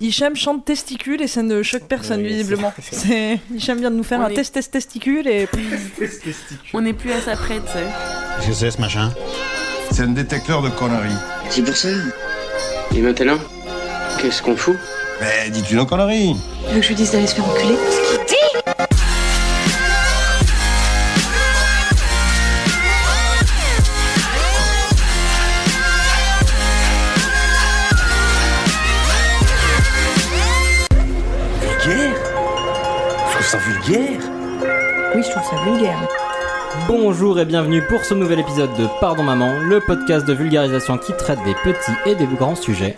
Hicham chante testicule et ça ne choque personne, Oui, c'est- visiblement. C'est... Hicham vient de nous faire On un est- test, test, testicule et. On n'est plus à sa prête, tu sais. Qu'est-ce que c'est ce machin C'est un détecteur de conneries. C'est pour ça. Et maintenant, qu'est-ce qu'on fout Mais dis-tu nos conneries Tu veux que je lui dise d'aller se faire enculer Vulgaire Je trouve ça vulgaire Oui, je trouve ça vulgaire. Bonjour et bienvenue pour ce nouvel épisode de Pardon Maman, le podcast de vulgarisation qui traite des petits et des grands sujets.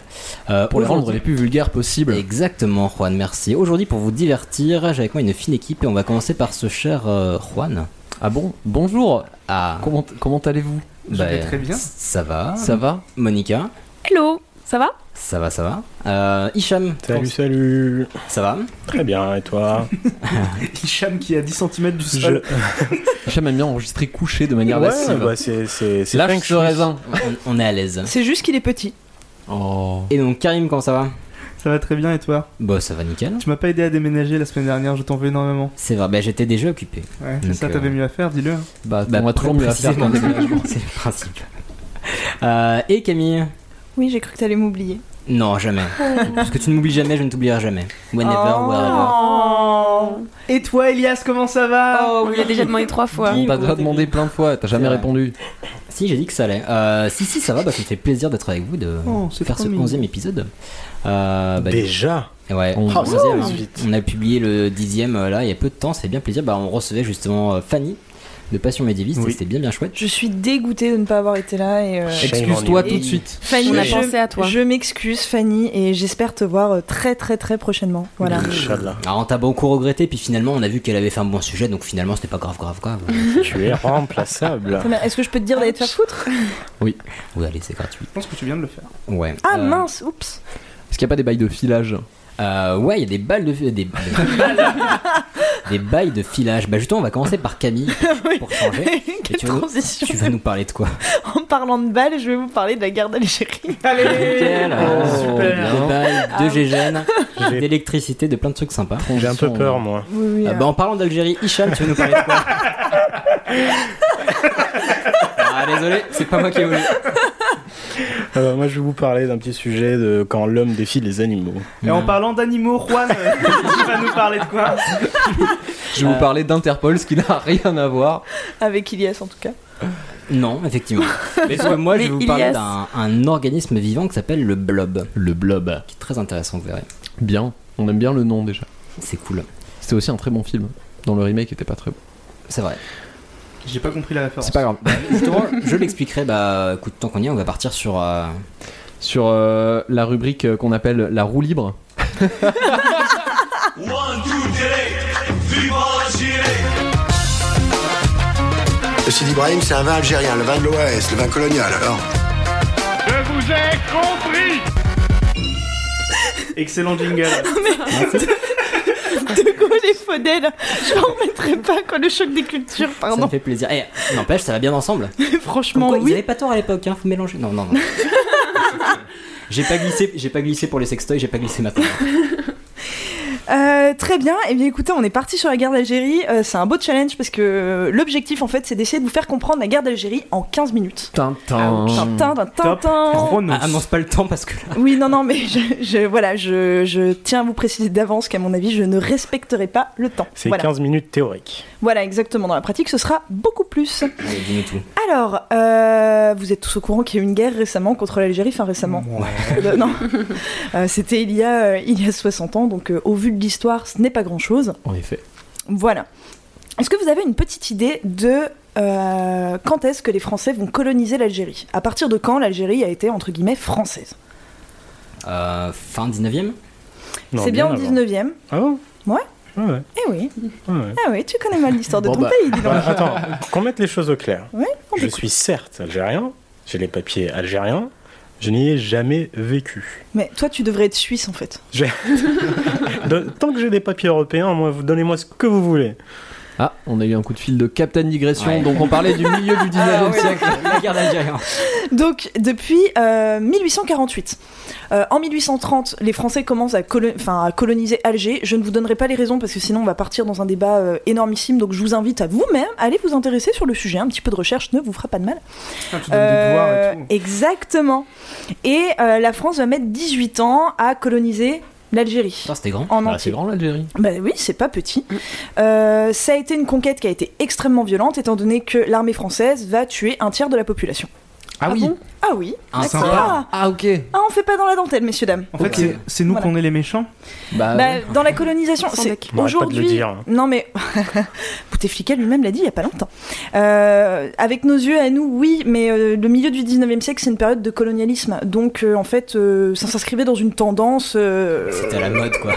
Euh, Pour les rendre aujourd'hui- les plus vulgaires possibles. Exactement, Juan, merci. Aujourd'hui, pour vous divertir, j'ai avec moi une fine équipe et on va commencer par ce cher euh, Juan. Ah bon Bonjour Ah, Comment, comment allez-vous bah, Ça va. Ça va Monica, Hello, ça va ça va, ça va. Euh, Hicham, Salut, salut. ça va Très bien, et toi Hicham qui est à 10 cm du Je- sol. Hicham aime bien enregistrer couché de manière Ouais, lascive. bah c'est c'est c'est Lâche feng ce shui. raisin. on, on est à l'aise. C'est juste qu'il est petit. Oh. Et donc, Karim, comment ça va Ça va très bien et toi Bah, ça va nickel. Tu m'as pas aidé à déménager la semaine dernière, je t'en veux énormément. C'est vrai, bah, j'étais déjà occupé. Ouais, Donc, c'est ça, euh, t'avais mieux à faire, dis-le. hein. Bah, Bah, on va toujours mieux à faire précisément, quand même. C'est le principe. Euh, et Camille Oui, j'ai cru que t'allais m'oublier. Non, jamais. Parce que tu ne m'oublies jamais, je ne t'oublierai jamais. Whenever, Oh. wherever. Oh. Et toi, Elias, comment ça va Oh, vous l'avez déjà demandé trois fois. On t'a déjà demandé plein de fois, t'as jamais vrai. répondu. Si, j'ai dit que ça allait. Euh, si, si, ça va, bah, ça me fait plaisir d'être avec vous, de Oh, c'est faire trop ce mignon. 11 épisode. Ah, Euh, bah, Déjà ouais, On- le Oh, ça 11e, passe hein. vite. on a publié le 10ème euh, là, il y a peu de temps, c'est bien plaisir. Bah, on recevait justement euh, Fanny de Passion Médiéviste, Oui. et c'était bien, bien chouette. Je suis dégoûtée de ne pas avoir été là et. euh, Shame Excuse-toi on you. tout de suite. Fanny, On a je, pensé à toi. je m'excuse, Fanny, et j'espère te voir euh, très très très prochainement. Voilà. Inch'Allah. Alors, on t'a beaucoup regretté, puis finalement, on a vu qu'elle avait fait un bon sujet, donc finalement, c'était pas grave, grave, grave. Tu es remplaçable. Très bien. Est-ce que je peux te dire d'aller te faire foutre oui, allez, c'est gratuit. Je pense que tu viens de le faire. Ouais. Ah Euh, mince, oups. Est-ce qu'il n'y a pas des bails de filage Euh, ouais, il y a des balles de des, des, des bails de filage. Bah justement, on va commencer par Camille Oui. pour changer. Et Quelle tu veux- transition. Tu vas nous parler de quoi En parlant de balles, je vais vous parler de la guerre d'Algérie. Oh, Nickel, euh, super. Des balles Ah de GGN, J'ai- d'électricité, de plein de trucs sympas. J'ai un peu peur, moi. Oui, oui. Ah euh, bah, en parlant d'Algérie, Hicham, tu veux nous parler de quoi Ah désolé, c'est pas moi qui ai voulu. Ah bah, moi, je vais vous parler d'un petit sujet de quand l'homme défie les animaux. Et en parlant d'animaux, Juan, euh, tu vas nous parler de quoi Je vais vous parler d'Interpol, ce qui n'a rien à voir. Avec Ilias en tout cas. Non, effectivement. Parce que moi, je vais Mais vous parler Ilias- d'un un organisme vivant qui s'appelle le blob, Le blob. qui est très intéressant, vous verrez. Bien, on aime bien le nom déjà. C'est cool, C'était aussi un très bon film. Dans le remake, il était pas très bon. c'est vrai. J'ai pas compris la référence. C'est pas grave. Justement, je l'expliquerai. Bah, écoute, tant qu'on y est, on va partir sur. euh, Sur euh, la rubrique euh, qu'on appelle la roue libre. Le Sidi Ibrahim, c'est un vin algérien, le vin de l'Ouest, le vin colonial, alors. Excellent jingle. De Gaulle et Faudel, je leur remettrai pas quoi le choc des cultures, Ça me pardon. fait plaisir. Eh, n'empêche, ça va bien ensemble. Comme Franchement, quoi, Ils oui. avaient pas tort à l'époque, hein, faut mélanger. Non, non, non. j'ai pas glissé, j'ai pas glissé pour les sextoys, j'ai pas glissé maintenant. Euh, très bien, et bien écoutez, on est parti sur la guerre d'Algérie. Euh, c'est un beau challenge parce que euh, l'objectif en fait c'est d'essayer de vous faire comprendre la guerre d'Algérie en 15 minutes. Ah Tintin. Tintin, tintin, Top. tintin. Chronos. Ah, annonce pas le temps parce que là, Oui, non, non, mais je, je- voilà, je, je tiens à vous préciser d'avance qu'à mon avis, je ne respecterai pas le temps. C'est Voilà. 15 minutes théoriques. voilà, exactement. Dans la pratique, ce sera beaucoup plus. allez, dis-nous tout. Alors, euh, vous êtes tous au courant qu'il y a eu une guerre récemment contre l'Algérie, enfin récemment. Euh, non, Euh, c'était il y a euh, il y a 60 ans, donc euh, au vu de l'histoire, ce n'est pas grand-chose. En effet. Voilà. Est-ce que vous avez une petite idée de euh, quand est-ce que les Français vont coloniser l'Algérie À partir de quand l'Algérie a été entre guillemets française Euh, fin 19ème Non, C'est bien, au avant. 19e. Ah bon Ouais. Ouais, ouais, Eh oui, ouais. ah oui, tu connais mal l'histoire de Bon, ton bah. pays, dis donc. Bah, attends, qu'on mette les choses au clair. Ouais, on je suis certes algérien, j'ai les papiers algériens, je n'y ai jamais vécu. Mais toi, tu devrais être suisse en fait. De- tant que j'ai des papiers européens, moi, vous- donnez-moi ce que vous voulez. Ah, on a eu un coup de fil de Captain Digression, Ouais. donc on parlait du milieu du 19e Ah, siècle. La guerre d'Algérie. hein. Donc depuis euh, 1848. Euh, en 1830, les Français commencent à, colo- enfin, à coloniser Alger. Je ne vous donnerai pas les raisons parce que sinon on va partir dans un débat euh, énormissime. Donc je vous invite à vous-même à aller vous intéresser sur le sujet. Un petit peu de recherche ne vous fera pas de mal. Putain, Ah, tu donnes des devoirs et Euh, tout. exactement. Et euh, la France va mettre 18 ans à coloniser l'Algérie. Ça, c'était grand. En Ah, c'est entier. grand l'Algérie. Bah oui, c'est pas petit. Mm. Euh, ça a été une conquête qui a été extrêmement violente, étant donné que l'armée française va tuer un tiers de la population. Ah oui. bon Ah oui. Un d'accord. sympa. Ah ok. Ah, on fait pas dans la dentelle, messieurs dames. En fait, Ok. c'est- c'est nous Voilà. qu'on est les méchants. Bah, Bah, ouais. dans la colonisation, Sans c'est bec. Ah On arrête pas de le aujourd'hui. dire. hein. Non mais Bouteflika lui-même l'a dit il y a pas longtemps. Euh, avec nos yeux à nous, oui, mais euh, le milieu du 19e siècle, c'est une période de colonialisme. Donc euh, en fait, euh, ça s'inscrivait dans une tendance euh, C'était à la mode, quoi.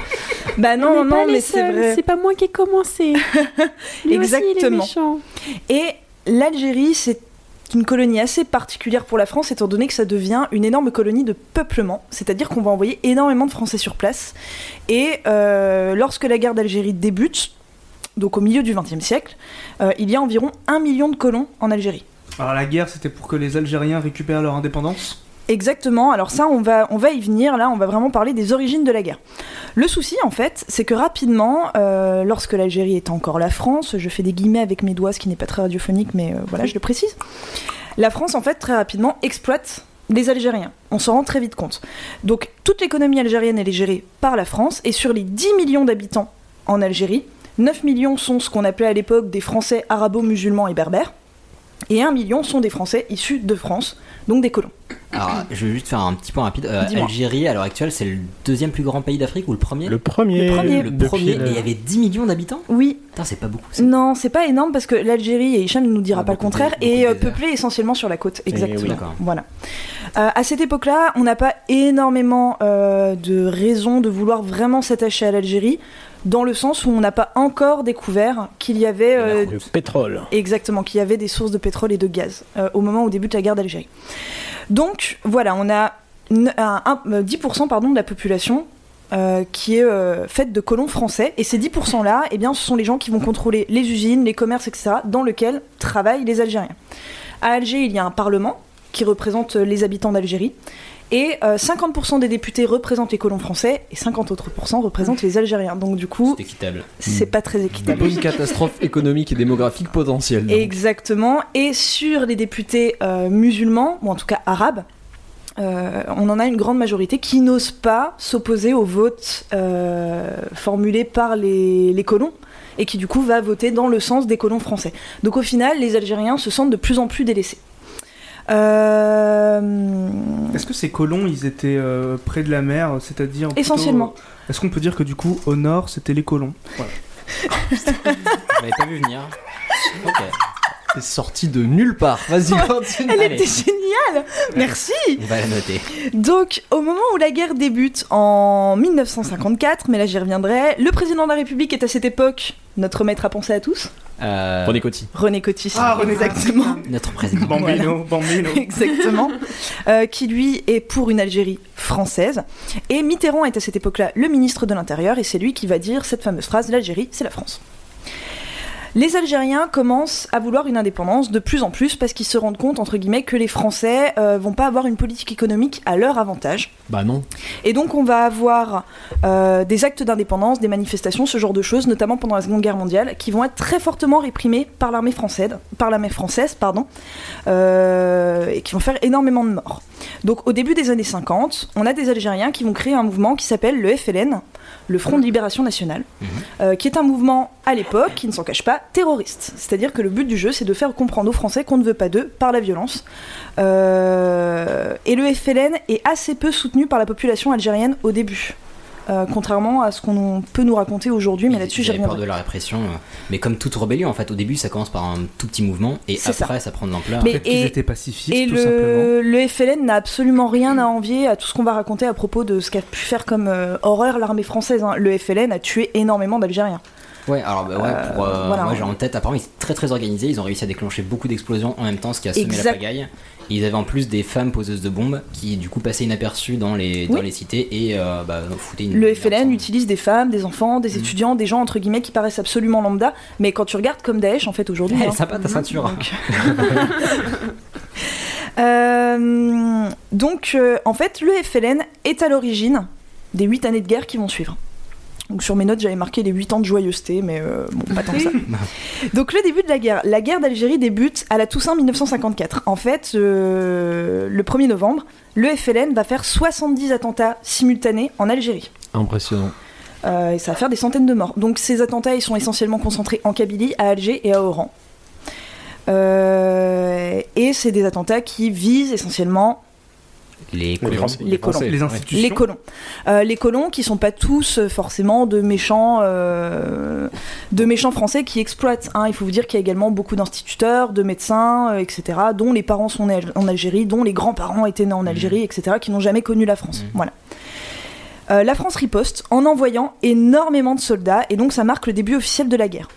Bah non, On n'est pas non, les mais c'est seuls, vrai. C'est pas moi qui ai commencé. Lui Aussi, il est Exactement. méchant. Et l'Algérie, c'est une colonie assez particulière pour la France, étant donné que ça devient une énorme colonie de peuplement, c'est-à-dire qu'on va envoyer énormément de Français sur place. Et euh, lorsque la guerre d'Algérie débute, donc au milieu du XXe siècle, euh, il y a environ un million de colons en Algérie. Alors la guerre, c'était pour que les Algériens récupèrent leur indépendance. Exactement, alors ça on va, on va y venir, là on va vraiment parler des origines de la guerre. Le souci en fait, c'est que rapidement, euh, lorsque l'Algérie est encore la France, je fais des guillemets avec mes doigts, ce qui n'est pas très radiophonique, mais euh, voilà, je le précise, la France en fait très rapidement exploite les Algériens. On s'en rend très vite compte. Donc toute l'économie algérienne elle est gérée par la France, et sur les 10 millions d'habitants en Algérie, 9 millions sont ce qu'on appelait à l'époque des Français arabo-musulmans et berbères, et 1 million sont des Français issus de France, donc des colons. Alors, je vais juste faire un petit point rapide. Euh, Dis-moi. Algérie, à l'heure actuelle, c'est le deuxième plus grand pays d'Afrique ou le premier Le premier. Le premier. Le depuis premier, le- et il y avait 10 millions d'habitants Oui, Putain, c'est pas beaucoup. ça. non, c'est pas énorme parce que l'Algérie, et Hicham ne nous dira Ah, pas le beaucoup de- contraire, beaucoup de est euh, désert. peuplée essentiellement sur la côte. oui, Exactement. d'accord. voilà. Euh, à cette époque-là, on n'a pas énormément euh, de raisons de vouloir vraiment s'attacher à l'Algérie, dans le sens où on n'a pas encore découvert qu'il y avait la euh, Le pétrole. Exactement, qu'il y avait des sources de pétrole et de gaz euh, au moment où débute la guerre d'Algérie. Donc voilà, on a une- un- un- euh, 10% pardon, de la population euh, qui est euh, faite de colons français. Et ces 10%-là, eh bien, ce sont les gens qui vont contrôler les usines, les commerces, etc., dans lesquels travaillent les Algériens. À Alger, il y a un parlement qui représente euh, les habitants d'Algérie. Et euh, 50% des députés représentent les colons français et 50 autres pourcents représentent les Algériens. Donc du coup, C'est équitable. c'est pas très équitable. Une catastrophe économique et démographique potentielle. donc. Exactement. Et sur les députés euh, musulmans, ou en tout cas arabes, euh, on en a une grande majorité qui n'ose pas s'opposer au vote euh, formulé par les, les colons et qui du coup va voter dans le sens des colons français. Donc au final, les Algériens se sentent de plus en plus délaissés. Euh, Est-ce que ces colons, ils étaient euh, près de la mer, c'est-à-dire plutôt- Essentiellement. Est-ce qu'on peut dire que du coup, au nord, c'était les colons Voilà. Je l'avais pas vu venir. Ok. C'est sorti de nulle part. Vas-y, continue. Elle Allez. était géniale Merci On va la noter. Donc, au moment où la guerre débute en 1954, mais là j'y reviendrai, le président de la République est à cette époque notre maître à penser à tous, Euh, René Coty. René Coty. Ah, René Coty. exactement. Notre président. Bambino, bambino. Exactement. Euh, qui lui est pour une Algérie française. Et Mitterrand est à cette époque-là le ministre de l'Intérieur et c'est lui qui va dire cette fameuse phrase l'Algérie, c'est la France. Les Algériens commencent à vouloir une indépendance de plus en plus parce qu'ils se rendent compte, entre guillemets, que les Français euh, vont pas avoir une politique économique à leur avantage. Bah non. Et donc on va avoir euh, des actes d'indépendance, des manifestations, ce genre de choses, notamment pendant la Seconde Guerre mondiale, qui vont être très fortement réprimées par l'armée française, par l'armée française, pardon, euh, et qui vont faire énormément de morts. Donc au début des années 50, on a des Algériens qui vont créer un mouvement qui s'appelle le FLN, le Front de Libération Nationale, euh, qui est un mouvement à l'époque, qui ne s'en cache pas, terroriste. C'est-à-dire que le but du jeu, c'est de faire comprendre aux Français qu'on ne veut pas d'eux par la violence. Euh, et le FLN est assez peu soutenu par la population algérienne au début. Euh, contrairement à ce qu'on peut nous raconter aujourd'hui, mais Ils- là-dessus ils j'ai avaient peur de reviendrai. la répression. euh, Mais comme toute rébellion, en fait, au début, ça commence par un tout petit mouvement et C'est après, ça. ça, prend de l'ampleur. Mais- Peut-être qu'ils et- étaient pacifistes, Et tout simplement. le, le FLN n'a absolument rien à envier à tout ce qu'on va raconter à propos de ce qu'a pu faire comme euh, horreur l'armée française. hein. Le FLN a tué énormément d'Algériens. Ouais, alors bah, ouais, Euh, pour, euh, voilà. moi j'ai en tête, apparemment ils sont très très organisés, ils ont réussi à déclencher beaucoup d'explosions en même temps, ce qui a semé la Exact. pagaille. Et ils avaient en plus des femmes poseuses de bombes qui du coup passaient inaperçues dans les, dans Oui. les cités et euh, bah, foutaient une... Le une FLN ensemble. utilise des femmes, des enfants, Mm. des étudiants, des gens entre guillemets qui paraissent absolument lambda, mais quand tu regardes comme Daesh en fait aujourd'hui. Elle est hein. sympa ta ceinture. Euh, donc, euh, en fait, le FLN est à l'origine des 8 années de guerre qui vont suivre. Donc, sur mes notes, j'avais marqué les 8 ans de joyeuseté, mais euh, bon, pas tant que ça. Donc, le début de la guerre. La guerre d'Algérie débute à la Toussaint 1954. En fait, euh, le 1er novembre, le FLN va faire 70 attentats simultanés en Algérie. Impressionnant. Euh, et ça va faire des centaines de morts. Donc ces attentats, ils sont essentiellement concentrés en Kabylie, à Alger et à Oran. Euh, et c'est des attentats qui visent essentiellement Les Les colons. Français. les colons. Français, Les ouais. institutions. les colons. Euh, les colons qui sont pas tous euh, forcément de méchants, euh, de méchants français qui exploitent. hein. Il faut vous dire qu'il y a également beaucoup d'instituteurs, de médecins, euh, etc., dont les parents sont nés Al- en Algérie, dont les grands-parents étaient nés en Algérie, etc., qui n'ont jamais connu la France. Voilà. Euh, la France riposte en envoyant énormément de soldats et donc ça marque le début officiel de la guerre.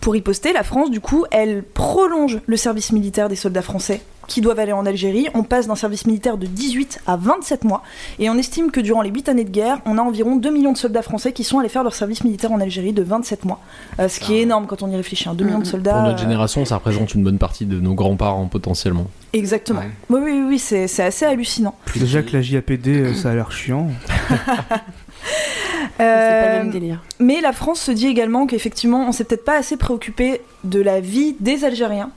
Pour riposter, la France, du coup, elle prolonge le service militaire des soldats français qui doivent aller en Algérie. On passe d'un service militaire de 18 à 27 mois et on estime que durant les 8 années de guerre, on a environ 2 millions de soldats français qui sont allés faire leur service militaire en Algérie de 27 mois. Euh, ce Ah. qui est énorme quand on y réfléchit. Hein. 2 millions de soldats. Pour notre euh, génération, ça représente une bonne partie de nos grands-parents potentiellement. Exactement. Ouais. Oui, oui, oui, oui, c'est c'est assez hallucinant. Déjà que la JAPD, euh, ça a l'air chiant. C'est pas Euh, le même délire. Mais la France se dit également qu'effectivement, on s'est peut-être pas assez préoccupé de la vie des Algériens.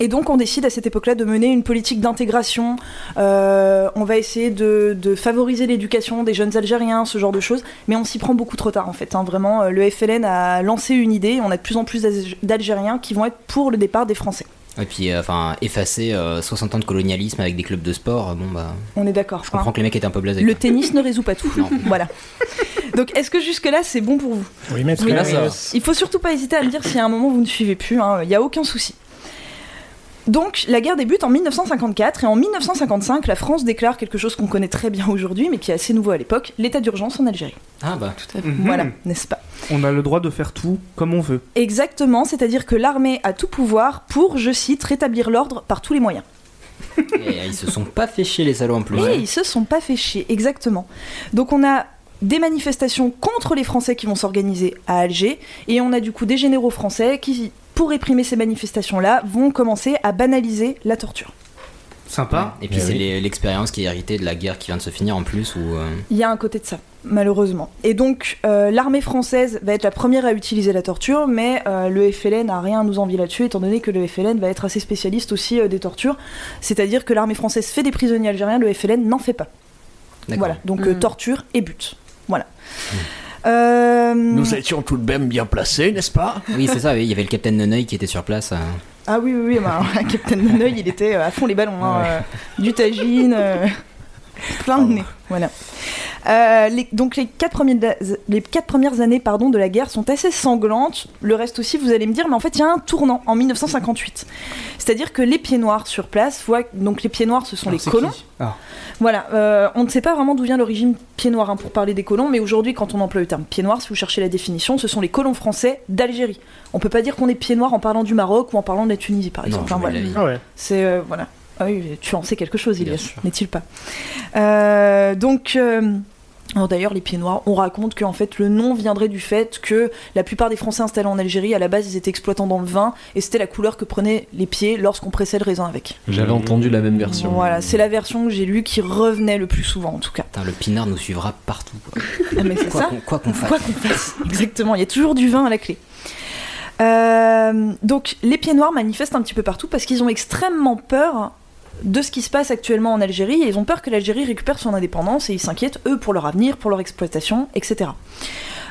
Et donc, on décide à cette époque-là de mener une politique d'intégration. Euh, on va essayer de, de favoriser l'éducation des jeunes Algériens, ce genre de choses. Mais on s'y prend beaucoup trop tard, en fait. hein. Vraiment, euh, le FLN a lancé une idée. et On a de plus en plus d'Alg- d'Algériens qui vont être pour le départ des Français. Et puis euh, enfin effacer euh, 60 ans de colonialisme avec des clubs de sport, euh, bon bah On est d'accord. je comprends hein. que les mecs étaient un peu blasés. Le quoi. tennis ne résout pas tout. Non. Voilà. Donc, est-ce que jusque-là, c'est bon pour vous Oui, maître. Oui, là, ça va. Il faut surtout pas hésiter à me dire si à un moment vous ne suivez plus, hein. il n'y a aucun souci. Donc la guerre débute en 1954 et en 1955 la France déclare quelque chose qu'on connaît très bien aujourd'hui mais qui est assez nouveau à l'époque, l'état d'urgence en Algérie. Ah bah Mhm. Voilà, n'est-ce pas On a le droit de faire tout comme on veut. Exactement, c'est-à-dire que l'armée a tout pouvoir pour, je cite, rétablir l'ordre par tous les moyens. Et, euh, ils se sont pas fait chier les salauds en plus. Et ils se sont pas fait chier, exactement. Donc on a des manifestations contre les Français qui vont s'organiser à Alger, et on a du coup des généraux français qui, pour réprimer ces manifestations-là, vont commencer à banaliser la torture. Sympa. Et puis Eh c'est oui. les- l'expérience qui est héritée de la guerre qui vient de se finir en plus où euh, Il y a un côté de ça, malheureusement. Et donc euh, l'armée française va être la première à utiliser la torture, mais euh, le FLN n'a rien à nous envier là-dessus, étant donné que le FLN va être assez spécialiste aussi euh, des tortures, c'est-à-dire que l'armée française fait des prisonniers algériens, le FLN n'en fait pas. d'accord. Voilà, donc euh, Mm. torture et but. Voilà. Mm. Euh, étions tout de même bien placés, n'est-ce pas Oui, c'est ça, oui, il y avait le capitaine Neneuil qui était sur place. euh. Ah oui, oui, oui, bah, alors, Captain Naneuil, il était euh, à fond les ballons. hein, euh, du tagine, euh, plein de nez. Voilà. Euh, les- donc les quatre, premiers da- les quatre premières années pardon, de la guerre sont assez sanglantes. Le reste aussi, vous allez me dire, mais en fait, il y a un tournant en 1958. C'est-à-dire que les pieds noirs sur place, voient, donc les pieds noirs, ce sont les C'est colons. qui Ah. Voilà, euh, on ne sait pas vraiment d'où vient l'origine pied noir hein, pour parler des colons, mais aujourd'hui, quand on emploie le terme pied noir, si vous cherchez la définition, ce sont les colons français d'Algérie. On peut pas dire qu'on est pied noir en parlant du Maroc ou en parlant de la Tunisie, par exemple. jamais hein, de voilà. la vie. Ah ouais. C'est euh, voilà. Ah oui, tu en sais quelque chose, Bien Ilias, sûr. n'est-il pas Euh, Donc. euh, alors D'ailleurs, les pieds noirs, on raconte qu'en fait le nom viendrait du fait que la plupart des Français installés en Algérie, à la base, ils étaient exploitants dans le vin et c'était la couleur que prenaient les pieds lorsqu'on pressait le raisin avec. Mm. J'avais entendu la même version. Voilà, c'est la version que j'ai lue qui revenait le plus souvent en tout cas. Putain, le pinard nous suivra partout. Quoi Ah, mais c'est Quoi ça qu'on quoi qu'on fasse. Quoi qu'on fasse. Exactement, il y a toujours du vin à la clé. Euh, donc les pieds noirs manifestent un petit peu partout parce qu'ils ont extrêmement peur de ce qui se passe actuellement en Algérie et ils ont peur que l'Algérie récupère son indépendance et ils s'inquiètent eux pour leur avenir, pour leur exploitation, etc.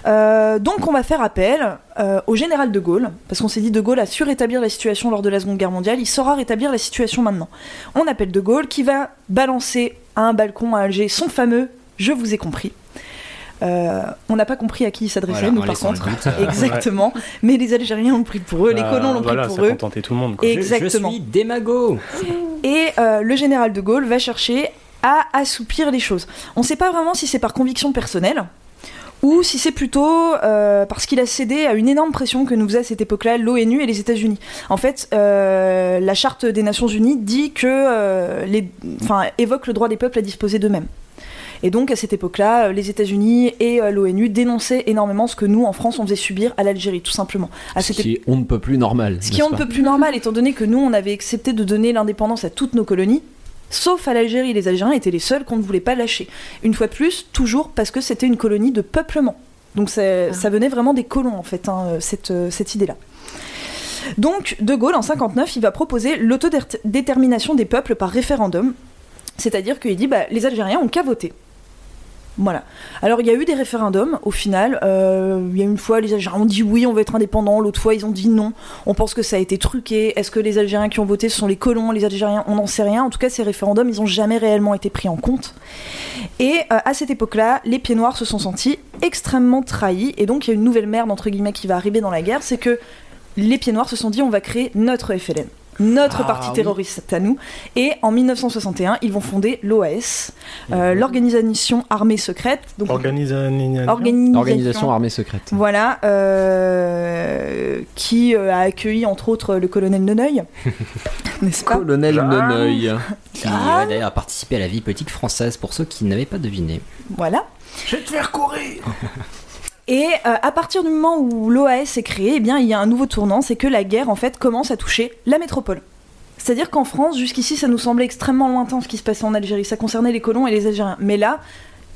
Euh, donc on va faire appel euh, au général de Gaulle parce qu'on s'est dit de Gaulle a su rétablir la situation lors de la Seconde Guerre mondiale, il saura rétablir la situation maintenant. On appelle de Gaulle qui va balancer à un balcon à Alger son fameux "Je vous ai compris". Euh, on n'a pas compris à qui il s'adressait, Voilà, nous en par laissant le contre. doute, euh, Exactement. Mais les Algériens l'ont pris pour eux, les Bah, colons l'ont voilà, pris ça pour eux. contentait tout le monde. quoi. Et- Je- Exactement. Je, suis démago. Et euh, le général de Gaulle va chercher à assouplir les choses. On ne sait pas vraiment si c'est par conviction personnelle ou si c'est plutôt euh, parce qu'il a cédé à une énorme pression que nous faisait à cette époque-là l'ONU et les États-Unis. En fait, euh, la charte des Nations Unies dit que euh, les, enfin, évoque le droit des peuples à disposer d'eux-mêmes. Et donc à cette époque-là, euh, les États-Unis et euh, l'ONU dénonçaient énormément ce que nous en France on faisait subir à l'Algérie, tout simplement. À Ce cette qui est on ne peut plus normal. Ah, ce n'est-ce qui on ne pas peut plus normal, étant donné que nous, on avait accepté de donner l'indépendance à toutes nos colonies, sauf à l'Algérie. Les Algériens étaient les seuls qu'on ne voulait pas lâcher. Une fois de plus, toujours parce que c'était une colonie de peuplement. Donc ça, ça venait vraiment des colons, en fait, hein, euh, cette, euh, cette idée-là. Donc, De Gaulle, en 59, il va proposer l'autodétermination des peuples par référendum. C'est-à-dire qu'il dit, bah, les Algériens ont qu'à voter. Voilà. Alors il y a eu des référendums au final. Euh, Il y a une fois les Algériens ont dit oui, on veut être indépendant. L'autre fois ils ont dit non. On pense que ça a été truqué. Est-ce que les Algériens qui ont voté ce sont les colons, les Algériens On n'en sait rien. En tout cas, ces référendums, ils n'ont jamais réellement été pris en compte. Et euh, à cette époque-là, les pieds noirs se sont sentis extrêmement trahis. Et donc il y a une nouvelle merde entre guillemets qui va arriver dans la guerre, c'est que les pieds noirs se sont dit on va créer notre FLN, notre parti terroriste à nous. Et en 1961, ils vont fonder l'OAS, euh, l'organisation armée secrète. Donc Organisation. organisation, Organisation armée secrète. Voilà, euh, qui euh, a accueilli entre autres le colonel Neneuil, n'est-ce pas Colonel Neneuil. Qui Ah. ouais, d'ailleurs a participé à la vie politique française pour ceux qui n'avaient pas deviné. Voilà. Je vais te faire courir Et euh, à partir du moment où l'OAS est créée, eh bien, il y a un nouveau tournant, c'est que la guerre en fait commence à toucher la métropole. C'est-à-dire qu'en France, jusqu'ici, ça nous semblait extrêmement lointain ce qui se passait en Algérie. Ça concernait les colons et les Algériens. Mais là,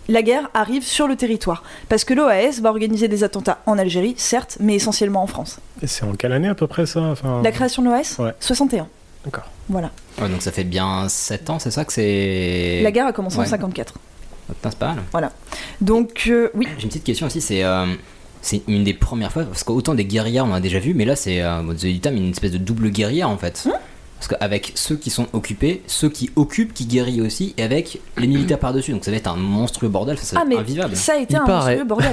la guerre arrive sur le territoire. Parce que l'OAS va organiser des attentats en Algérie, certes, mais essentiellement en France. Et c'est en quelle année à peu près ça enfin... La création de l'OAS Ouais. 61. D'accord. Voilà. Ouais, donc ça fait bien 7 ans, c'est ça que c'est. La guerre a commencé en Ouais. 54. Putain, c'est pas mal. Donc, euh, oui. J'ai une petite question aussi, c'est. euh, C'est une des premières fois, parce qu'autant des guerrières on en a déjà vu, mais là c'est euh, bon, The Editam, une espèce de double guerrière en fait. Hein Parce qu'avec ceux qui sont occupés, ceux qui occupent qui guérissent aussi, et avec les militaires par-dessus. Donc ça va être un monstrueux bordel, ça, ça va Ah être mais invivable. ça a été Il un paraît. monstrueux bordel.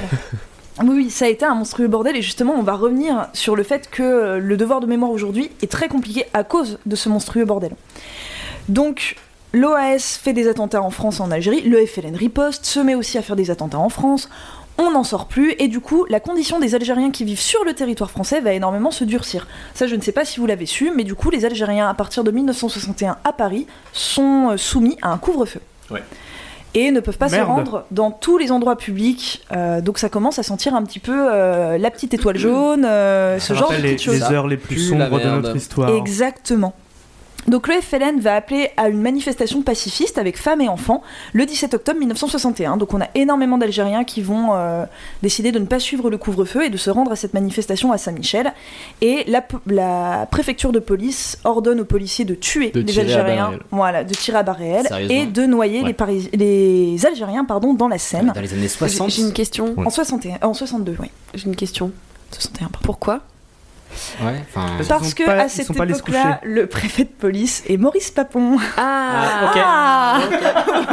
Oui, oui, ça a été un monstrueux bordel et justement on va revenir sur le fait que euh, le devoir de mémoire aujourd'hui est très compliqué à cause de ce monstrueux bordel. Donc l'OAS fait des attentats en France et en Algérie, le FLN riposte, se met aussi à faire des attentats en France, on n'en sort plus et du coup la condition des Algériens qui vivent sur le territoire français va énormément se durcir. Ça je ne sais pas si vous l'avez su, mais du coup les Algériens à partir de 1961 à Paris sont euh, soumis à un couvre-feu et ne peuvent pas Merde. se rendre dans tous les endroits publics. Euh, donc ça commence à sentir un petit peu euh, la petite étoile jaune, euh, ce Ça genre de rappelle les, petites choses. les heures les plus Pue la sombres de merde. notre histoire. Exactement. Donc le FLN va appeler à une manifestation pacifiste avec femmes et enfants le 17 octobre 1961. Donc on a énormément d'Algériens qui vont euh, décider de ne pas suivre le couvre-feu et de se rendre à cette manifestation à Saint-Michel. Et la, po- la préfecture de police ordonne aux policiers de tuer De les tirer à balles Algériens, réelles. voilà, de tirer à balles réelles Sérieusement et de noyer Ouais. les, Paris- les Algériens pardon, dans la Seine. Dans les années Bah, J'ai 60, j'ai une question. Ouais. En 61, en 62, oui. J'ai une question. 61, pardon. Pourquoi ouais, enfin, Parce- Ils Parce sont que pas- à ils cette sont pas allés se époque-là, le préfet de police est Maurice Papon. Ah,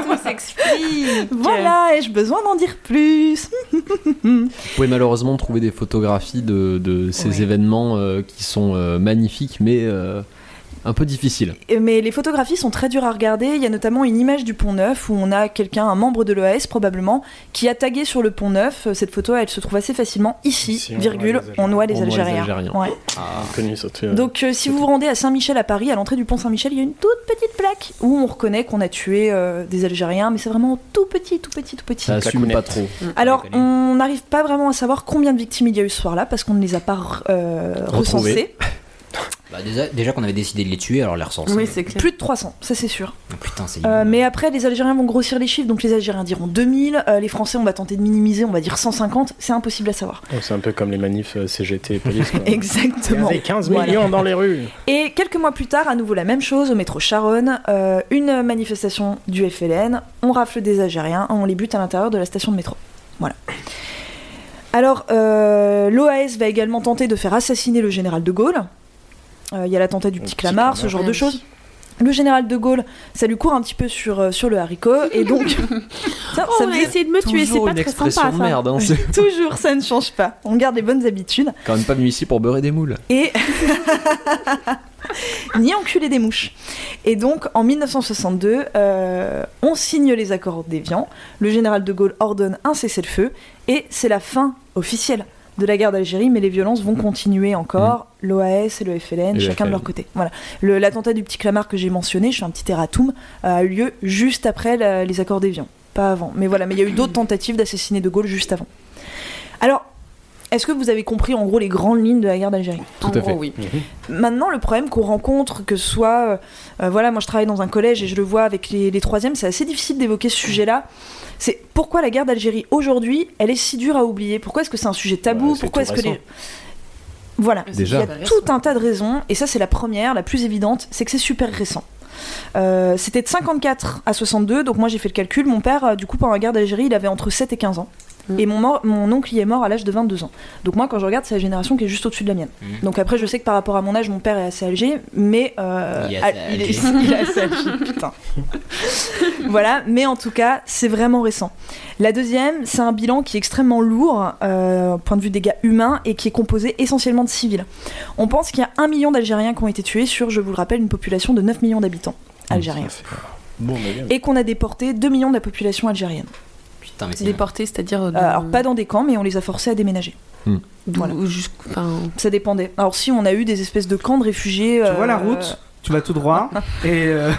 Tout s'explique. Voilà, ai-je besoin d'en dire plus Vous pouvez malheureusement trouver des photographies de, de ces Oui. événements euh, qui sont euh, magnifiques, mais euh, un peu difficiles. Mais les photographies sont très dures à regarder. Il y a notamment une image du Pont Neuf où on a quelqu'un, un membre de l'OAS probablement, qui a tagué sur le Pont Neuf. Cette photo, elle se trouve assez facilement ici, Ici, on virgule, voit les on noie les On voit les Algériens. Algériens. Ouais. ah, Connu, ça fait, euh, Donc euh, si vous vous rendez à Saint-Michel à Paris, à l'entrée du pont Saint-Michel, il y a une toute petite plaque où on reconnaît qu'on a tué euh, des Algériens, mais c'est vraiment tout petit, tout petit, tout petit. Ça assume pas claquonnette. trop. Alors, les connaît. on n'arrive pas vraiment à savoir combien de victimes il y a eu ce soir-là parce qu'on ne les a pas euh, recensées. bah, déjà, déjà qu'on avait décidé de les tuer, alors les recenser. Oui, c'est clair. Plus de 300, ça c'est sûr. Ah, putain, c'est Euh, immonde. mais après, les Algériens vont grossir les chiffres, donc les Algériens diront 2000, euh, les Français, on va tenter de minimiser, on va dire 150, c'est impossible à savoir. oh, C'est un peu comme les manifs euh, CGT et police. quoi. Il y Exactement. avait 15 Voilà. millions dans les rues. Et quelques mois plus tard, à nouveau la même chose au métro Charonne, euh, une manifestation du FLN, on rafle des Algériens, on les bute à l'intérieur de la station de métro. Voilà. Alors, euh, l'OAS va également tenter de faire assassiner le général de Gaulle. Euh, Il y a l'attentat du Le petit petit Clamart, ce Clamart. genre de choses. Le général de Gaulle, ça lui court un petit peu sur, euh, sur le haricot, et donc. ça, ça on a faisait- essayé de me tuer, c'est Toujours pas Oh, une très sympa expression ça. de merde, hein, c'est Toujours, ça ne change pas. On garde les bonnes habitudes. quand même pas venu ici pour beurrer des moules. Et ni enculer des mouches. Et donc, en 1962, euh, on signe les accords d'Évian, le général de Gaulle ordonne un cessez-le-feu, et c'est la fin officielle de la guerre d'Algérie, mais les violences vont continuer encore, l'OAS et le FLN, Mm. Et le chacun de leur FLN. côté. Voilà. Le- L'attentat du petit Clamart que j'ai mentionné, je suis un petit erratum, a eu lieu juste après la- les accords d'Évian, pas avant. Mais voilà, mais il y a eu d'autres tentatives d'assassiner de Gaulle juste avant. Alors, est-ce que vous avez compris en gros les grandes lignes de la guerre d'Algérie Tout à fait. oui. Maintenant, le problème qu'on rencontre, que ce soit. euh, euh, voilà, moi je travaille dans un collège et je le vois avec les, les troisièmes, c'est assez difficile d'évoquer ce sujet-là. C'est pourquoi la guerre d'Algérie aujourd'hui, elle est si dure à oublier Pourquoi est-ce que c'est un sujet tabou Ouais, c'est Pourquoi tout est-ce que les. récent. Voilà. Déjà. Il y a tout un tas de raisons, et ça c'est la première, la plus évidente, c'est que c'est super récent. Euh, C'était de 54 à 62, donc moi j'ai fait le calcul. Mon père, euh, du coup, pendant la guerre d'Algérie, il avait entre 7 et 15 ans. Mm. Et mon, mor- mon oncle y est mort à l'âge de 22 ans. Donc moi, quand je regarde, c'est la génération qui est juste au-dessus de la mienne. Mm. Donc après, je sais que par rapport à mon âge, mon père est assez âgé, mais... euh, Il est ah, assez il est- âgé. il est assez âgé, putain. voilà, mais en tout cas, c'est vraiment récent. La deuxième, c'est un bilan qui est extrêmement lourd, euh, point de vue dégâts humains, et qui est composé essentiellement de civils. On pense qu'il y a un million d'Algériens qui ont été tués sur, je vous le rappelle, une population de 9 millions d'habitants algériens. Bon, mais bien. Et qu'on a déporté 2 millions de la population algérienne. Putain, mais c'est. Déporté, c'est-à-dire. Euh, alors pas dans des camps, mais on les a forcés à déménager. d'où- voilà. jusqu'où- enfin, Ça dépendait. Alors si on a eu des espèces de camps de réfugiés... Tu euh, vois la route, tu vas tout droit et euh,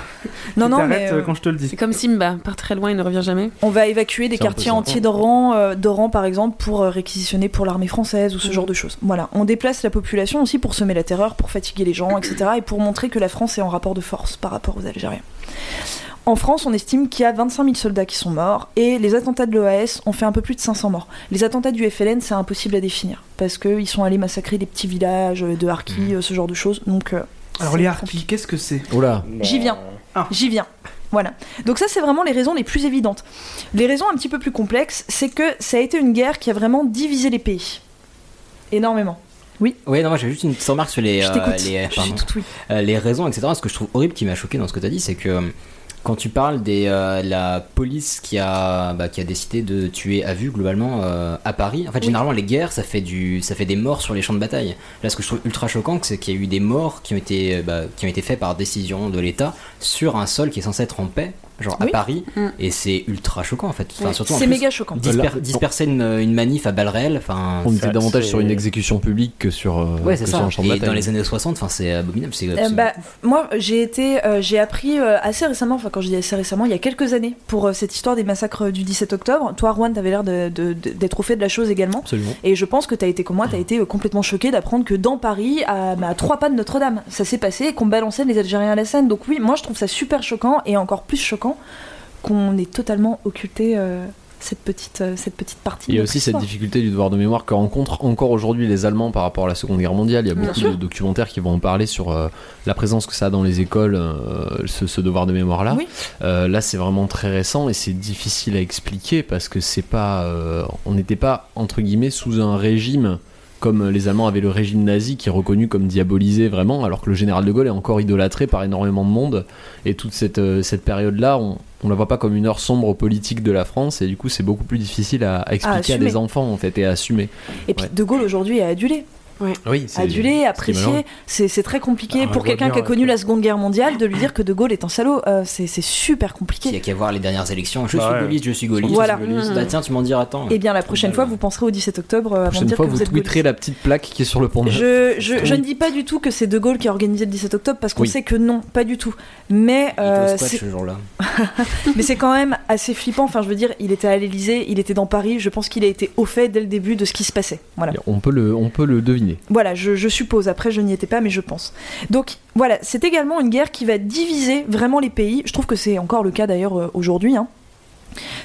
Non, tu non, mais... t'arrêtes euh, euh, quand je te le C'est dis. comme Simba, part très loin et ne revient jamais. On va évacuer des C'est un peu quartiers ça. entiers d'Oran, euh, d'Oran par exemple, pour euh, réquisitionner pour l'armée française ou ce Mmh. Mhm. genre de choses. Voilà, on déplace la population aussi pour semer la terreur, pour fatiguer les gens, etc. et pour montrer que la France est en rapport de force par rapport aux Algériens. En France, on estime qu'il y a 25 000 soldats qui sont morts et les attentats de l'OAS ont fait un peu plus de 500 morts. Les attentats du FLN, c'est impossible à définir parce qu'ils sont allés massacrer des petits villages euh, de Mmh. Harkis, euh, ce genre de choses. Donc, euh, Alors c'est les compliqué. harpis, qu'est-ce que c'est Oh là, J'y viens. J'y viens. Voilà. Donc ça, c'est vraiment les raisons les plus évidentes. Les raisons un petit peu plus complexes, c'est que ça a été une guerre qui a vraiment divisé les pays. Énormément. Ouais, non, moi j'ai juste une petite remarque sur les, je euh, t'écoute. les, je suis pardon. tout oui. Euh, les raisons, etc. Ce que je trouve horrible qui m'a choqué dans ce que t'as dit, c'est que euh, quand tu parles des, euh, la police qui a, bah, qui a décidé de tuer à vue globalement euh, à Paris, en fait, généralement les guerres ça fait, du, ça fait des morts sur les champs de bataille. Là, ce que je trouve ultra choquant, c'est qu'il y a eu des morts qui ont été, euh, bah, qui ont été faits par décision de l'État sur un sol qui est censé être en paix, genre Oui. à Paris, Mm. et c'est ultra choquant en fait. Enfin, Ouais. surtout en C'est plus, méga choquant. Euh, disper- Là- disperser une, une manif à balles réelles, enfin. on C'est était vrai que davantage c'est- sur une exécution publique que sur, euh, Ouais, que c'est sur ça. un champ de Et bataille. dans les années 60, enfin, c'est abominable. c'est Euh, absolument- bah, moi, j'ai été, euh, j'ai appris euh, assez récemment, enfin quand je dis assez récemment, il y a quelques années, pour euh, cette histoire des massacres euh, du 17 octobre. Toi, Juan, t'avais l'air de- de- de- d'être au fait de la chose également. Absolument. Et je pense que t'as été comme moi, t'as été euh, complètement choqué d'apprendre que dans Paris, à, bah, à trois pas de Notre-Dame, ça s'est passé et qu'on balançait les Algériens à la scène. Donc oui, moi je trouve ça super choquant et encore plus choquant qu'on ait totalement occulté euh, cette petite euh, cette petite partie. Il y de a aussi notre cette histoire. difficulté du devoir de mémoire que rencontrent encore aujourd'hui les Allemands par rapport à la Seconde Guerre mondiale. Il y a Bien beaucoup sûr. de documentaires qui vont en parler sur euh, la présence que ça a dans les écoles, euh, ce, ce devoir de mémoire-là. Oui. Euh, là, c'est vraiment très récent et c'est difficile à expliquer parce que c'est pas, euh, on n'était pas entre guillemets sous un régime comme euh, les Allemands avaient le régime nazi qui est reconnu comme diabolisé vraiment, alors que le général de Gaulle est encore idolâtré par énormément de monde. Et toute cette, euh, cette période-là, on, on la voit pas comme une heure sombre politique de la France, et du coup, c'est beaucoup plus difficile à, à expliquer à, assumer. des enfants en fait et à assumer. Et puis ouais. De Gaulle aujourd'hui est adulé, Oui, adulé, apprécié. C'est c'est très compliqué Ah, on pour voit quelqu'un bien, qui a ouais, connu quoi. la Seconde Guerre mondiale de lui dire que De Gaulle est un salaud. Euh, c'est c'est super Il y a compliqué. qu'à voir les dernières élections. Je Bah suis ouais. gaulliste, je suis gaulliste. Voilà. Je suis gaulliste. Mmh. Bah tiens, tu m'en diras tant. Et Eh bien la prochaine Ouais. fois, vous penserez au 17 octobre euh, La avant de prochaine dire fois, que vous, vous êtes tweeterez gaulliste. la petite plaque qui est sur le pont de Je, je, je Oui. ne dis pas du tout que c'est De Gaulle qui a organisé le 17 octobre parce qu'on Oui. sait que non, pas du tout. Mais Il était au euh, squat c'est- ce jour-là. mais c'est quand même assez flippant. Enfin, je veux dire, il était à l'Elysée, il était dans Paris. Je pense qu'il a été au fait dès le début de ce qui se passait. Voilà. On peut le, on peut le deviner. Voilà, je, je suppose. Après, je n'y étais pas, mais je pense. Donc, voilà, c'est également une guerre qui va diviser vraiment les pays. Je trouve que c'est encore le cas d'ailleurs euh, aujourd'hui. hein.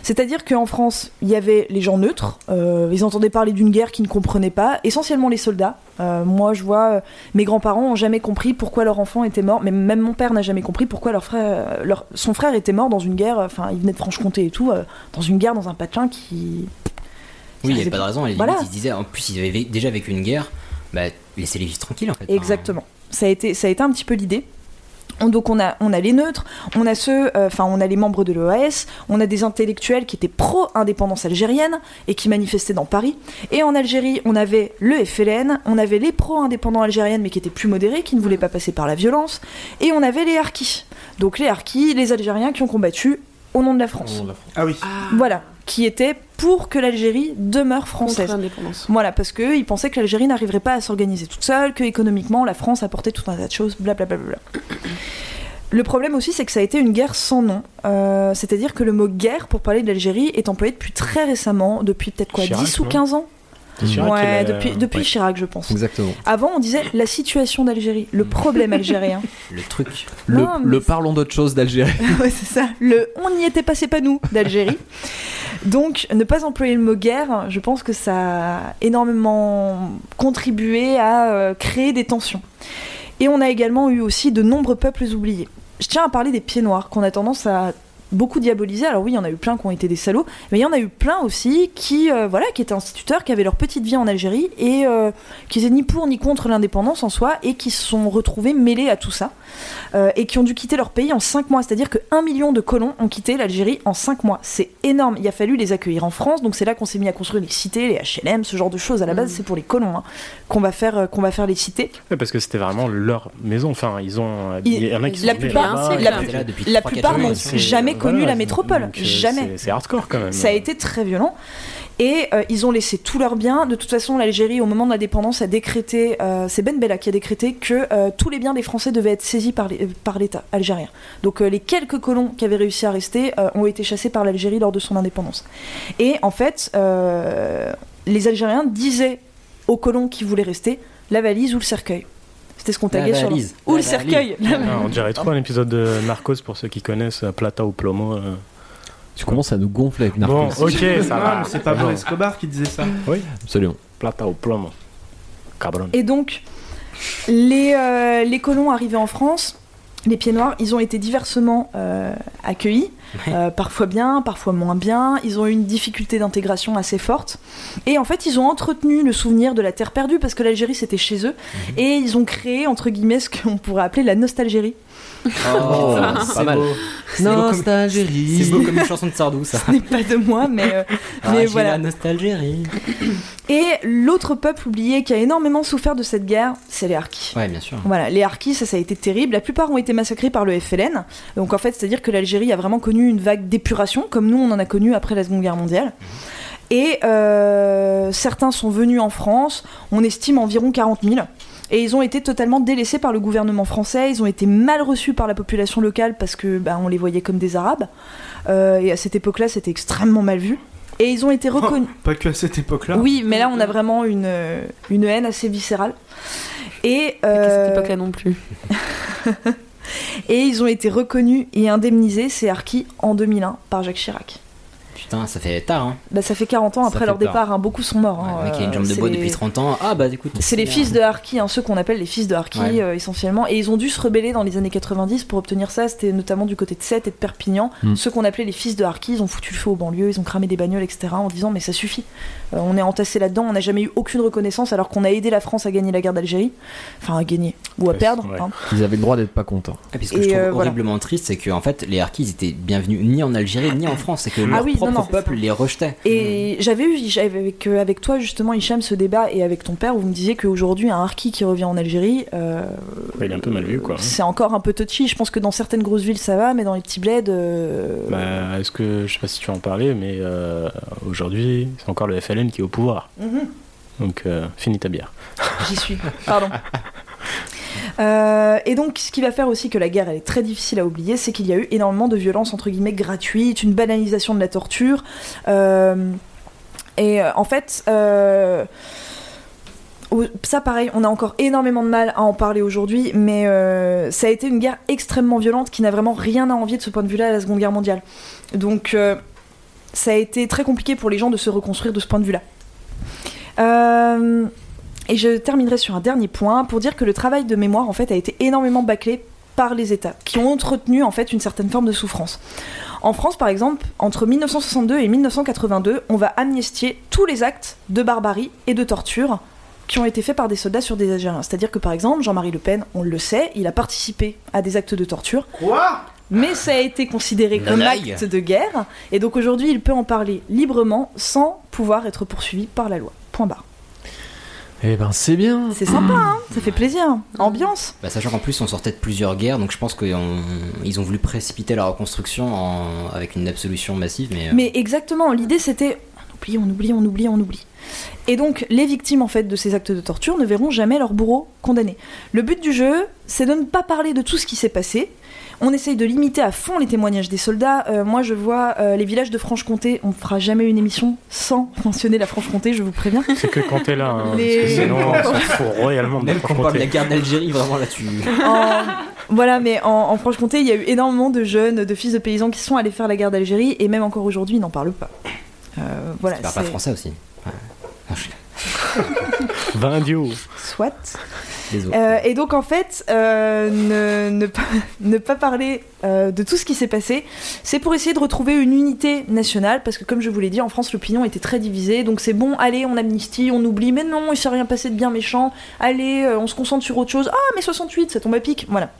C'est-à-dire qu'en France, il y avait les gens neutres. euh, ils entendaient parler d'une guerre qu'ils ne comprenaient pas, essentiellement les soldats. Euh, moi, je vois, euh, mes grands-parents n'ont jamais compris pourquoi leur enfant était mort, mais même mon père n'a jamais compris pourquoi leur frère, euh, leur- son frère était mort dans une guerre. euh, Enfin, il venait de Franche-Comté et tout, euh, dans une guerre, dans un patelin qui. Oui, il n'y c'est- avait pas de raison. Et Voilà. limite, Ils disaient, en plus, ils avaient vé- déjà vécu une guerre. Bah, laissez les vivre tranquilles en fait. Exactement. Ça a été, ça a été un petit peu l'idée. On- Donc on a, on a les neutres, on a ceux, euh, enfin on a les membres de l'OAS, on a des intellectuels qui étaient pro-indépendance algérienne et qui manifestaient dans Paris. Et en Algérie, on avait le FLN, on avait les pro-indépendants algériennes mais qui étaient plus modérés, qui ne voulaient pas passer par la violence, et on avait les harkis. Donc les harkis, les Algériens qui ont combattu au nom de la France. Ah oui. Voilà, qui étaient pour que l'Algérie demeure Contre française. l'indépendance. Voilà, parce qu'ils pensaient que l'Algérie n'arriverait pas à s'organiser toute seule, que économiquement la France apportait tout un tas de choses, blablabla. Le problème aussi, c'est que ça a été une guerre sans nom. Euh, C'est-à-dire que le mot guerre, pour parler de l'Algérie, est employé depuis très récemment, depuis peut-être quoi, Chirac, 10 ou non 15 ans C'est Chirac qui Ouais, l'a- depuis, depuis euh, ouais. Chirac, je pense. Exactement. Avant, on disait la situation d'Algérie, le problème algérien. Le truc. Le, Non, mais le c'est- parlons d'autre chose d'Algérie. ouais, c'est ça. Le on n'y était pas, c'est pas nous d'Algérie. Donc, ne pas employer le mot guerre, je pense que ça a énormément contribué à euh, créer des tensions. Et on a également eu aussi de nombreux peuples oubliés. Je tiens à parler des pieds noirs, qu'on a tendance à beaucoup diaboliser. Alors oui, il y en a eu plein qui ont été des salauds, mais il y en a eu plein aussi qui, euh, voilà, qui étaient instituteurs, qui avaient leur petite vie en Algérie et euh, qui étaient ni pour ni contre l'indépendance en soi et qui se sont retrouvés mêlés à tout ça euh, et qui ont dû quitter leur pays en 5 mois. C'est-à-dire que 1 million de colons ont quitté l'Algérie en 5 mois. C'est énorme. Il a fallu les accueillir en France, donc c'est là qu'on s'est mis à construire les cités, les HLM, ce genre de choses. À la base, c'est pour les colons hein, qu'on va faire, euh, qu'on va faire les cités. Ouais, parce que c'était vraiment leur maison. Enfin, ils ont. Il y en a qui la sont nés plupart- là-bas, la et plus- qui- T'es là depuis la 3-4 plupart ans, n'ont c'est- c'est- jamais voilà, connu la c'est- métropole. donc, euh, Jamais. c'est- C'est hardcore quand même. Ça a été très violent. Et euh, ils ont laissé tous leurs biens. De toute façon, l'Algérie, au moment de l'indépendance, a décrété, euh, c'est Ben Bella qui a décrété que euh, tous les biens des Français devaient être saisis par les- euh, par l'État algérien. Donc euh, les quelques colons qui avaient réussi à rester euh, ont été chassés par l'Algérie lors de son indépendance. Et en fait, euh, les Algériens disaient aux colons qui voulaient rester la valise ou le cercueil. C'était ce qu'on La taguait sur leur- valise. Ou La le valise. cercueil. La Ah, on dirait trop un épisode de Narcos pour ceux qui connaissent euh, Plata ou Plomo. euh. Tu commences à nous gonfler avec Narcos. Bon, Non, ok, ça va. Eh, ah, mais c'est pas bon. Pablo Escobar qui disait ça. Absolument. Plata ou Plomo. Cabron. Et donc, les, euh, les colons arrivés en France, les pieds noirs, ils ont été diversement euh, accueillis, euh, parfois bien, parfois moins bien. Ils ont eu une difficulté d'intégration assez forte. Et en fait, ils ont entretenu le souvenir de la terre perdue parce que l'Algérie, c'était chez eux. Et ils ont créé, entre guillemets, ce qu'on pourrait appeler la nostalgérie. Oh, pas mal. c'est beau comme- Nostalgérie. C'est beau comme une chanson de Sardou, ça. Ce n'est pas de moi, mais, euh, Ah, mais j'ai voilà. la nostalgie. Et l'autre peuple oublié qui a énormément souffert de cette guerre, c'est les Harkis. Ouais, bien sûr. Voilà, les Harkis, ça, ça a été terrible. La plupart ont été massacrés par le FLN. Donc en fait, c'est-à-dire que l'Algérie a vraiment connu une vague d'épuration, comme nous, on en a connu après la Seconde Guerre mondiale. Et euh, certains sont venus en France, on estime environ 40 000. Et ils ont été totalement délaissés par le gouvernement français, ils ont été mal reçus par la population locale parce que bah, on les voyait comme des Arabes. Euh, et à cette époque-là, c'était extrêmement mal vu. Et ils ont été reconnus. Pas que à cette époque-là. Oui, mais là, on a vraiment une, euh, une haine assez viscérale. Et, Pas qu'à euh, cette époque-là non plus. Et ils ont été reconnus et indemnisés, ces harkis, en 2001 par Jacques Chirac. Putain, ça fait tard, hein. Bah, ça fait 40 ans Ça après fait leur peur. départ, hein, beaucoup sont morts. Ouais, hein, le mec, il a une euh, jambe de c'est bois les- depuis 30 ans. Ah, bah écoute. C'est les bien. fils de harkis, hein, ceux qu'on appelle les fils de harkis Ouais. euh, essentiellement. Et ils ont dû se rebeller dans les années 90 pour obtenir ça. C'était notamment du côté de Sète et de Perpignan. Hmm. Mm. Ceux qu'on appelait les fils de harkis, ils ont foutu le feu aux banlieues, ils ont cramé des bagnoles, etc. en disant mais ça suffit. Euh, on est entassé là-dedans, on n'a jamais eu aucune reconnaissance alors qu'on a aidé la France à gagner la guerre d'Algérie. Enfin, à gagner ou à Ouais, perdre. ouais. hein. Ils avaient le droit d'être pas contents. Ah, puis ce que Et, je trouve euh, voilà. horriblement triste, c'est que en fait, les harkis ils étaient bienvenus ni en Algérie ni en France, c'est que leur Ah oui, non, propre non. peuple les rejetait. Et j'avais eu j'avais avec, euh, avec toi justement Hicham ce débat et avec ton père où vous me disiez qu'aujourd'hui un harki qui revient en Algérie euh, Ouais, il est un peu mal vu, quoi. c'est encore un peu touchy. Je pense que dans certaines grosses villes ça va mais dans les petits bleds euh, Bah, est-ce que je sais pas si tu en parlais, mais euh, aujourd'hui, c'est encore le FLN qui est au pouvoir. Mhm. Donc, euh, finis ta bière. J'y suis, pardon. Euh, et donc, ce qui va faire aussi que la guerre elle est très difficile à oublier, c'est qu'il y a eu énormément de violences entre guillemets gratuites, une banalisation de la torture. Euh, et euh, en fait, euh, au- ça pareil, on a encore énormément de mal à en parler aujourd'hui, mais euh, ça a été une guerre extrêmement violente qui n'a vraiment rien à envier de ce point de vue-là à la Seconde Guerre mondiale. Donc, euh, ça a été très compliqué pour les gens de se reconstruire de ce point de vue-là. Euh, et je terminerai sur un dernier point pour dire que le travail de mémoire en fait a été énormément bâclé par les États, qui ont entretenu en fait une certaine forme de souffrance. En France, par exemple, entre 1962 et 1982, on va amnistier tous les actes de barbarie et de torture qui ont été faits par des soldats sur des Algériens. C'est-à-dire que par exemple, Jean-Marie Le Pen, on le sait, il a participé à des actes de torture, Quoi mais ça a été considéré comme Nanaï. acte de guerre, et donc aujourd'hui, il peut en parler librement sans pouvoir être poursuivi par la loi. Point barre. Eh ben c'est bien. C'est sympa, hein ça fait plaisir. Ambiance. Bah, sachant qu'en plus on sortait de plusieurs guerres, donc je pense qu'ils ont voulu précipiter la reconstruction en- avec une absolution massive, mais, euh, Mais exactement, l'idée c'était on oublie, on oublie, on oublie, on oublie. Et donc les victimes en fait de ces actes de torture ne verront jamais leur bourreau condamné. Le but du jeu, c'est de ne pas parler de tout ce qui s'est passé. On essaye de limiter à fond les témoignages des soldats. Euh, moi, je vois euh, les villages de Franche-Comté. On ne fera jamais une émission sans mentionner la Franche-Comté, je vous préviens. C'est que quand t'es là, hein, Les- parce que sinon on s'en fout royalement de même quand on parle de la confronter. guerre d'Algérie, vraiment là-dessus. En- voilà, mais en, en Franche-Comté, il y a eu énormément de jeunes, de fils de paysans qui sont allés faire la guerre d'Algérie, et même encore aujourd'hui, ils n'en parlent pas. Euh, voilà, Tu parles pas c'est- français aussi. Ouais. Non, je- Vindio. soit. Désolé. Euh, et donc en fait, euh, ne, ne pas, ne pas parler euh, de tout ce qui s'est passé, c'est pour essayer de retrouver une unité nationale, parce que comme je vous l'ai dit, en France l'opinion était très divisée, donc c'est bon, allez, on amnistie, on oublie, mais non, il s'est rien passé de bien méchant, allez, euh, on se concentre sur autre chose, ah mais 68, ça tombe à pic, voilà.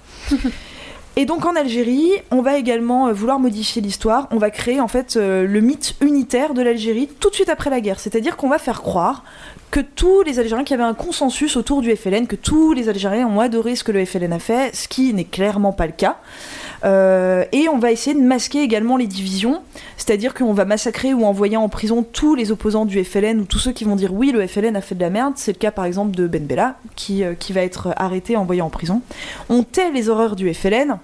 Et donc en Algérie, on va également euh, vouloir modifier l'histoire, on va créer en fait euh, le mythe unitaire de l'Algérie tout de suite après la guerre, c'est-à-dire qu'on va faire croire que tous les Algériens, qu'il y avait un consensus autour du FLN, que tous les Algériens ont adoré ce que le FLN a fait, ce qui n'est clairement pas le cas. Euh, et on va essayer de masquer également les divisions, c'est-à-dire qu'on va massacrer ou envoyer en prison tous les opposants du FLN ou tous ceux qui vont dire oui, le FLN a fait de la merde. C'est le cas par exemple de Ben Bella, qui, euh, qui va être arrêté, envoyé en prison. On tait les horreurs du FLN.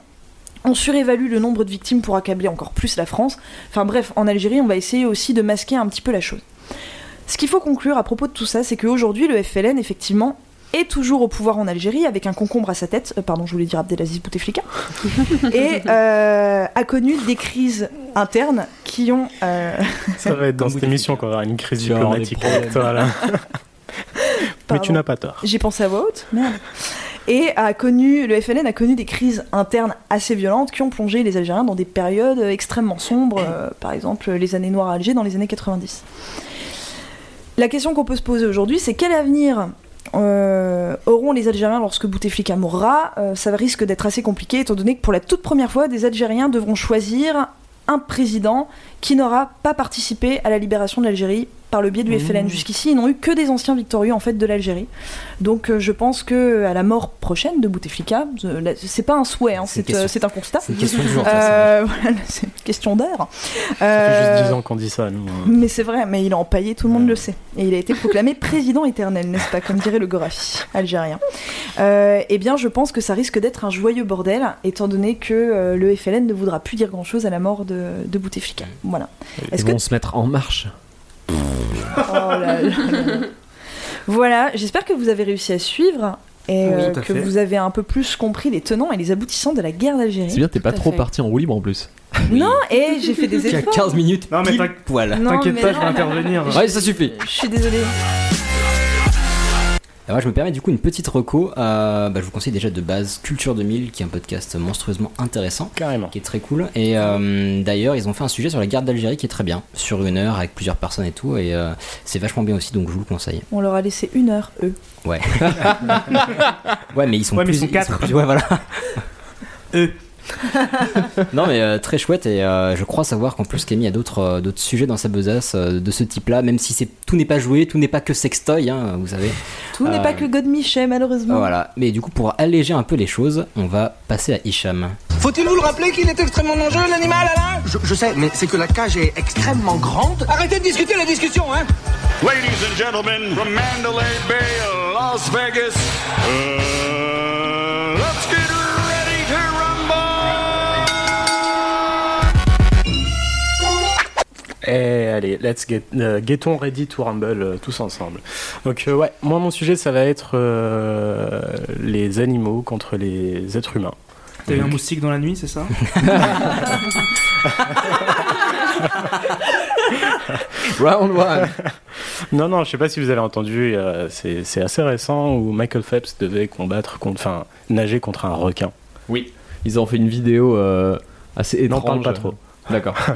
On surévalue le nombre de victimes pour accabler encore plus la France. Enfin bref, en Algérie, on va essayer aussi de masquer un petit peu la chose. Ce qu'il faut conclure à propos de tout ça, c'est qu'aujourd'hui, le FLN, effectivement, est toujours au pouvoir en Algérie avec un concombre à sa tête. Euh, pardon, je voulais dire Abdelaziz Bouteflika. et euh, a connu des crises internes qui ont. euh, Ça va être dans cette émission qu'on aura une crise Tu vas avoir des diplomatique. problèmes. Voilà. Mais tu Pardon. n'as pas tort. J'ai pensé à voix haute, merde. Et a connu, le FLN a connu des crises internes assez violentes qui ont plongé les Algériens dans des périodes euh, extrêmement sombres, euh, par exemple les années noires à Alger dans les années 90. La question qu'on peut se poser aujourd'hui, c'est quel avenir euh, auront les Algériens lorsque Bouteflika mourra Euh, Ça risque d'être assez compliqué, étant donné que pour la toute première fois, des Algériens devront choisir un président qui n'aura pas participé à la libération de l'Algérie par le biais du FLN. Jusqu'ici, ils n'ont eu que des anciens victorieux en fait de l'Algérie. Donc euh, je pense que à la mort prochaine de Bouteflika, euh, là, c'est pas un souhait, hein, C'est une c'est euh, question. c'est un constat. C'est une question de jour, ça, c'est- Euh, voilà, c'est une question d'heure. Ça fait Euh, juste 10 ans qu'on dit ça, nous. hein. mais c'est vrai, mais il a empaillé, tout le monde le sait. Et il a été proclamé président éternel, n'est-ce pas, comme dirait le Gorafi algérien. Euh, eh bien, je pense que ça risque d'être un joyeux bordel, étant donné que euh, le FLN ne voudra plus dire grand-chose à la mort de, de Bouteflika. Voilà. Ils Est-ce que vont se mettre en marche. Oh là là là là. Voilà, j'espère que vous avez réussi à suivre et Oui, euh, tout à que fait. vous avez un peu plus compris les tenants et les aboutissants de la guerre C'est d'Algérie. bien, t'es pas tout à trop fait. parti en roue libre en plus. Non, et j'ai fait des Il y a efforts. 15 minutes Non, mais pile t'as- poil. Non, T'inquiète mais pas, non, je vais intervenir. Ouais, ça suffit. Je suis désolée. Ah, moi, je me permets du coup une petite reco. euh, bah, je vous conseille déjà de base Culture 2000, qui est un podcast monstrueusement intéressant, Carrément. qui est très cool. Et euh, d'ailleurs, ils ont fait un sujet sur la guerre d'Algérie qui est très bien, sur une heure avec plusieurs personnes et tout. Et euh, c'est vachement bien aussi, donc je vous le conseille. On leur a laissé une heure, eux. Ouais. ouais, mais ils sont Ouais, mais plus- ils sont quatre. plus- ouais, voilà. Eux. non, mais euh, très chouette. Et euh, je crois savoir qu'en plus, Camille a d'autres euh, d'autres sujets dans sa besace euh, de ce type-là, même si c'est tout n'est pas joué, tout n'est pas que sextoy, hein, vous savez. Tout n'est Euh, pas que God Michel, malheureusement. Voilà. Mais du coup, pour alléger un peu les choses, on va passer à Hicham. Faut-il vous le rappeler qu'il est extrêmement dangereux, l'animal, Alain Je, je sais, mais c'est que la cage est extrêmement grande. Arrêtez de discuter la discussion, hein Ladies and gentlemen, from Mandalay Bay, Las Vegas, uh, let's get ready to Eh, allez, let's get, euh, gettons ready to rumble euh, tous ensemble. Donc, euh, ouais, moi, mon sujet, ça va être euh, les animaux contre les êtres humains. T'as eu un moustique dans la nuit, c'est ça Round one. Non, non, je sais pas si vous avez entendu, euh, c'est c'est assez récent où Michael Phelps devait combattre contre, enfin, nager contre un requin. Ils ont fait une vidéo euh, assez étrange. N'en parle pas trop. D'accord. Mais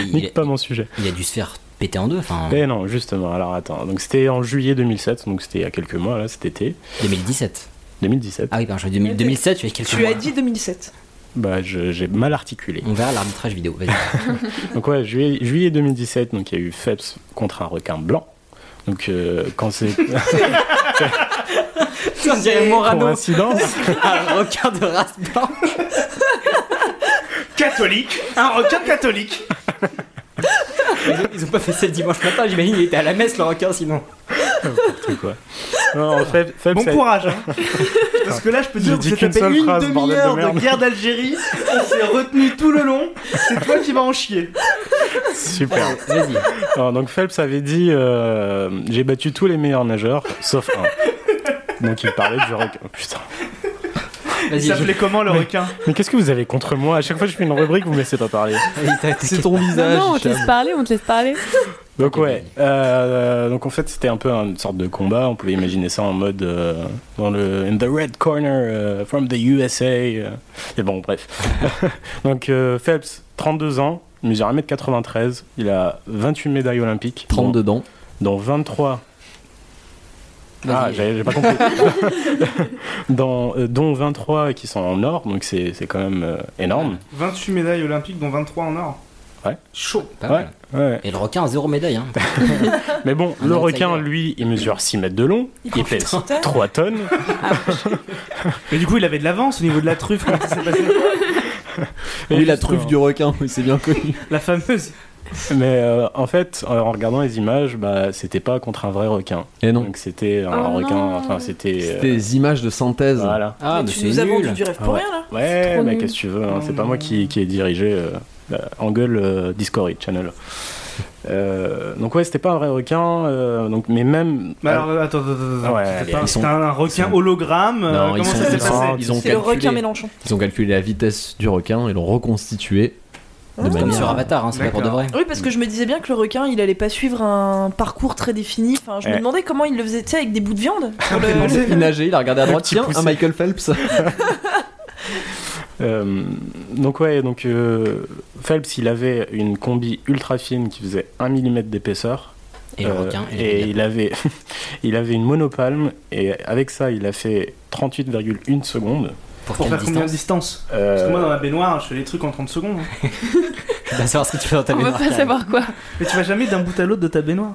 il, Ah. Nique pas mon sujet. il a dû se faire péter en deux. Enfin, Eh non, justement, alors attends. Donc c'était en juillet 2007, donc c'était il y a quelques mois, là, cet été. 2017. 2017. Ah oui, pardon, je dis 2000- 2007, tu as quelques Tu mois. as dit 2007. Bah, je- j'ai mal articulé. On verra l'arbitrage vidéo, vas-y. donc ouais, juillet, juillet 2017, donc il y a eu Phelps contre un requin blanc. Donc euh, quand c'est On dirait coïncidence, Un requin de race blanche. Catholique, un requin catholique. Ils ont- Ils ont pas fait ça le dimanche matin, j'imagine, il était à la messe le requin sinon. n'importe quoi. Non, en fait, Phelps Bon a- courage. hein. Parce que là, je peux dire J'ai que dit ça qu'une fait seule une phrase, bordel de demi-heure de, merde. guerre d'Algérie. On s'est retenu tout le long. C'est toi qui vas en chier. Super. Vas-y. Alors, donc Phelps avait dit euh, j'ai battu tous les meilleurs nageurs sauf un. Donc il parlait du requin. Oh, putain. Il Vas-y, je- s'appelait comment le requin Mais qu'est-ce que vous avez contre moi À chaque fois que je fais une rubrique, vous me laissez pas parler. vas-y, t'as- C'est ton Ah visage. non, on te laisse parler, on te laisse parler. Donc ouais. euh, donc en fait, c'était un peu une sorte de combat. On pouvait imaginer ça en mode euh, dans le in the red corner euh, from the USA. euh. Et bon, bref. donc euh, Phelps, 32 ans, mesure 1m93, il a 28 médailles olympiques. 30 dont, dedans. dont 23 Ah, vas-y. j'avais j'ai pas compris. Dans, euh, dont 23 qui sont en or, donc c'est c'est quand même euh, énorme. 28 médailles olympiques, dont 23 en or. Ouais. Chaud. Pas Ouais, mal. ouais. Et le requin a zéro médaille. Hein. Mais bon, Un le outsider. requin, lui, il mesure 6 mètres de long, Il il prend pèse 30 tonnes. 3 tonnes. Mais du coup, il avait de l'avance au niveau de la truffe. Comment ça s'est passé Oui, la Justement. truffe du requin, oui, c'est bien connu. La fameuse. Mais euh, en fait, en en regardant les images, bah, c'était pas contre un vrai requin. Et non. Donc c'était un Oh requin, non. enfin c'était. C'était euh, des images de synthèse. voilà. Ah, mais tu c'est nous as vendu nul. du rêve Ah pour ouais. rien là. Ouais, trop mais nul. qu'est-ce que tu veux, hein, Oh c'est pas non. moi qui, qui ai dirigé euh, la- en gueule euh, Discovery Channel. Euh, donc ouais, c'était pas un vrai requin, euh, donc, mais même. euh, Mais Bah, alors, euh, attends, attends, attends. attends. Ouais, C'était allez, pas- ils sont- c'était un requin sont- hologramme. euh, Non, comment ils sont, ça s'est ils sont- passé ils ont C'est le requin calculé, Mélenchon. ils ont calculé la vitesse du requin et l'ont reconstitué de C'est Comme manière. sur Avatar, hein, c'est pas pour de vrai. Oui, parce que je me disais bien que le requin, il allait pas suivre un parcours très défini. Enfin, je me Eh. demandais comment il le faisait, tu sais, avec des bouts de viande. Pour Il a le- pensé, il nageait, il a regardé à droite, tiens, un Michael Phelps. Euh, donc ouais, donc euh, Phelps, il avait une combi ultra fine qui faisait 1 mm d'épaisseur. Et le Euh, requin. il et est- il avait, il avait une monopalme et avec ça, il a fait 38,1 secondes. Pour Pour quelle faire combien de distance distance Euh, Parce que moi, dans la baignoire, je fais les trucs en 30 secondes. hein. Je veux pas savoir ce que tu fais dans ta On veut baignoire. pas savoir quoi. Mais tu vas jamais d'un bout à l'autre de ta baignoire.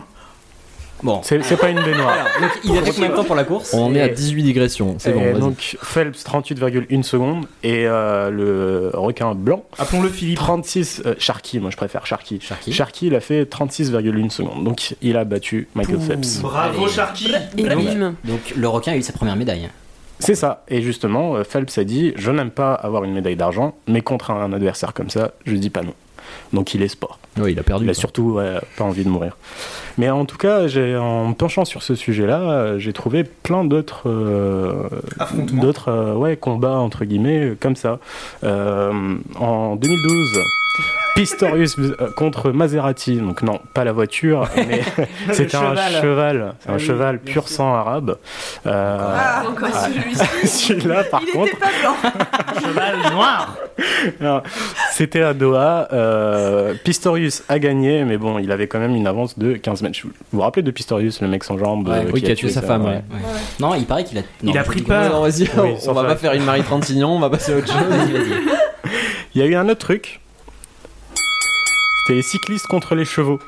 Bon. c'est c'est pas une baignoire. Alors, donc, il avait combien de temps pour la course On en est à 18 digressions, c'est bon, Et vas-y. donc Phelps 38,1 secondes et euh, le requin blanc Appelons-le Philippe. 36 euh, Sharky, moi je préfère Sharky. Sharky. Sharky, il a fait 36,1 secondes. Donc il a battu Michael Phelps. Bravo, Allez. Sharky. Et Donc- bim. Donc le requin a eu sa première médaille. C'est ça. Et justement, euh, Phelps a dit Je n'aime pas avoir une médaille d'argent, mais contre un adversaire comme ça, je dis pas non. Donc il est sport. Ouais, il a perdu. Il a quoi. surtout ouais, pas envie de mourir. Mais en tout cas, j'ai- en me penchant sur ce sujet-là, euh, j'ai trouvé plein d'autres euh, Affrontement. d'autres euh, ouais, combats, entre guillemets, euh, comme ça. Euh, en 2012. Pistorius euh, contre Maserati, donc non, pas la voiture, mais Le c'était un cheval. cheval, c'est Ah un oui, cheval bien pur sûr. sang arabe. Euh, Ah, encore Ah. celui-ci. Celui-là, par il contre, était pas blanc. cheval noir. Alors, C'était à Doha. euh, Pistorius a gagné, mais bon, il avait quand même une avance de 15 mètres. Vous vous rappelez de Pistorius, le mec sans jambes Ouais, euh, oui, qui a tué sa femme, ouais. Ouais. Non, il paraît qu'il a. non, Il a je pris dis- peur. Ouais, non, vas-y, on- on sans va pas fac. faire une Marie Trintignant, on va passer à autre chose. Vas-y, vas-y. Il y a eu un autre truc. C'était les cyclistes contre les chevaux.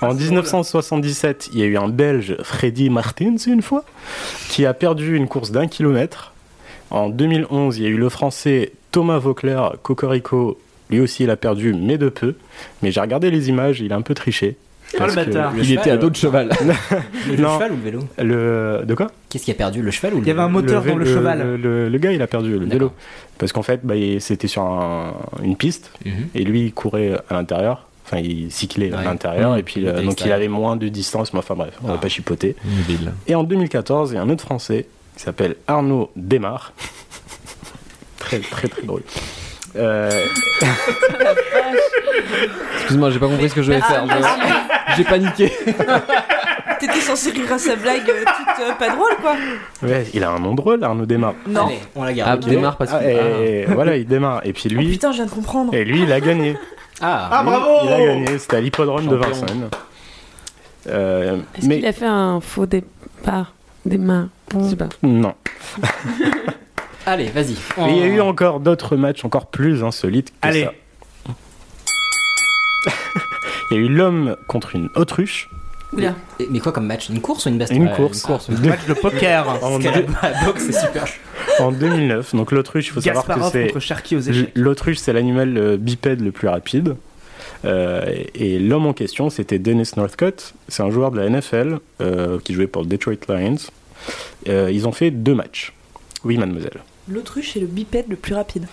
Ah, En 1977, il y a eu un Belge, Freddy Martins, une fois, qui a perdu une course d'un kilomètre. En 2011, il y a eu le Français Thomas Vauclair, Cocorico. Lui aussi, il a perdu, mais de peu. Mais j'ai regardé les images, il a un peu triché. Oh le Parce que bâtard. Il était à dos de cheval. Le, Non. cheval ou le vélo Le... De quoi Qu'est-ce qui a perdu Le cheval ou le Il y avait un moteur vé- dans le cheval. Le, le- le gars, il a perdu le D'accord. vélo. Parce qu'en fait, bah, il- c'était sur un- une piste Mhm. et lui, il courait à l'intérieur. Enfin, il cyclait à Ouais. l'intérieur Mhm. et puis Il euh, était donc il extérieur. avait moins de distance. Mais enfin bref, on va Ah. pas chipoter. Et en 2014, il y a un autre Français qui s'appelle Arnaud Desmar. très très très drôle. Euh, Excuse-moi, j'ai pas compris ce que je vais faire. je- J'ai paniqué. T'étais censé rire à sa blague euh, toute euh, pas drôle quoi. ouais, il a un nom drôle, Arnaud Desmar. Non. Allez, on la Ah, garde. démarre parce que. Ah, et voilà, il démarre. Et puis Oh, lui, putain, je viens de comprendre. et lui, il a gagné. Ah, Ah, bravo Il a gagné, c'était à l'hippodrome de Champion. Vincennes. Euh, Est-ce mais qu'il a fait un faux départ des mains Je sais pas. non. allez, vas-y. Mais il y a Oh. eu encore d'autres matchs encore plus insolites que Allez. ça. Il y a eu l'homme contre une autruche, Oula. Et- Mais quoi comme match Une course ou une baston une Ah, Ouais, course, Une De- Match de poker. en, Parce que la boxe, c'est super. en 2009. Donc l'autruche, il faut savoir que Gasparov c'est contre Sharky aux échecs. l'autruche, c'est l'animal euh, bipède le plus rapide. Euh, et et l'homme en question, c'était Dennis Northcott. C'est un joueur de la NFL euh, qui jouait pour le Detroit Lions. Euh, ils ont fait deux matchs. Oui, mademoiselle. L'autruche est le bipède le plus rapide.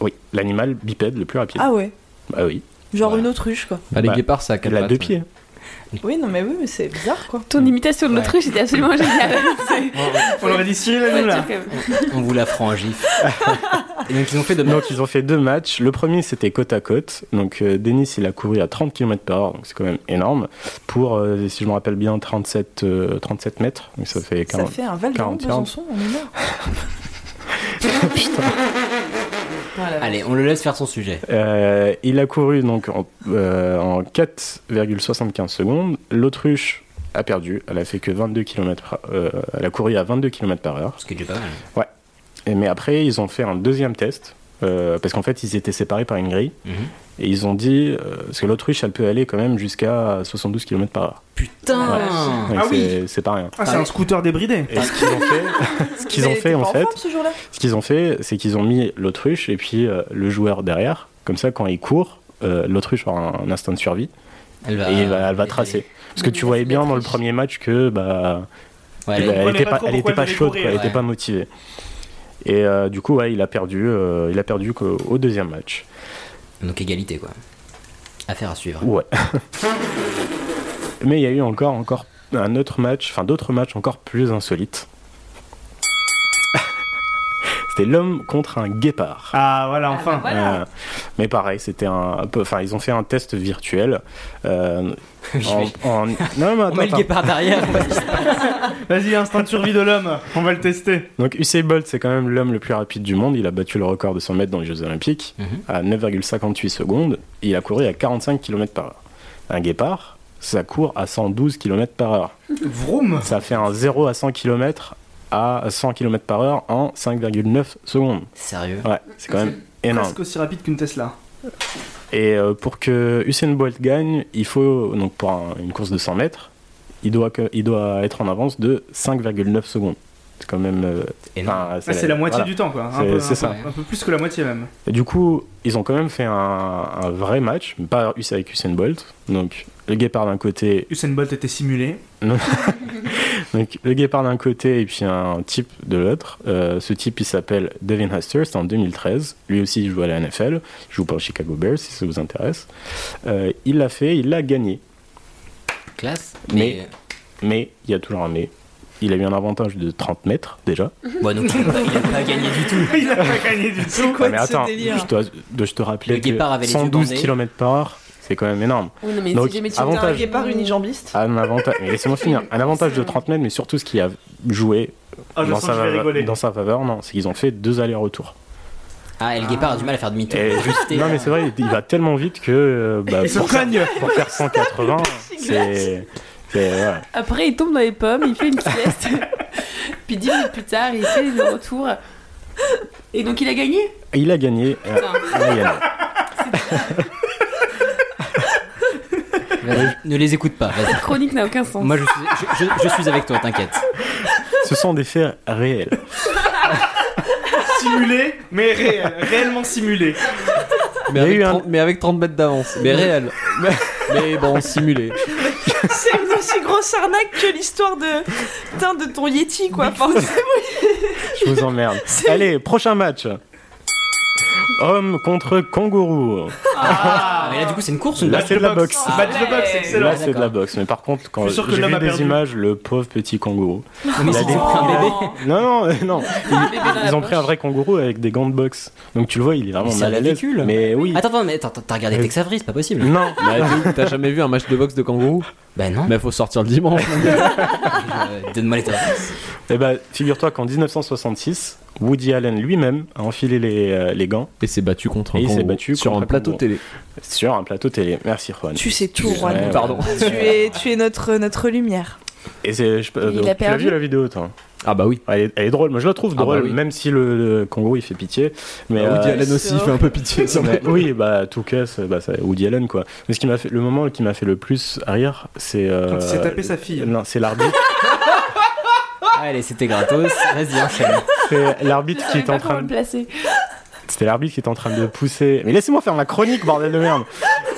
Oui, l'animal bipède le plus rapide. Ah ouais Bah oui, Genre Voilà. une autruche quoi. Bah, les Bah, guépards, ça a quatre il a pattes, deux ouais. pieds. Oui, non mais oui, mais c'est bizarre quoi. Ton imitation de l'autruche était absolument géniale. C'est- On aurait dit si, faut là, nous, le là. dire quand même. On vous la prend en gif. Et donc ils ont fait de Donc ils ont fait deux matchs. Le premier c'était côte à côte. Donc euh, Denis il a couru à 30 km par heure, donc c'est quand même énorme. Pour, euh, si je me rappelle bien, 37, euh, 37 mètres. Donc ça fait Ça 40. fait un Val 41. de Besançon en une heure. Voilà. Allez, on le laisse faire son sujet. Euh, il a couru donc en, euh, en 4,75 secondes. L'autruche a perdu. Elle a fait que 22 km. euh, elle a couru à 22 km par heure. Ce qui est déjà pas mal. Et, mais après ils ont fait un deuxième test euh, parce qu'en fait ils étaient séparés par une grille Mhm. et ils ont dit euh, parce que l'autruche elle peut aller quand même jusqu'à 72 km par heure. Putain Donc Ah oui. c'est- C'est pas rien. Ah, c'est un scooter débridé. Et ce qu'ils ont fait, ce qu'ils ont Mais fait t'es en pas fait, forme, ce jour-là ce qu'ils ont fait, c'est qu'ils ont mis l'autruche et puis euh, le joueur derrière. Comme ça, quand il court, euh, l'autruche aura un, un instinct de survie Elle et elle va, elle va tracer. Parce que Mais tu elle voyais va bien dans le tracer. premier match que bah, Ouais, eh elle- ben, elle comprenait était pas pas, trop elle pourquoi était pas elle devait chaude, quoi, courir, elle était ouais. pas motivée. Et euh, du coup, ouais, il a perdu, euh, il a perdu qu'au- au deuxième match. Donc égalité quoi. Affaire à suivre. Ouais. Mais il y a eu encore, encore un autre match, enfin d'autres matchs encore plus insolites. C'était l'homme contre un guépard. Ah, voilà, enfin. Euh, mais pareil, c'était un un peu. Enfin, ils ont fait un test virtuel. euh, en, en- Non, mais On attends, met le attends. guépard derrière. Vas-y, instinct de survie de l'homme. On va le tester. Donc, Usain Bolt, c'est quand même l'homme le plus rapide du monde. Il a battu le record de 100 mètres dans les Jeux Olympiques Mhm. à 9,58 secondes. Il a couru à 45 km par heure. Un guépard, ça court à 112 km par heure. Vroom. Ça fait un 0 à 100 km à 100 km par heure en 5,9 secondes. Sérieux Ouais, c'est quand même énorme. Presque aussi rapide qu'une Tesla. Et euh, pour que Usain Bolt gagne, il faut, donc pour un- une course de 100 mètres, il doit, que- il doit être en avance de 5,9 secondes. C'est quand même. euh, Énorme. enfin, Ah, c'est la moitié voilà. du temps, quoi. Un C'est- peu- c'est un ça. peu- Un peu plus que la moitié, même. Et du coup, ils ont quand même fait un, un vrai match, mais pas Us- avec Usain Bolt. Donc, le guépard d'un côté, Usain Bolt était simulé. donc, le guépard d'un côté et puis un type de l'autre. Euh, ce type, il s'appelle Devin Hester, c'est en 2013. Lui aussi, il joue à la NFL. Il joue pour le Chicago Bears, si ça vous intéresse. Euh, il l'a fait, il l'a gagné. Classe. Mais. Mais- Mais il y a toujours un mais. Il a eu un avantage de 30 mètres déjà. Bon, euh, donc il a, pas, il a pas gagné du tout. Il a pas gagné du tout. Ah, mais attends, je dois, dois- je te rappeler Le que guépard avait les yeux 112 bandés. km par heure, c'est quand même énorme. Oui, non, mais Donc, si jamais tu avantage. étais un Guépard unijambiste. Un avantage, mais laissez-moi finir. Un avantage de 30 mètres, mais surtout ce qui a joué Ah, je dans, sens que sa je vais faveur, rigoler. dans sa faveur, non, c'est qu'ils ont fait deux allers-retours. Ah, et le guépard a du mal à faire demi-tour. Et juste- non, mais c'est vrai, il va tellement vite que euh, bah, Il se pour, faire, cogne. pour faire 180, c'est. c'est- voilà. Après, il tombe dans les pommes, il fait une sieste. Puis dix minutes plus tard, il fait le retour. Et donc, il a gagné Il a gagné. euh, il a gagné. Vas-y, Ne les écoute pas, vas-y. Cette chronique n'a aucun sens. Moi je suis, je, je- je suis avec toi, t'inquiète. Ce sont des faits réels. Simulé, mais réel. Réellement simulé. Mais Il y a avec, eu un- 30, mais avec 30 mètres d'avance. Mais réel. Mais- mais bon, simulé. C'est une aussi grosse arnaque que l'histoire de... Putain, de ton Yeti quoi. forcément. Je vous emmerde. Allez, prochain match. Homme contre kangourou. Ah, mais là du coup c'est une course ou une Là, balle Ah. c'est de la boxe. Match de boxe, excellent. Là, c'est de la boxe. Mais par contre, quand Je suis sûr que j'ai l'homme vu a des perdu. images, le pauvre petit kangourou. Non, mais Il a c'est des- un bébé. Non, euh, non, non. Ils, bébé dans la ils ont pris un vrai kangourou avec des gants de boxe. Donc tu le vois, il est vraiment Mais c'est mal à l'aise. ridicule. Mais oui. Attends, attends, mais attends, t'as regardé Tex Avery, c'est pas possible. Non. Bah, t'as- T'as jamais vu un match de boxe de kangourou Bah non, Mais faut sortir le dimanche. euh, donne-moi les termes. Eh ben, figure-toi qu'en 1966, Woody Allen lui-même a enfilé les, euh, les gants. Et s'est battu contre un Et il s'est kangourou. battu sur contre un plateau kangourou. télé. Sur un plateau télé. Merci, Juan. Tu sais tout, Ouais, Juan. ouais. Pardon. Tu es, tu es notre, notre lumière. Et c'est, je, euh, Il a tu l'as perdu vu la vidéo, toi Ah bah oui. Elle est, elle est drôle, moi je la trouve Ah drôle, bah oui. même si le, le kangourou il fait pitié. Mais Bah, Ah, Woody euh, Allen aussi, il fait un peu pitié. c'est vrai. Mais oui, bah tout cas, c'est- bah, c'est Woody Allen quoi. Mais ce qui m'a fait, le moment qui m'a fait le plus rire, c'est. euh, Quand il s'est tapé sa fille. Non, c'est l'arbitre. Ah. Allez, c'était gratos. Vas-y, enchaîne. c'est l'arbitre qui savais est pas en comment train. le de- placer. C'était l'arbitre qui est en train de pousser. Mais laissez-moi faire ma chronique, bordel de merde.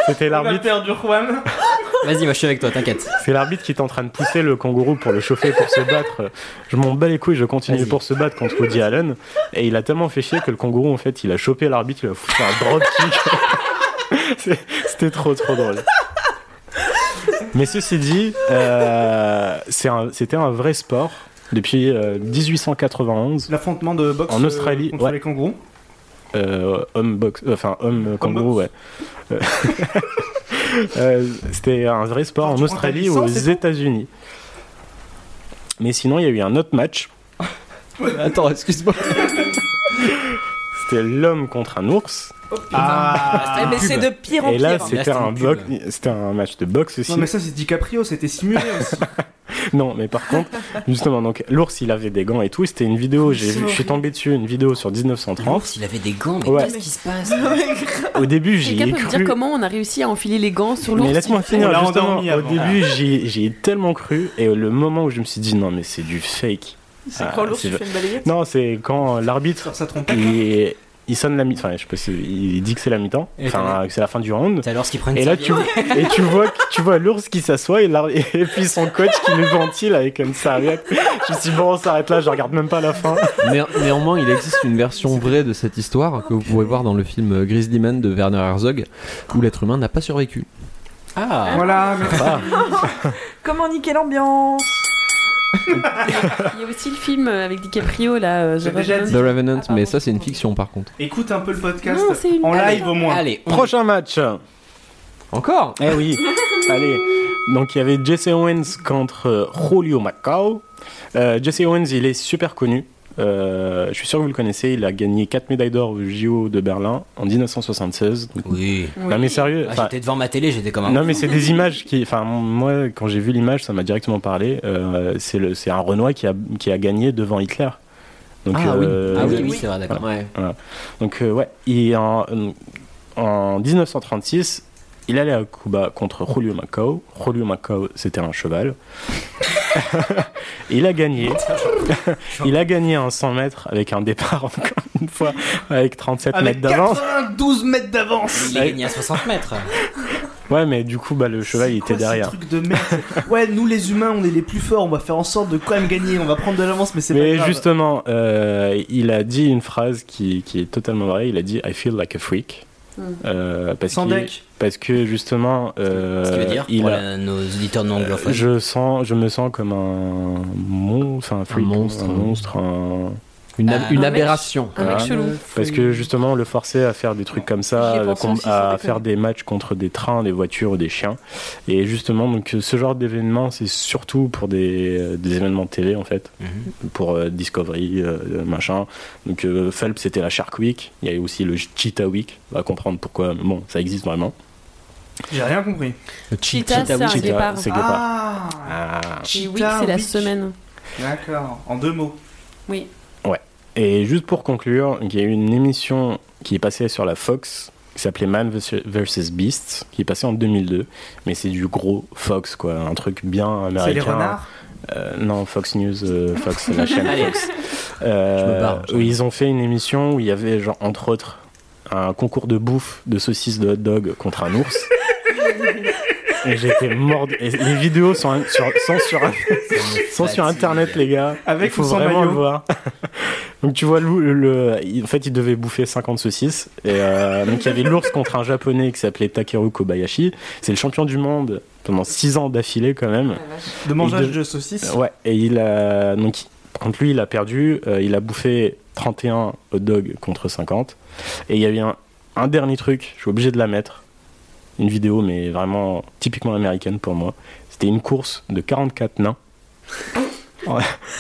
C'était On a l'arbitre. perdu Juan. Vas-y, moi je suis avec toi, t'inquiète. C'est l'arbitre qui est en train de pousser le kangourou pour le chauffer, pour se battre. Je m'en bats les couilles, je continue Vas-y. pour se battre contre Woody Allen. Et il a tellement fait chier que le kangourou, en fait, il a chopé l'arbitre, il a foutu un drop kick. C'est- C'était trop, trop drôle. Mais ceci dit, euh, c'est un- c'était un vrai sport depuis euh, 1891. L'affrontement de boxe En euh, Australie, contre ouais. les kangourous. Euh, homme box, euh, enfin homme euh, kangourou, ouais. Euh, euh, C'était un vrai sport Ah, en tu prends ta Australie ou licence, aux c'est tout États-Unis. Mais sinon, il y a eu un autre match. Attends, excuse-moi. C'était l'homme contre un ours. Ah, mais c'est de pire en Et pire. là, Là, c'était c'est un, une box- pub. c'était un match de boxe aussi. Non, mais ça, c'est DiCaprio, c'était simulé aussi. Non, mais par contre, justement, donc l'ours, il avait des gants et tout. C'était une vidéo. C'est J'ai vu, je suis horrible. tombé dessus, une vidéo sur 1930. L'ours, il avait des gants, mais Ouais. qu'est-ce qui se passe Au début, j'y Quelqu'un ai peut me dire cru. comment on a réussi à enfiler les gants sur l'ours Mais laisse-moi On finir, l'a justement. Au endormi avant. Ah. début, j'y j'y ai tellement cru. Et le moment où je me suis dit, non, mais c'est du fake. C'est Ah, quand l'ours c'est se fait une balayette Non, c'est quand l'arbitre, Sur sa trompette. il, il sonne la mi-temps. Enfin, je sais pas si- il dit que c'est la mi-temps. Et t'as- Enfin, que c'est la fin du round. C'est alors qu'ils prennent Et là, tu, et tu vois, tu vois l'ours qui s'assoit et, l'ar- et puis son coach qui le ventile avec une serviette. Je me suis dit, bon, on s'arrête là, je regarde même pas la fin. Né- néanmoins, il existe une version vraie de cette histoire que vous pouvez voir dans le film euh, Grizzly Man de Werner Herzog, où l'être humain n'a pas survécu. Ah Voilà, mais Ah, Comment niquer l'ambiance Il y a aussi le film avec DiCaprio là. euh, J'ai The déjà Revenant. The Revenant, Ah, mais pardon. ça c'est une fiction par contre. écoute un peu le podcast. Non, c'est une en blague. live au moins. Allez, on... prochain match. Encore Eh oui, allez. Donc il y avait Jesse Owens contre euh, Julio Macau. Euh, Jesse Owens, il est super connu. Euh, je suis sûr que vous le connaissez. Il a gagné 4 médailles d'or au JO de Berlin en 1976. Donc- Oui. Non mais sérieux. Ah, enfin, j'étais devant ma télé, j'étais comme un. Non mais c'est des images qui, enfin moi quand j'ai vu l'image ça m'a directement parlé. Euh, c'est le, c'est un Renoir qui a qui a gagné devant Hitler. Donc Ah oui. euh, Ah oui, Oui. oui, c'est vrai, d'accord. Ouais. donc euh, ouais. Et en, en 1936, il allait à Cuba contre Julio Macao. Julio Macao, c'était un cheval. il a gagné. il a gagné un 100 mètres avec un départ encore une fois avec 37 Avec mètres d'avance. 92 mètres d'avance. Il a gagné à 60 mètres. Ouais, mais du coup bah le cheval il était Quoi, ces derrière. trucs de merde. Ouais, nous les humains, on est les plus forts. On va faire en sorte de quand même gagner. On va prendre de l'avance, mais c'est pas Mais grave. justement, euh, il a dit une phrase qui, qui est totalement vraie. Il a dit I feel like a freak. Euh, parce, Hmm. Sans qu'il- deck. parce que justement, euh, Ce qui veut dire il pour a- la- nos auditeurs non anglophones. je sens, je me sens comme un monstre, un freak, monstre. un monstre, un- Une, ab- Ah. une Un mec- aberration. Un mec Voilà. chelou. parce que justement, on le forçait à faire des trucs comme J'y ai ça, euh, pensé com- aussi, sans à déconner. faire des matchs contre des trains, des voitures ou des chiens. Et justement, donc ce genre d'événement, c'est surtout pour des, euh, des événements de télé en fait. Mhm. pour euh, Discovery, euh, machin. Donc euh, Phelps c'était la Shark Week, il y avait aussi le Cheetah Week, on va comprendre pourquoi, mais bon, ça existe vraiment. J'ai rien compris. Cheetah, c'est un Cheetah, guépard. c'est guépard. Ah, Ah. Et week, Cheetah c'est la week. semaine. D'accord. En deux mots. Oui. Et juste pour conclure, il y a eu une émission qui est passée sur la Fox, qui s'appelait Man vs Beast, qui est passée en 2002, mais c'est du gros Fox, quoi, un truc bien américain. C'est les renards. Euh, non, Fox News, euh, Fox, la chaîne Allez. Fox. Euh, Je me barre. où ils ont fait une émission où il y avait, genre, entre autres, un concours de bouffe de saucisses de hot dog contre un ours. Et j'étais mort. de- et les vidéos sont, un- sur, sont, sur, Ça me Bah, sont fatigue. sur Ah, internet, les gars. Avec il faut ou sans vraiment maillot le voir. Donc tu vois, le, le- il- en fait, il devait bouffer 50 saucisses. Et euh, donc il y avait l'ours contre un japonais qui s'appelait Takeru Kobayashi. C'est le champion du monde pendant 6 ans d'affilée quand même. De mangeage Et de- de saucisses. Ouais, et il a. Donc, contre lui, il a perdu. euh, il a bouffé 31 hot dogs contre 50. Et il y a eu un, un dernier truc, je suis obligé de la mettre. Une vidéo, mais vraiment typiquement américaine pour moi. C'était une course de 44 nains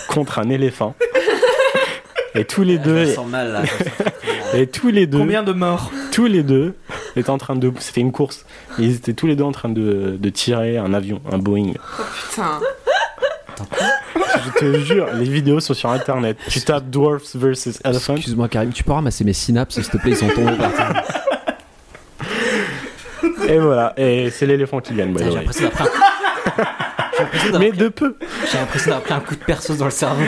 contre un éléphant. Et tous les Je deux. me sens mal, là, je me sens Et tous les deux. Combien de morts Tous les deux étaient en train de. C'était une course. Ils étaient tous les deux en train de, de tirer un avion, un Boeing. Putain. Je te jure, les vidéos sont sur internet. Tu tapes Dwarfs versus Elephant. Excuse-moi, Karim, tu peux ramasser mes synapses, s'il te plaît, ils sont tombés par terre. Et voilà, et c'est l'éléphant qui gagne. by the way. Mais de peu. J'ai l'impression d'avoir pris un coup de perceuse dans le cerveau.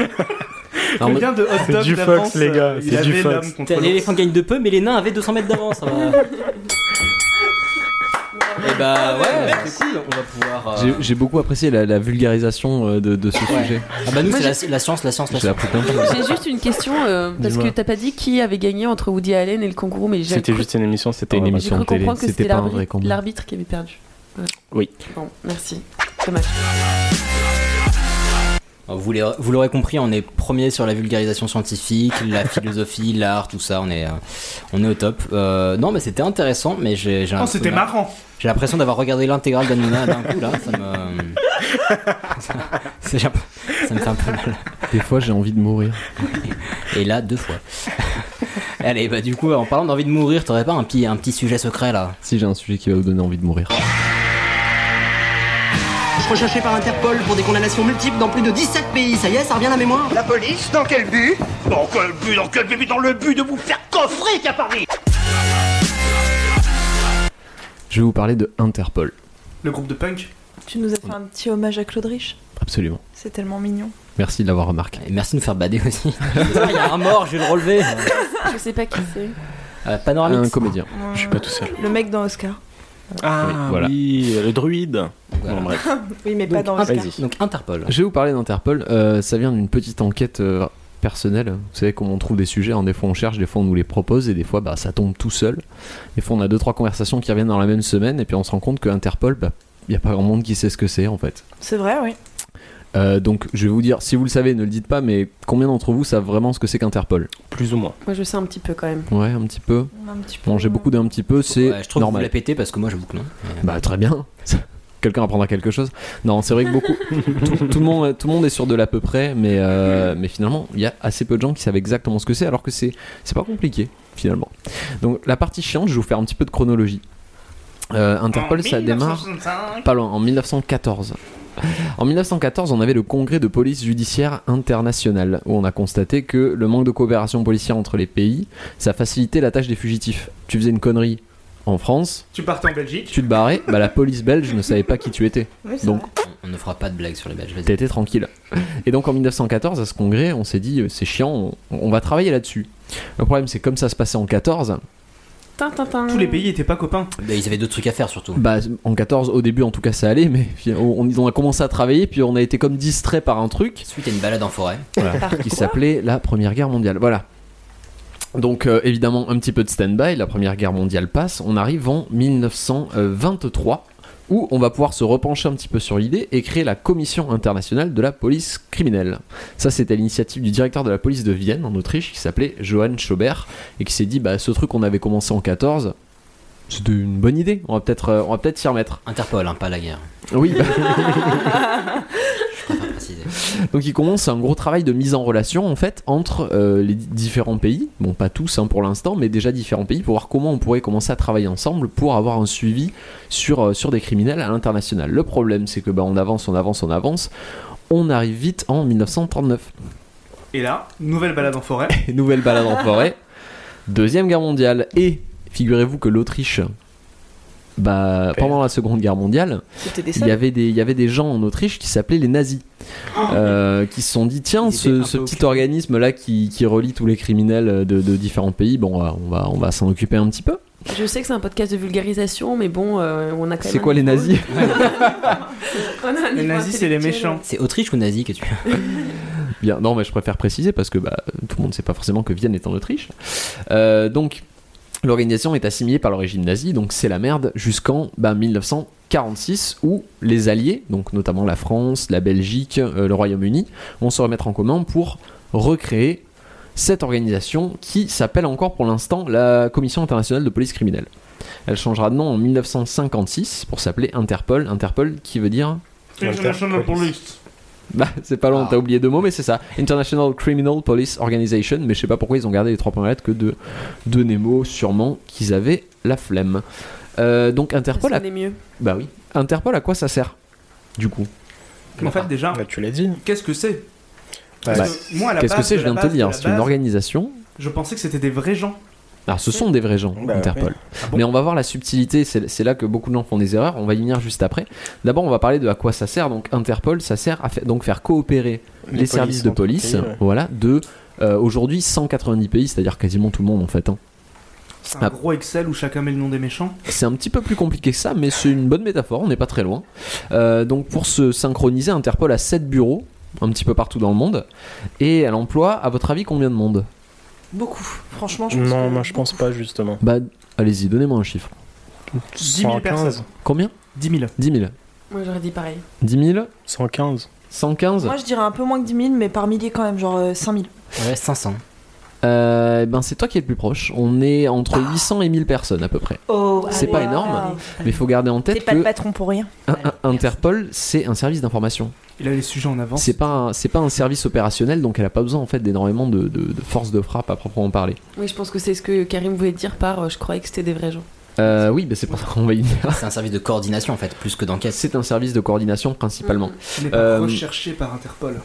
Alors, Combien de hot C'est dogs du Fox, d'avance, les gars, euh, il c'est du avait Fox. l'homme contre T'as, L'éléphant gagne de peu, mais les nains avaient 200 mètres d'avance. ça va. Eh Et bah ouais, c'est cool, on va pouvoir. euh, J'ai- J'ai beaucoup apprécié la, la vulgarisation euh, de, de ce Ouais. sujet. Ah bah nous, Moi, c'est j'ai- la- science, la science, la science. J'ai appris plein de choses. J'ai juste une question, euh, parce que Dis-moi. t'as pas dit qui avait gagné entre Woody Allen et le kangourou, mais j'ai C'était cru, juste une émission, c'était une j'ai émission cru de télé. comprendre que c'était C'était pas un vrai l'arbitre, combat. l'arbitre qui avait perdu. Ouais. Oui. Bon, merci. Dommage. Vous l'aurez vous l'aurez compris, on est premier sur la vulgarisation scientifique, la philosophie, l'art, tout ça, on est, euh, on est au top. Euh, non, mais c'était intéressant, mais j'ai. j'ai un Oh, peu- Ah, c'était marrant. J'ai l'impression d'avoir regardé l'intégrale d'Anouna d'un coup, là. Ça me. ça- c'est- j'ai un peu- ça me fait un peu mal. Des fois, j'ai envie de mourir. Et là, deux fois. Allez, bah du coup, en parlant d'envie de mourir, t'aurais pas un petit, un petit sujet secret là Si j'ai un sujet qui va vous donner envie de mourir. Recherché par Interpol pour des condamnations multiples dans plus de 17 pays, ça y est, ça revient à la mémoire La police, dans quel but Dans quel but, dans quel but, dans le but de vous faire coffrer qu'à Paris Je vais vous parler de Interpol. Le groupe de punk Tu nous as fait un petit hommage à Claude Rich. Absolument. C'est tellement mignon. Merci de l'avoir remarqué. Et merci de me faire bader aussi. Il y a un mort, je vais le relever. Je sais pas qui c'est. Euh, Panoramix. Un comédien. Je suis pas tout seul. Le mec dans Oscar. Ah, oui, voilà. le druide. Bon, bref. oui, mais pas dans Oscar. Donc Interpol. Je vais vous parler d'Interpol. Euh, ça vient d'une petite enquête euh, personnelle. Vous savez comment on trouve des sujets. hein. Des fois on cherche, des fois on nous les propose et des fois bah, ça tombe tout seul. Des fois on a deux trois conversations qui reviennent dans la même semaine et puis on se rend compte que Interpol, bah, il n'y a pas grand monde qui sait ce que c'est en fait. C'est vrai, oui. Euh, donc je vais vous dire, si vous le savez, ne le dites pas, mais combien d'entre vous savent vraiment ce que c'est qu'Interpol Plus ou moins. Moi je sais un petit peu quand même. Ouais, un petit peu. Un petit Bon, j'ai beaucoup d'un petit peu, c'est Ouais, je trouve normal. que vous la pétez parce que moi j'avoue que non. Bah très bien. Quelqu'un apprendra quelque chose. Non, c'est vrai que beaucoup, tout, tout le monde, tout le monde est sur de l'à peu près, mais euh, mais finalement, il y a assez peu de gens qui savent exactement ce que c'est, alors que c'est c'est pas compliqué finalement. Donc la partie chiante, je vais vous faire un petit peu de chronologie. Euh, Interpol, ça démarre pas loin, en 1914. En 1914, on avait le congrès de police judiciaire internationale, où on a constaté que le manque de coopération policière entre les pays, ça facilitait la tâche des fugitifs. Tu faisais une connerie en France, Tu partais en Belgique tu te barrais, bah la police belge ne savait pas qui tu étais. Oui, c'est donc On ne fera pas de blague sur les Belges. vas-y. t'étais tranquille. Et donc en 1914, à ce congrès, on s'est dit euh, c'est chiant, on, on va travailler là-dessus. Le problème, c'est comme ça se passait en 14, Tous les pays étaient pas copains. Bah, ils avaient d'autres trucs à faire surtout. Bah, en 14, au début en tout cas, ça allait, mais puis, on, on a commencé à travailler, puis on a été comme distrait par un truc. Suite à une balade en forêt. Voilà, qui s'appelait la Première Guerre mondiale. Voilà. Donc euh, évidemment un petit peu de stand-by, la Première Guerre mondiale passe, on arrive en 1923 où on va pouvoir se repencher un petit peu sur l'idée et créer la Commission internationale de la police criminelle. Ça c'était à l'initiative du directeur de la police de Vienne en Autriche qui s'appelait Johann Schaubert et qui s'est dit bah ce truc qu'on avait commencé en 14 c'était une bonne idée, on va peut-être euh, on va peut-être s'y remettre. Interpol, hein, pas la guerre. Oui. bah- Faut pas préciser. Donc il commence un gros travail de mise en relation en fait entre euh, les di- différents pays, bon pas tous hein, pour l'instant, mais déjà différents pays pour voir comment on pourrait commencer à travailler ensemble pour avoir un suivi sur, euh, sur des criminels à l'international. Le problème c'est que bah, on avance, on avance, on avance, on arrive vite en 1939. Et là, nouvelle balade en forêt. Et nouvelle balade en forêt, deuxième guerre mondiale et figurez-vous que l'Autriche, bah, pendant la seconde guerre mondiale, C'était des il y avait des il y avait des gens en Autriche qui s'appelaient les nazis euh, qui se sont dit tiens ce, ce petit organisme là qui, qui relie tous les criminels de, de différents pays bon euh, on va on va s'en occuper un petit peu Je sais que c'est un podcast de vulgarisation, mais bon, euh, on a quand même. c'est quoi les nazis Les nazis, c'est les méchants. C'est Autriche ou nazi que tu Bien, non, mais je préfère préciser parce que bah, tout le monde ne sait pas forcément que Vienne est en Autriche. Euh, donc, l'organisation est assimilée par le régime nazi, donc c'est la merde jusqu'en bah, 1946 où les alliés, donc notamment la France, la Belgique, euh, le Royaume-Uni, vont se remettre en commun pour recréer cette organisation qui s'appelle encore pour l'instant la Commission internationale de police criminelle. Elle changera de nom en 1956 pour s'appeler Interpol. Interpol qui veut dire International Police. Bah, c'est pas long, Ah. t'as oublié deux mots, mais c'est ça. International Criminal Police Organization, mais je sais pas pourquoi ils ont gardé les trois premières lettres que de, de Nemo, sûrement qu'ils avaient la flemme. Euh, donc Interpol Parce à... qu'on est mieux. Bah oui. Interpol à quoi ça sert Du coup En fait, déjà, tu l'as dit. qu'est-ce que c'est Bah, Parce que moi, à la Qu'est-ce que base c'est Je la viens de te base dire, la c'est une base, organisation. Je pensais que c'était des vrais gens. Alors ce sont des vrais gens, Bah, Interpol. ouais. Ah Mais on va voir la subtilité, c'est c'est là que beaucoup de gens font des erreurs, on va y venir juste après. D'abord on va parler de à quoi ça sert. Donc Interpol, ça sert à fa- donc faire coopérer Les les, polices services de entre police, pays, ouais. voilà, de euh, aujourd'hui 190 pays, c'est-à-dire quasiment tout le monde en fait. hein. C'est un Ah. gros Excel où chacun met le nom des méchants. C'est un petit peu plus compliqué que ça, mais c'est une bonne métaphore, on n'est pas très loin. Euh, donc pour se synchroniser, Interpol a 7 bureaux, un petit peu partout dans le monde, et elle emploie, à votre avis, combien de monde Beaucoup. Franchement, je pense Non, que- moi je pense pas justement. Bah allez-y, donnez-moi un chiffre. 10 000 personnes. Combien 10 000. 10 000. Moi j'aurais dit pareil. 10 000 115. 115 Moi, je dirais un peu moins que 10 000, mais par millier quand même, genre euh, 5 000. Ouais, 500. Euh, ben c'est toi qui es le plus proche. On est entre Ah. 800 et 1000 personnes à peu près. Oh, C'est pas énorme, mais euh, faut garder en Ah. T'es tête pas le que patron pour rien. un- un- Interpol c'est un service d'information. Il a les sujets en avance. C'est pas un- c'est pas un service opérationnel, donc elle a pas besoin en fait d'énormément de, de, de force de frappe à proprement parler. Oui, je pense que c'est ce que Karim voulait dire par euh, je croyais que c'était des vrais gens. Euh, oui, ben c'est pour ça qu'on va y venir. C'est un service de coordination en fait, plus que d'enquête. C'est un service de coordination principalement. Mm. Il n'est pas Euh, recherché par Interpol.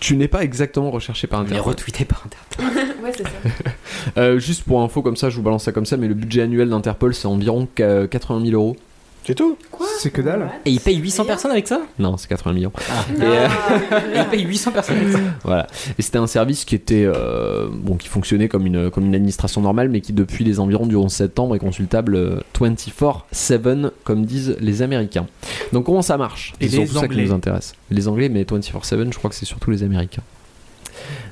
Tu n'es pas exactement recherché par Mais Interpol. retweeté par internet. ouais, c'est ça. Euh, juste pour info comme ça, je vous balance ça comme ça, mais le budget annuel d'Interpol c'est environ euh, 80 000 euros. C'est tout C'est que dalle. Et ils payent 800 personnes avec ça Non, c'est 80 millions. Non, Et, euh, Et Ils payent 800 personnes avec ça Voilà. Et c'était un service qui était euh, bon, qui fonctionnait comme une comme une administration normale, mais qui depuis les environs du 11 septembre est consultable euh, 24/7 comme disent les Américains. Donc comment ça marche Et C'est surtout les ça qui Anglais. nous intéresse. Les Anglais, mais 24/7, je crois que c'est surtout les Américains.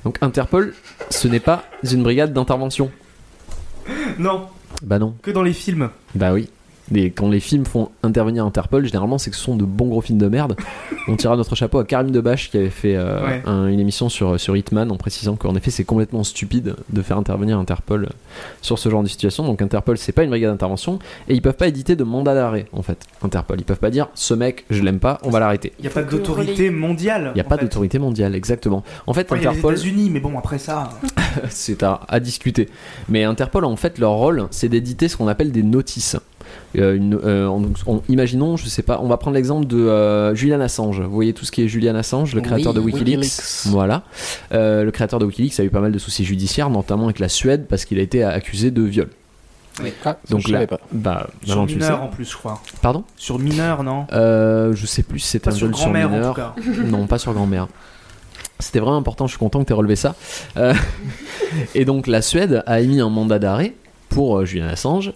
Donc Interpol, ce n'est pas une brigade d'intervention. Non, Bah non. que dans les films. Bah oui. Et quand les films font intervenir Interpol, généralement c'est que ce sont de bons gros films de merde. On tira notre chapeau à Karim Debache qui avait fait euh, Ouais. un- une émission sur, sur Hitman en précisant qu'en effet c'est complètement stupide de faire intervenir Interpol euh, sur ce genre de situation. Donc Interpol c'est pas une brigade d'intervention et ils peuvent pas éditer de mandat d'arrêt en fait. Interpol, ils peuvent pas dire ce mec je l'aime pas, on va l'arrêter. Il n'y a pas que d'autorité mondiale. Il y a en pas fait. d'autorité mondiale, exactement. En fait Enfin, il y a les Interpol, Bah États-Unis, mais bon, après ça. c'est à, à discuter. Mais Interpol, en fait, leur rôle, c'est d'éditer ce qu'on appelle des notices. Euh, une- euh, on- donc, on- imaginons, je sais pas, on va prendre l'exemple de euh, Julian Assange. Vous voyez tout ce qui est Julian Assange, le Oui, créateur de Wikileaks. Wikileaks. Voilà. Euh, le créateur de Wikileaks a eu pas mal de soucis judiciaires, notamment avec la Suède, parce qu'il a été accusé de viol. Ah, Donc je là- savais pas. Bah, Sur maintenant, tu le sais. mineur en plus, je crois. Pardon Sur mineur, non Euh, Je sais plus si c'était Pas un sur viol sur grand-mère en mineur. tout cas. Non, pas sur grand-mère. C'était vraiment important, je suis content que tu aies relevé ça. Euh, et donc la Suède a émis un mandat d'arrêt pour euh, Julian Assange.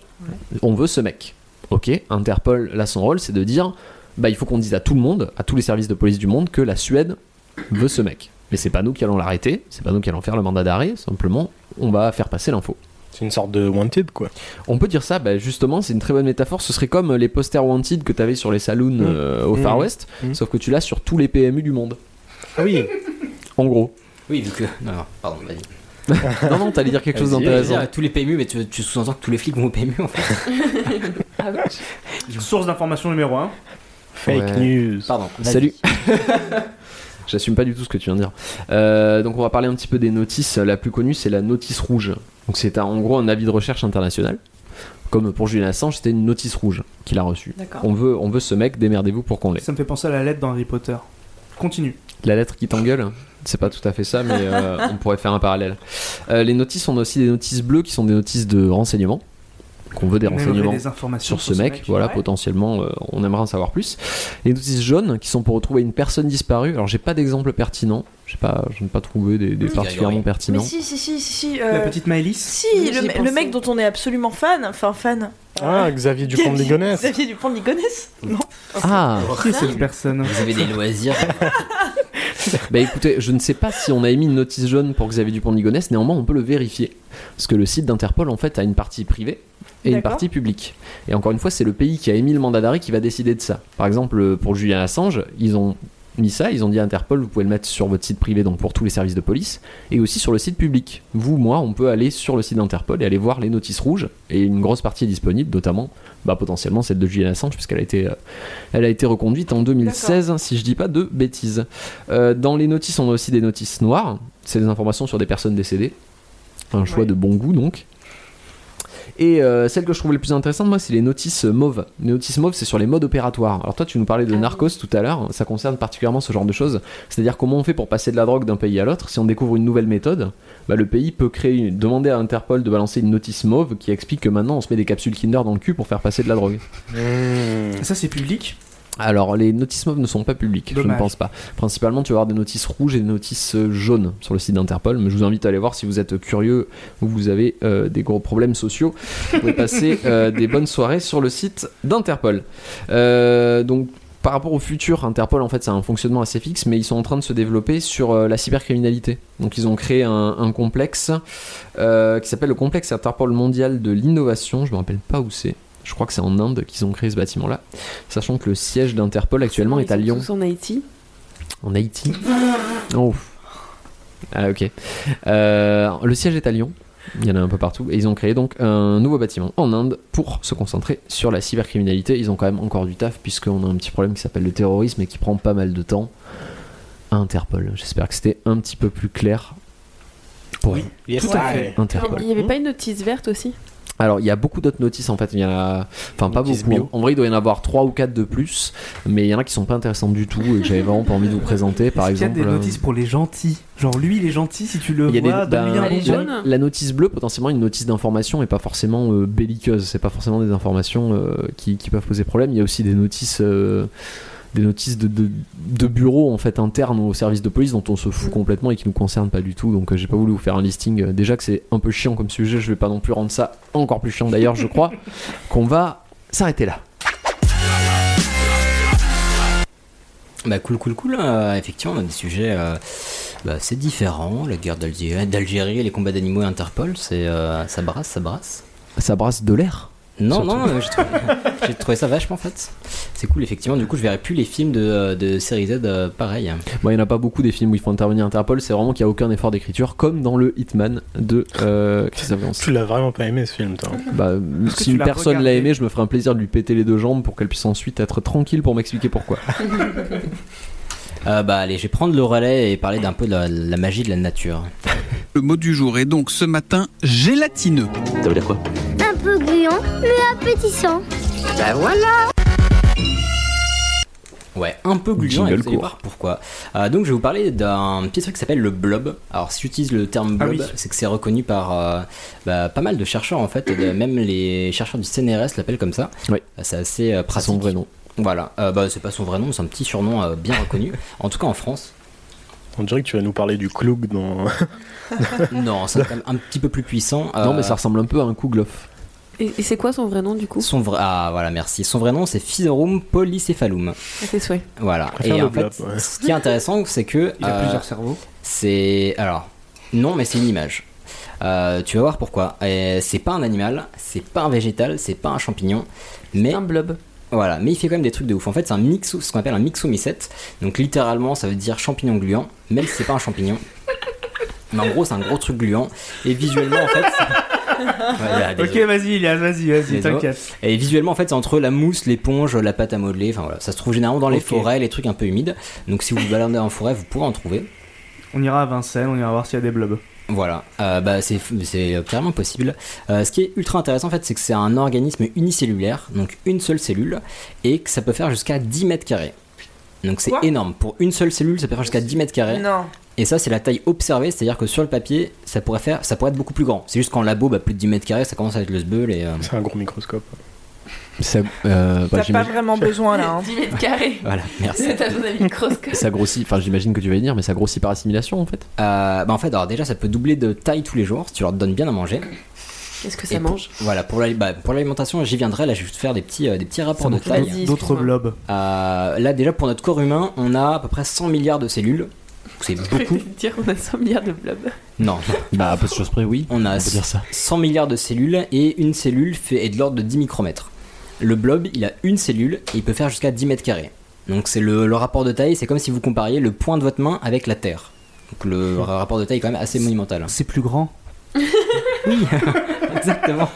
On veut ce mec. Ok, Interpol, là son rôle c'est de dire bah, il faut qu'on dise à tout le monde, à tous les services de police du monde, que la Suède veut ce mec. Mais c'est pas nous qui allons l'arrêter, c'est pas nous qui allons faire le mandat d'arrêt, simplement on va faire passer l'info. C'est une sorte de wanted quoi. On peut dire ça, bah, justement, c'est une très bonne métaphore. Ce serait comme euh, les posters Wanted que t'avais sur les saloons euh, au Mmh. Far West, Mmh. sauf que tu l'as sur tous les PMU du monde, Ah oui. en gros. Oui, vu que. Non, non, pardon, vas-y. Non, non, t'allais dire quelque chose Vas-y, Je veux d'intéressant. dire, Tous les PMU, mais tu, tu sous-entends que tous les flics vont au PMU en fait. Source d'information numéro 1. Fake Ouais. news. Pardon. vas-y. Salut. J'assume pas du tout ce que tu viens de dire. Euh, donc on va parler un petit peu des notices. La plus connue, c'est la notice rouge. Donc c'est un- en gros un avis de recherche international. Comme pour Julian Assange, c'était une notice rouge qu'il a reçue. D'accord. On veut, on veut ce mec, démerdez-vous pour qu'on l'ait. Ça me fait penser à la lettre dans Harry Potter. Continue. La lettre qui t'engueule, c'est pas tout à fait ça, mais euh, on pourrait faire un parallèle. Euh, les notices, on a aussi des notices bleues qui sont des notices de renseignement. Qu'on veut des On aimerait renseignements des informations sur ce mec, voilà, ouais. potentiellement, euh, on aimerait en savoir plus. Les notices jaunes qui sont pour retrouver une personne disparue. Alors, j'ai pas d'exemple pertinent, j'ai pas, je n'ai pas trouvé des, des Oui. particulièrement Grégory. Mais pertinents. si, si, si, si, si. La euh, petite Maëlys Si, Oui, le, j'y ai me- le pensé. mec dont on est absolument fan, enfin fan. Ah, Xavier Dupont de Ligonnès. Xavier Dupont de Ligonnès Non. Ah, Qui est cette personne Vous avez des loisirs. bah écoutez, je ne sais pas si on a émis une notice jaune pour Xavier Dupont de Ligonnès, néanmoins on peut le vérifier. Parce que le site d'Interpol en fait a une partie privée et une D'accord. partie publique. Et encore une fois, c'est le pays qui a émis le mandat d'arrêt qui va décider de ça. Par exemple, pour Julian Assange, ils ont mis ça, ils ont dit à Interpol, vous pouvez le mettre sur votre site privé, donc pour tous les services de police, et aussi sur le site public. Vous, moi, on peut aller sur le site d'Interpol et aller voir les notices rouges, et une grosse partie est disponible, notamment bah, potentiellement celle de Julian Assange, puisqu'elle a, été, euh, elle a été reconduite en 2016, si je dis pas de bêtises. Euh, dans les notices, on a aussi des notices noires, c'est des informations sur des personnes décédées. Un choix de bon goût, donc. Et euh, celle que je trouve les plus intéressante, moi, c'est les notices euh, mauves. Les notices mauves, c'est sur les modes opératoires. Alors toi, tu nous parlais de Narcos tout à l'heure, ça concerne particulièrement ce genre de choses. C'est-à-dire comment on fait pour passer de la drogue d'un pays à l'autre. Si on découvre une nouvelle méthode, bah, le pays peut créer, une- demander à Interpol de balancer une notice mauve qui explique que maintenant on se met des capsules Kinder dans le cul pour faire passer de la drogue. Ça, c'est public Alors, les notices mauves ne sont pas publiques, je Dommage. ne pense pas. Principalement, tu vas avoir des notices rouges et des notices euh, jaunes sur le site d'Interpol. Mais je vous invite à aller voir si vous êtes curieux ou vous avez euh, des gros problèmes sociaux. Vous pouvez passer euh, des bonnes soirées sur le site d'Interpol. Euh, donc. Par rapport au futur, Interpol en fait c'est un fonctionnement assez fixe, mais ils sont en train de se développer sur euh, la cybercriminalité. Donc ils ont créé un, un complexe euh, qui s'appelle le complexe Interpol mondial de l'innovation. Je me rappelle pas où c'est. Je crois que c'est en Inde qu'ils ont créé ce bâtiment-là, sachant que le siège d'Interpol actuellement est à Lyon, Tous en Haïti. en Haïti. Oh. Ah ok. Euh, le siège est à Lyon. Il y en a un peu partout. Et ils ont créé donc un nouveau bâtiment en Inde pour se concentrer sur la cybercriminalité. Ils ont quand même encore du taf puisqu'on a un petit problème qui s'appelle le terrorisme et qui prend pas mal de temps à Interpol. J'espère que c'était un petit peu plus clair. Pour oui, Tout à fait. Interpol. Il n'y avait pas une notice verte aussi Alors, il y a beaucoup d'autres notices en fait. Il y en a, enfin, pas Notices beaucoup. hein. bio. En vrai, il doit y en avoir 3 ou 4 de plus, mais il y en a qui sont pas intéressantes du tout et que j'avais vraiment pas envie de vous présenter. Par Il y a exemple, des euh, notices pour les gentils. Genre, lui, il est gentil si tu le il y a des- vois. donne-lui bah, un bonbon. la, la notice bleue, potentiellement une notice d'information et pas forcément euh, belliqueuse. C'est pas forcément des informations euh, qui, qui peuvent poser problème. Il y a aussi des notices, euh, des notices de, de, de bureau en fait internes au service de police dont on se fout complètement et qui nous concernent pas du tout. Donc euh, j'ai pas voulu vous faire un listing. Euh, Déjà que c'est un peu chiant comme sujet, je vais pas non plus rendre ça encore plus chiant. D'ailleurs, je crois qu'on va s'arrêter là. Bah cool, cool, cool. Euh, effectivement, on a des sujets euh, bah, assez différents. La guerre d'Algérie, euh, d'Algérie, les combats d'animaux et Interpol, c'est euh, ça brasse, ça brasse. Ça brasse de l'air. Non, Surtout. non, euh, j'ai trouvé, j'ai trouvé ça vachement en fait. C'est cool, effectivement. Du coup, je verrai plus les films de, euh, de série Z euh, pareil. Bon, il n'y en a pas beaucoup des films où il faut intervenir Interpol, c'est vraiment qu'il n'y a aucun effort d'écriture, comme dans le Hitman de euh, Christophe Gans. Tu l'as vraiment pas aimé ce film, toi. Bah, que si tu une l'as personne l'a regardé aimé, je me ferai un plaisir de lui péter les deux jambes pour qu'elle puisse ensuite être tranquille pour m'expliquer pourquoi. Euh, bah allez, je vais prendre le relais et parler d'un peu de la, la magie de la nature. Le mot du jour est donc ce matin gélatineux. Ça veut dire quoi Un peu gluant, mais appétissant. Ben voilà Ouais, un peu gluant, et Jingle vous allez court. voir pourquoi. Euh, donc je vais vous parler d'un petit truc qui s'appelle le blob. Alors si j'utilise le terme Ah blob, oui. c'est que c'est reconnu par euh, bah, pas mal de chercheurs en fait, et de- même les chercheurs du CNRS l'appellent comme ça. Euh, C'est assez euh, pratique. son vrai nom. Voilà, Euh, bah, c'est pas son vrai nom, c'est un petit surnom euh, bien reconnu, en tout cas en France. On dirait que tu vas nous parler du cloug dans. non, c'est quand même un petit peu plus puissant. Euh, Non, mais ça ressemble un peu à un kouglof. Et, et c'est quoi son vrai nom du coup Son vrai... Ah voilà, merci. Son vrai nom c'est Physarum polycephalum. À tes souhaits. Voilà. préfère Et le en fait, blob, ouais. ce qui est intéressant, c'est que. euh, Il a Euh, plusieurs cerveaux. C'est. Alors, non, mais c'est une image. Euh, tu vas voir pourquoi. Et C'est pas un animal, c'est pas un végétal, c'est pas un champignon, mais. Un blob. Voilà, mais il fait quand même des trucs de ouf. En fait, c'est un mixo, ce qu'on appelle un mixomycète. Donc, littéralement, ça veut dire champignon gluant, même si c'est pas un champignon. Mais en gros, c'est un gros truc gluant. Et visuellement, en fait. Voilà, Ok, désolé. vas-y, Ilias, vas-y, vas-y, Les os. t'inquiète. Et visuellement, en fait, c'est entre la mousse, l'éponge, la pâte à modeler. Enfin voilà, ça se trouve généralement dans les Ok. forêts, les trucs un peu humides. Donc si vous vous baladez en forêt, vous pourrez en trouver. On ira à Vincennes, on ira voir s'il y a des blobs. Voilà, Euh, bah, c'est c'est clairement possible. Euh, ce qui est ultra intéressant en fait, c'est que c'est un organisme unicellulaire, donc une seule cellule, et que ça peut faire jusqu'à 10 mètres carrés. Donc c'est Quoi énorme. Pour une seule cellule, ça peut faire jusqu'à 10 mètres carrés. Non. Et ça, c'est la taille observée, c'est-à-dire que sur le papier, ça pourrait, faire, ça pourrait être beaucoup plus grand. C'est juste qu'en labo, bah, plus de 10 mètres carrés, ça commence à être le sbeul. et... euh, C'est un gros microscope. Ça, euh, bah, T'as pas j'imagine- vraiment besoin là. hein. 10 mètres carrés. Voilà, merci. T'as besoin d'un microscope. ça grossit, enfin j'imagine que tu vas y venir, mais ça grossit par assimilation en fait. Euh, bah en fait, alors déjà, ça peut doubler de taille tous les jours si tu leur donnes bien à manger. Qu'est-ce que Et ça pour- mange Voilà, pour l'ali- bah, pour l'alimentation, j'y viendrai. Là, je vais juste faire des petits, euh, des petits rapports de manque d'autres- taille. d'autres blobs. Euh, là, déjà, pour notre corps humain, on a à peu près 100 milliards de cellules. C'est beaucoup. dire qu'on a 100 milliards de blobs. Non. Bah, à peu de choses près, oui. On a peut dire ça. 100 milliards de cellules et une cellule fait, est de l'ordre de 10 micromètres. Le blob, il a une cellule et il peut faire jusqu'à 10 mètres carrés. Donc c'est le, le rapport de taille, c'est comme si vous compariez le point de votre main avec la Terre. Donc le rapport de taille est quand même assez monumental. C'est plus grand. Exactement.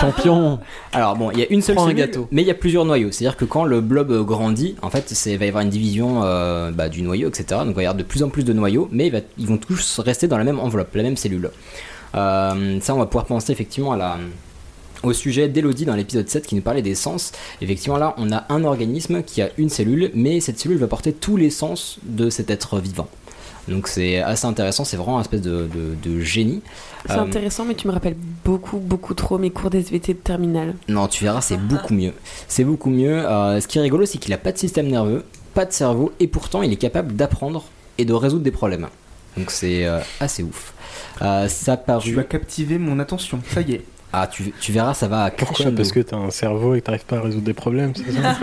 Champion. Alors bon, il y a une seule Prends un cellule, gâteau. mais il y a plusieurs noyaux. C'est-à-dire que quand le blob euh, grandit, en fait, c'est- il va y avoir une division euh, bah, du noyau, etc. Donc il va y avoir de plus en plus de noyaux, mais il va- ils vont tous rester dans la même enveloppe, la même cellule. Euh, ça, on va pouvoir penser effectivement à la, au sujet d'Elodie dans l'épisode 7 qui nous parlait des sens. Effectivement, là, on a un organisme qui a une cellule, mais cette cellule va porter tous les sens de cet être vivant. Donc c'est assez intéressant, c'est vraiment un espèce de, de- de génie. C'est Euh, intéressant, mais tu me rappelles beaucoup, beaucoup trop mes cours d'SVT de terminale. Non, tu verras, c'est beaucoup mieux. C'est beaucoup mieux. Euh, ce qui est rigolo, c'est qu'il n'a pas de système nerveux, pas de cerveau, et pourtant, il est capable d'apprendre et de résoudre des problèmes. Donc c'est euh, assez ouf. Euh, ça paru... Tu as captivé mon attention, ça y est. Ah, tu, tu verras, ça va Pourquoi crescendo. Parce que t'as un cerveau et que t'arrives pas à résoudre des problèmes, c'est ça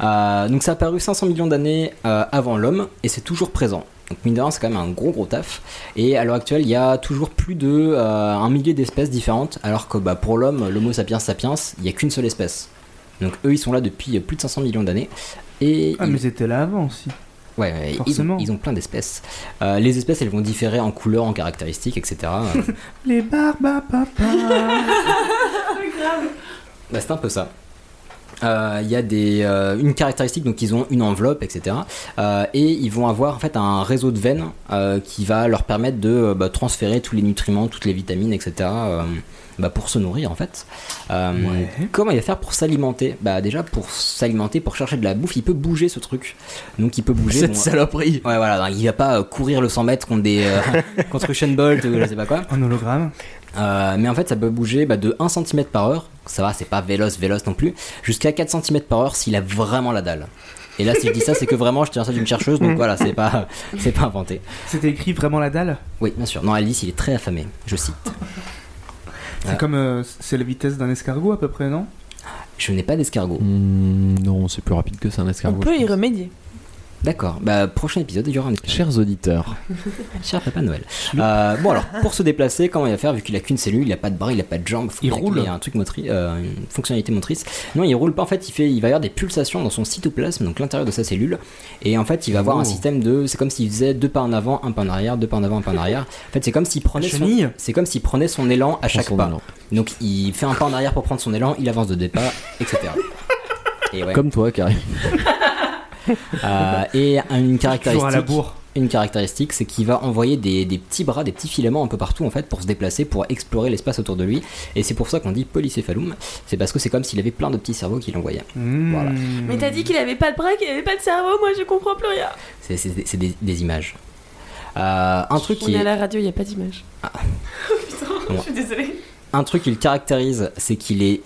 Euh, donc ça a paru 500 millions d'années euh, avant l'homme et c'est toujours présent. Donc mine de rien, c'est quand même un gros gros taf. Et à l'heure actuelle, il y a toujours plus de euh, un millier d'espèces différentes, alors que bah, pour l'homme, l'Homo sapiens sapiens, il n'y a qu'une seule espèce. Donc eux, ils sont là depuis euh, plus de 500 millions d'années. Et Ah, ils- mais c'était là avant aussi. Ouais, ouais, ils ont- Forcément. Ils, ont, plein d'espèces. Euh, les espèces, elles vont différer en couleur, en caractéristiques, etc. Euh, Les barbes à papa. Bah, c'est un peu ça. Euh, Il y a des, euh, une caractéristique, donc ils ont une enveloppe, etc. Euh, et ils vont avoir en fait un réseau de veines euh, qui va leur permettre de euh, bah, transférer tous les nutriments, toutes les vitamines, etc. euh, bah, pour se nourrir en fait. Euh, Comment il va faire pour s'alimenter Bah déjà pour s'alimenter, pour chercher de la bouffe, il peut bouger ce truc. Donc il peut bouger. Cette saloperie. Ouais voilà, donc, il va pas euh, courir le 100 mètres contre des euh, contre Usain Bolt ou je sais pas quoi. En hologramme. Euh, mais en fait, ça peut bouger bah, de 1 cm par heure, ça va, c'est pas véloce, véloce non plus, jusqu'à 4 cm par heure s'il a vraiment la dalle. Et là, si je dis ça, c'est que vraiment, je tiens ça d'une chercheuse, donc voilà, c'est pas, c'est pas inventé. C'était écrit vraiment la dalle Oui, bien sûr. Non, Alice, il est très affamé, je cite. C'est Ah. comme. euh, c'est la vitesse d'un escargot à peu près, non Je n'ai pas d'escargot. Hmm, non, c'est plus rapide que ça, un On escargot. peut y remédier. D'accord, bah prochain épisode, il y aura un épisode. Chers auditeurs, Cher Papa Noël. Euh, bon, alors, pour se déplacer, comment il va faire Vu qu'il a qu'une cellule, il a pas de bras, il a pas de jambes. faut Il bien qu'il roule. ait un truc motri- euh, une fonctionnalité motrice. Non, il roule pas. En fait, il, fait, il va y avoir des pulsations dans son cytoplasme, donc l'intérieur de sa cellule. Et en fait, il va avoir Oh. un système de. C'est comme s'il faisait deux pas en avant, un pas en arrière, deux pas en avant, un pas en arrière. En fait, c'est comme s'il prenait, La son, chenille. c'est comme s'il prenait son élan à chaque son pas. élan. Donc, il fait un pas en arrière pour prendre son élan, il avance de deux pas, etc. Et ouais. comme toi, Karim. Euh, et une caractéristique, Toujours à la bourre. une caractéristique, c'est qu'il va envoyer des, des petits bras, des petits filaments un peu partout en fait pour se déplacer, pour explorer l'espace autour de lui. Et c'est pour ça qu'on dit polycéphalum. C'est parce que c'est comme s'il avait plein de petits cerveaux qui l'envoyaient. Voilà. Mmh. Mais t'as dit qu'il avait pas de bras, qu'il avait pas de cerveau, moi je comprends plus rien. C'est c'est des- c'est des, des images. Euh, un truc On qui est est- Ah. à la radio, y a pas d'image. Bon. Oh, Je suis désolée. un truc qui le caractérise, c'est qu'il est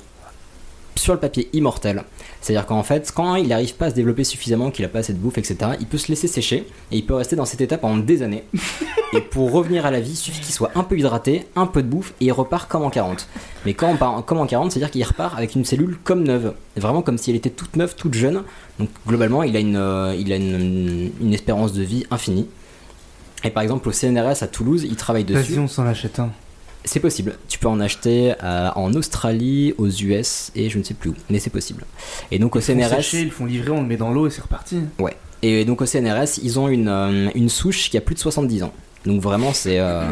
sur le papier immortel. C'est-à-dire qu'en fait, quand il n'arrive pas à se développer suffisamment, qu'il n'a pas assez de bouffe, etc., il peut se laisser sécher et il peut rester dans cet état pendant des années. et pour revenir à la vie, il suffit qu'il soit un peu hydraté, un peu de bouffe et il repart comme en 40. Mais quand on part comme en 40, c'est-à-dire qu'il repart avec une cellule comme neuve. Vraiment comme si elle était toute neuve, toute jeune. Donc globalement, il a une, euh, il a une, une espérance de vie infinie. Et par exemple, au CNRS à Toulouse, il travaille dessus. Vas-y, on s'en achète un. C'est possible. Tu peux en acheter euh, en Australie, aux US et je ne sais plus où. Mais c'est possible. Et donc au Ils le font CNRS. sécher, ils le font livrer, on le met dans l'eau et c'est reparti. Ouais. Et donc au CNRS, ils ont une, euh, une souche qui a plus de 70 ans. Donc vraiment, c'est, euh,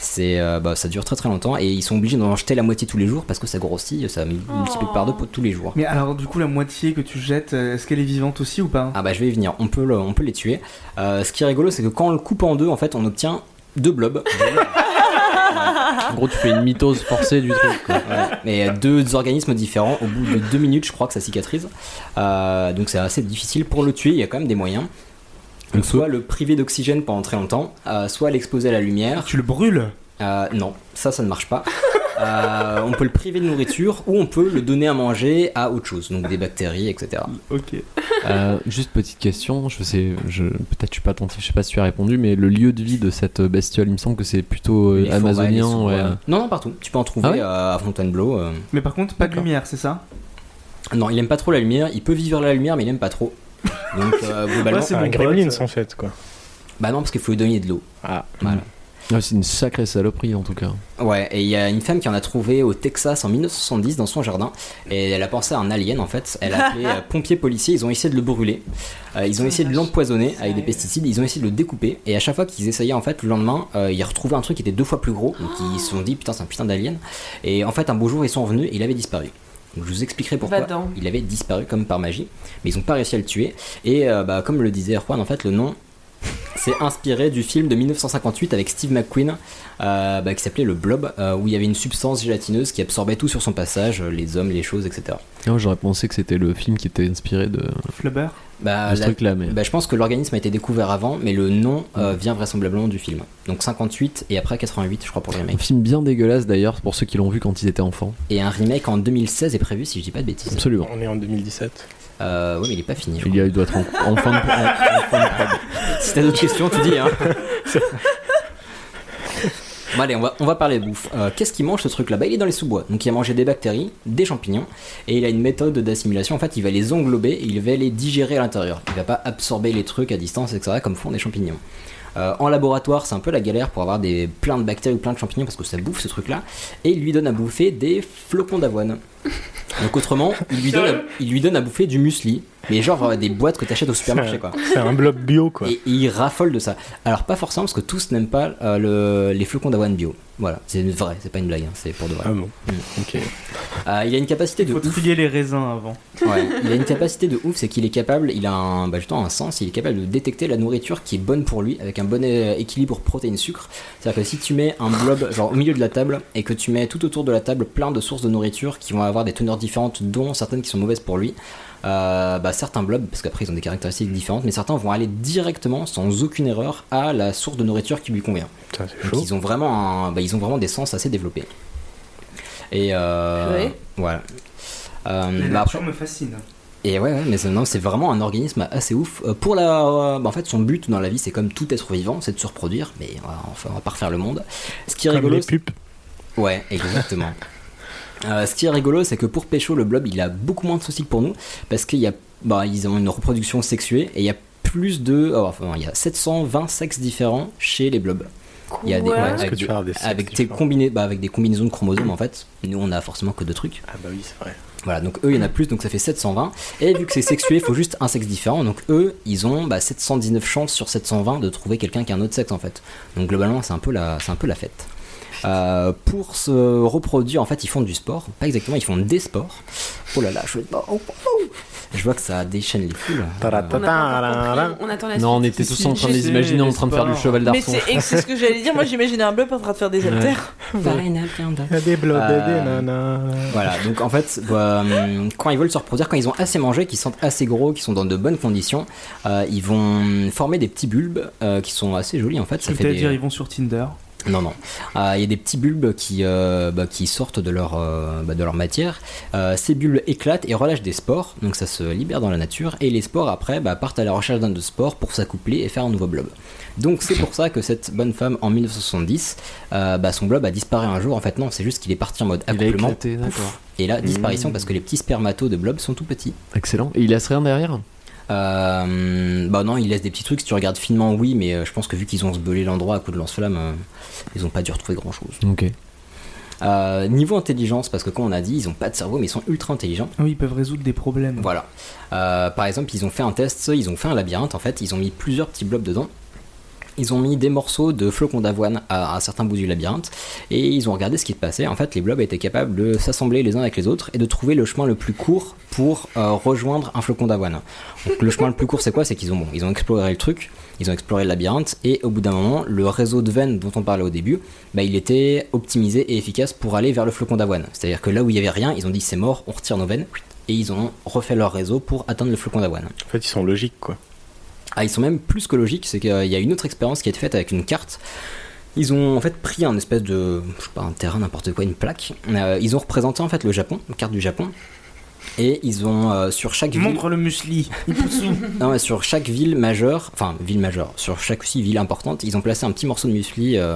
c'est, euh, bah, ça dure très très longtemps et ils sont obligés d'en jeter la moitié tous les jours parce que ça grossit, ça mu- multiplie par deux pour tous les jours. Mais alors, du coup, la moitié que tu jettes, euh, est-ce qu'elle est vivante aussi ou pas Ah bah je vais y venir, on peut, le- on peut les tuer. Euh, ce qui est rigolo, c'est que quand on le coupe en deux, en fait, on obtient deux blobs. en gros, tu fais une mitose forcée du truc. Mais euh, deux organismes différents, au bout de deux minutes, je crois que ça cicatrise. Euh, donc c'est assez difficile. Pour le tuer, il y a quand même des moyens. Donc, soit le priver d'oxygène pendant très longtemps, euh, soit l'exposer à la lumière. Tu le brûles euh, non, ça, ça ne marche pas. Euh, on peut le priver de nourriture ou on peut le donner à manger à autre chose, donc des bactéries, etc. Ok. Euh, juste petite question, je sais, je, peut-être je suis pas attentif, je sais pas si tu as répondu, mais le lieu de vie de cette euh, bestiole, il me semble que c'est plutôt euh, Les forêts, les amazonien. sous- ouais. euh, Non, non, partout. Tu peux en trouver Ah ouais euh, à Fontainebleau. euh. Mais par contre, pas de lumière, c'est ça Non, il aime pas trop la lumière. Il peut vivre la lumière, mais il aime pas trop. Donc, euh, globalement, Ouais, c'est un Gremlins en fait quoi. Bah non, parce qu'il faut lui donner de l'eau. Voilà. Ah, c'est une sacrée saloperie en tout cas. Ouais, et il y a une femme qui en a trouvé au Texas en 1970 dans son jardin, et elle a pensé à un alien en fait. Elle a appelé euh, pompiers, policiers, ils ont essayé de le brûler, Euh, ils ont essayé de l'empoisonner avec des pesticides, ils ont essayé de le découper, et à chaque fois qu'ils essayaient en fait, le lendemain, euh, ils retrouvaient un truc qui était deux fois plus gros, donc ils se sont dit putain, c'est un putain d'alien. Et en fait, un beau jour, ils sont revenus et il avait disparu. Donc, je vous expliquerai pourquoi Va-t'en. il avait disparu comme par magie, mais ils ont pas réussi à le tuer. Et euh, bah, comme le disait Erwan, en fait, le nom c'est inspiré du film de 1958 avec Steve McQueen euh, bah, qui s'appelait Le Blob, euh, où il y avait une substance gélatineuse qui absorbait tout sur son passage, euh, les hommes, les choses, etc. Non, J'aurais pensé que c'était le film qui était inspiré de. Flubber Bah, De ce truc-là, mais- bah, je pense que l'organisme a été découvert avant, mais le nom euh, vient vraisemblablement du film. Donc 58 et après 88, je crois, pour le Un remake. film bien dégueulasse d'ailleurs pour ceux qui l'ont vu quand ils étaient enfants. Et un remake en 2016 est prévu, si je dis pas de bêtises. Absolument. On est en 2017. Euh, oui, mais il est pas fini. je Il, y a- il doit être en, en fin de. Si t'as d'autres questions, tu dis. Hein. Bon, allez, on va, on va parler de bouffe. Euh, Qu'est-ce qu'il mange ce truc là-bas Il est dans les sous-bois. Donc il a mangé des bactéries, des champignons, et il a une méthode d'assimilation. En fait, il va les englober et il va les digérer à l'intérieur. Il va pas absorber les trucs à distance, etc., comme font les champignons. Euh, en laboratoire, c'est un peu la galère pour avoir des, plein de bactéries ou plein de champignons parce que ça bouffe ce truc-là. Et il lui donne à bouffer des flocons d'avoine. Donc autrement, il lui, donne à, il lui donne à bouffer du muesli. Mais genre euh, des boîtes que t'achètes au supermarché, quoi. C'est un blob bio, quoi. Et ils raffolent de ça. Alors pas forcément parce que tous n'aiment pas euh, le- les flocons d'avoine bio. Voilà, c'est une vraie, c'est pas une blague, hein, c'est pour de vrai. Ah bon. Mm. Ok. Euh, il a une capacité de Faut ouf. Mm, trier les raisins avant. Ouais, il a une capacité de ouf, c'est qu'il est capable, il a un, bah, justement un sens, il est capable de détecter la nourriture qui est bonne pour lui avec un bon euh, équilibre protéines-sucre. C'est-à-dire que si tu mets un blob genre au milieu de la table et que tu mets tout autour de la table plein de sources de nourriture qui vont avoir des teneurs différentes, dont certaines qui sont mauvaises pour lui, euh, bah, certains blobs, parce qu'après ils ont des caractéristiques différentes, mais certains vont aller directement sans aucune erreur à la source de nourriture qui lui convient. Donc, ils ont vraiment, un- bah, ils ont vraiment des sens assez développés. Et euh, Purée. voilà. Euh, La bah, après- nature me fascine. et ouais, ouais, mais c'est- non, c'est vraiment un organisme assez ouf. Euh, pour la, euh, bah, en fait, son but dans la vie, c'est comme tout être vivant, c'est de se reproduire, mais on va, enfin, on va pas refaire le monde. Ce qui est Comme rigolo, les c'est- Ouais, exactement. Euh, ce qui est rigolo, c'est que pour Pécho, le blob, il a beaucoup moins de soucis que pour nous, parce qu'il y a, bah, ils ont une reproduction sexuée et il y a plus de, oh, enfin, il y a 720 sexes différents chez les blobs. Il y a des, Quoi ouais, Est-ce que avec, tu de- vas avoir des sexes avec tes combiné- bah, avec des combinaisons de chromosomes en fait. Nous, on a forcément que deux trucs. Ah bah oui, c'est vrai. Voilà, donc eux, il y en a plus, donc ça fait 720. Et vu que c'est sexué, il faut juste un sexe différent. Donc eux, ils ont bah, 719 chances sur 720 de trouver quelqu'un qui a un autre sexe en fait. Donc globalement, c'est un peu la, c'est un peu la fête. Euh, pour se reproduire, en fait, ils font du sport. Pas exactement, ils font des sports. Oh là là, je, oh, oh, oh. je vois que ça déchaîne les Euh, foules. On a pas encore compris, on attend Ah, la Non, on suite. était tous en train de les imaginer en train de faire du cheval Mais d'arçon. c'est et c'est ce que j'allais dire. Moi, j'imaginais un blob en train de faire des Ouais. haltères. Des blobs, Euh, des nanas. Voilà, donc en fait, bah, hum, quand ils veulent se reproduire, quand ils ont assez mangé, qu'ils se sentent assez gros, qu'ils sont dans de bonnes conditions, euh, ils vont former des petits bulbes euh, qui sont assez jolis en fait. Ça Tu fait à des- dire, ils vont sur Tinder. Non, non. Euh, Il y a des petits bulbes qui, euh, bah, qui sortent de leur, euh, bah, de leur matière. Euh, ces bulbes éclatent et relâchent des spores, donc ça se libère dans la nature. Et les spores, après, bah, partent à la recherche d'un autre spore pour s'accoupler et faire un nouveau blob. Donc c'est pour ça que cette bonne femme, en 1970, euh, bah, son blob a disparu un jour. En fait, non, c'est juste qu'il est parti en mode accouplement. éclaté, Pouf. d'accord. et là, disparition Mmh. parce que les petits spermatos de blob sont tout petits. Excellent. Et il laisse rien derrière Euh, bah non, ils laissent des petits trucs. Si tu regardes finement, oui, mais euh, je pense que vu qu'ils ont belé l'endroit à coups de lance-flamme, euh, ils ont pas dû retrouver grand-chose. Ok. Euh, niveau intelligence, parce que comme on a dit, ils ont pas de cerveau, mais ils sont ultra intelligents. Ah Oui, ils peuvent résoudre des problèmes. Voilà. Euh, par exemple, ils ont fait un test, ils ont fait un labyrinthe en fait, ils ont mis plusieurs petits blobs dedans. Ils ont mis des morceaux de flocons d'avoine à un certain bout du labyrinthe et ils ont regardé ce qui se passait. En fait, les blobs étaient capables de s'assembler les uns avec les autres et de trouver le chemin le plus court pour euh, rejoindre un flocon d'avoine. Donc, le chemin le plus court, c'est quoi C'est qu'ils ont, bon, ils ont exploré le truc, ils ont exploré le labyrinthe et au bout d'un moment, le réseau de veines dont on parlait au début, bah, il était optimisé et efficace pour aller vers le flocon d'avoine. C'est-à-dire que là où il y avait rien, ils ont dit c'est mort, on retire nos veines et ils ont refait leur réseau pour atteindre le flocon d'avoine. En fait, ils sont logiques, quoi. Ah, ils sont même plus que logiques, c'est qu'il y a une autre expérience qui a été faite avec une carte. Ils ont en fait pris un espèce de, je sais pas, un terrain, n'importe quoi, une plaque. Euh, ils ont représenté en fait le Japon, une carte du Japon. Et ils ont euh, sur chaque ville. Montre le muesli. Non, mais sur chaque ville majeure, enfin ville majeure, sur chaque aussi ville importante, ils ont placé un petit morceau de muesli, euh,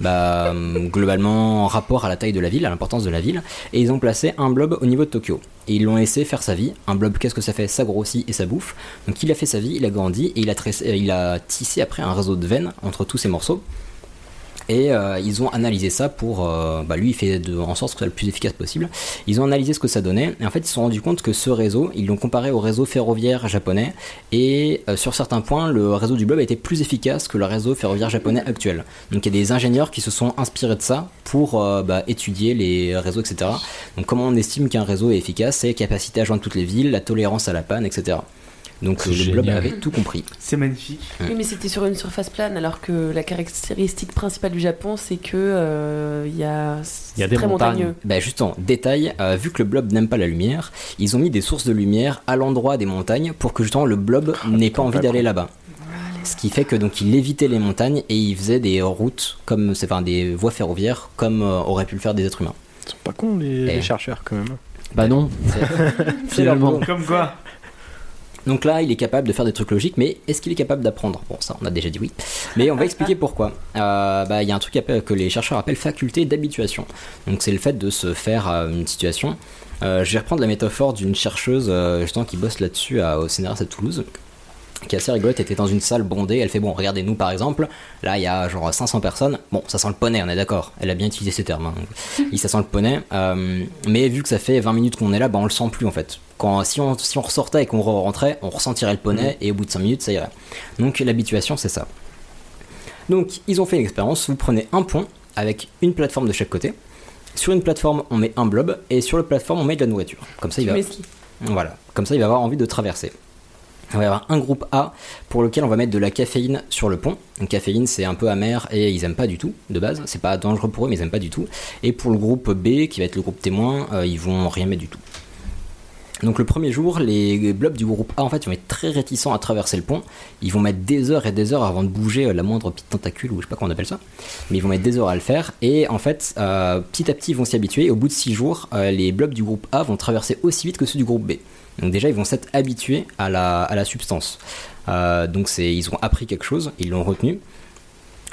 bah, hum, globalement en rapport à la taille de la ville, à l'importance de la ville, et ils ont placé un blob au niveau de Tokyo. Et ils l'ont laissé faire sa vie. Un blob, qu'est-ce que ça fait Ça grossit et ça bouffe. Donc il a fait sa vie, il a grandi et il a, tressé- euh, il a tissé après un réseau de veines entre tous ces morceaux. Et euh, ils ont analysé ça pour. euh, bah, lui, il fait de, en sorte que ce soit le plus efficace possible. Ils ont analysé ce que ça donnait. Et en fait, ils se sont rendus compte que ce réseau, ils l'ont comparé au réseau ferroviaire japonais. Et euh, sur certains points, le réseau du blob a été plus efficace que le réseau ferroviaire japonais actuel. Donc, il y a des ingénieurs qui se sont inspirés de ça pour euh, bah, étudier les réseaux, etc. Donc, comment on estime qu'un réseau est efficace C'est capacité à joindre toutes les villes, la tolérance à la panne, etc. Donc, C'est euh, le blob génial. avait tout compris. C'est magnifique. Oui, mais c'était sur une surface plane, alors que la caractéristique principale du Japon, c'est que euh, il y a, c'est très montagneux. Bah juste en détail, euh, vu que le blob n'aime pas la lumière, ils ont mis des sources de lumière à l'endroit des montagnes pour que justement le blob n'ait pas envie d'aller là-bas. Ce qui fait que donc il évitait les montagnes et il faisait des routes comme, c'est enfin des voies ferroviaires comme euh, auraient pu le faire des êtres humains. Ils sont pas cons les, Eh. les chercheurs quand même. hein. Bah non. Finalement. Comme quoi. Donc là, il est capable de faire des trucs logiques, mais est-ce qu'il est capable d'apprendre Bon, ça, on a déjà dit oui. Mais on va expliquer pourquoi. Euh, bah, Il y a un truc appel- que les chercheurs appellent faculté d'habituation. Donc c'est le fait de se faire à une situation. Euh, je vais reprendre la métaphore d'une chercheuse euh, justement qui bosse là-dessus à- au CNRS à Toulouse qui est assez rigolote, était dans une salle bondée, elle fait bon, regardez nous par exemple, là il y a genre 500 personnes, bon ça sent le poney, on est d'accord, elle a bien utilisé ce terme, hein. Donc, il ça sent le poney, euh, mais vu que ça fait 20 minutes qu'on est là, bah on le sent plus en fait. Quand, si, on, si on ressortait et qu'on rentrait, on ressentirait le poney et au bout de 5 minutes ça irait. Donc l'habituation c'est ça. Donc ils ont fait une expérience, vous prenez un pont avec une plateforme de chaque côté, sur une plateforme on met un blob et sur la plateforme on met de la nourriture, comme ça il va... Mais si. Voilà, comme ça il va avoir envie de traverser. On va y avoir un groupe A pour lequel on va mettre de la caféine sur le pont. Une caféine, c'est un peu amer et ils aiment pas du tout de base. C'est pas dangereux pour eux, mais ils aiment pas du tout. Et pour le groupe B, qui va être le groupe témoin, euh, ils vont rien mettre du tout. Donc le premier jour, les blobs du groupe A en fait ils vont être très réticents à traverser le pont. Ils vont mettre des heures et des heures avant de bouger euh, la moindre petite tentacule ou je sais pas comment on appelle ça. Mais ils vont mettre des heures à le faire et en fait euh, petit à petit ils vont s'y habituer. Au bout de 6 jours, euh, les blobs du groupe A vont traverser aussi vite que ceux du groupe B. Donc déjà ils vont s'être habitués à la, à la substance. Euh, donc c'est ils ont appris quelque chose, ils l'ont retenu.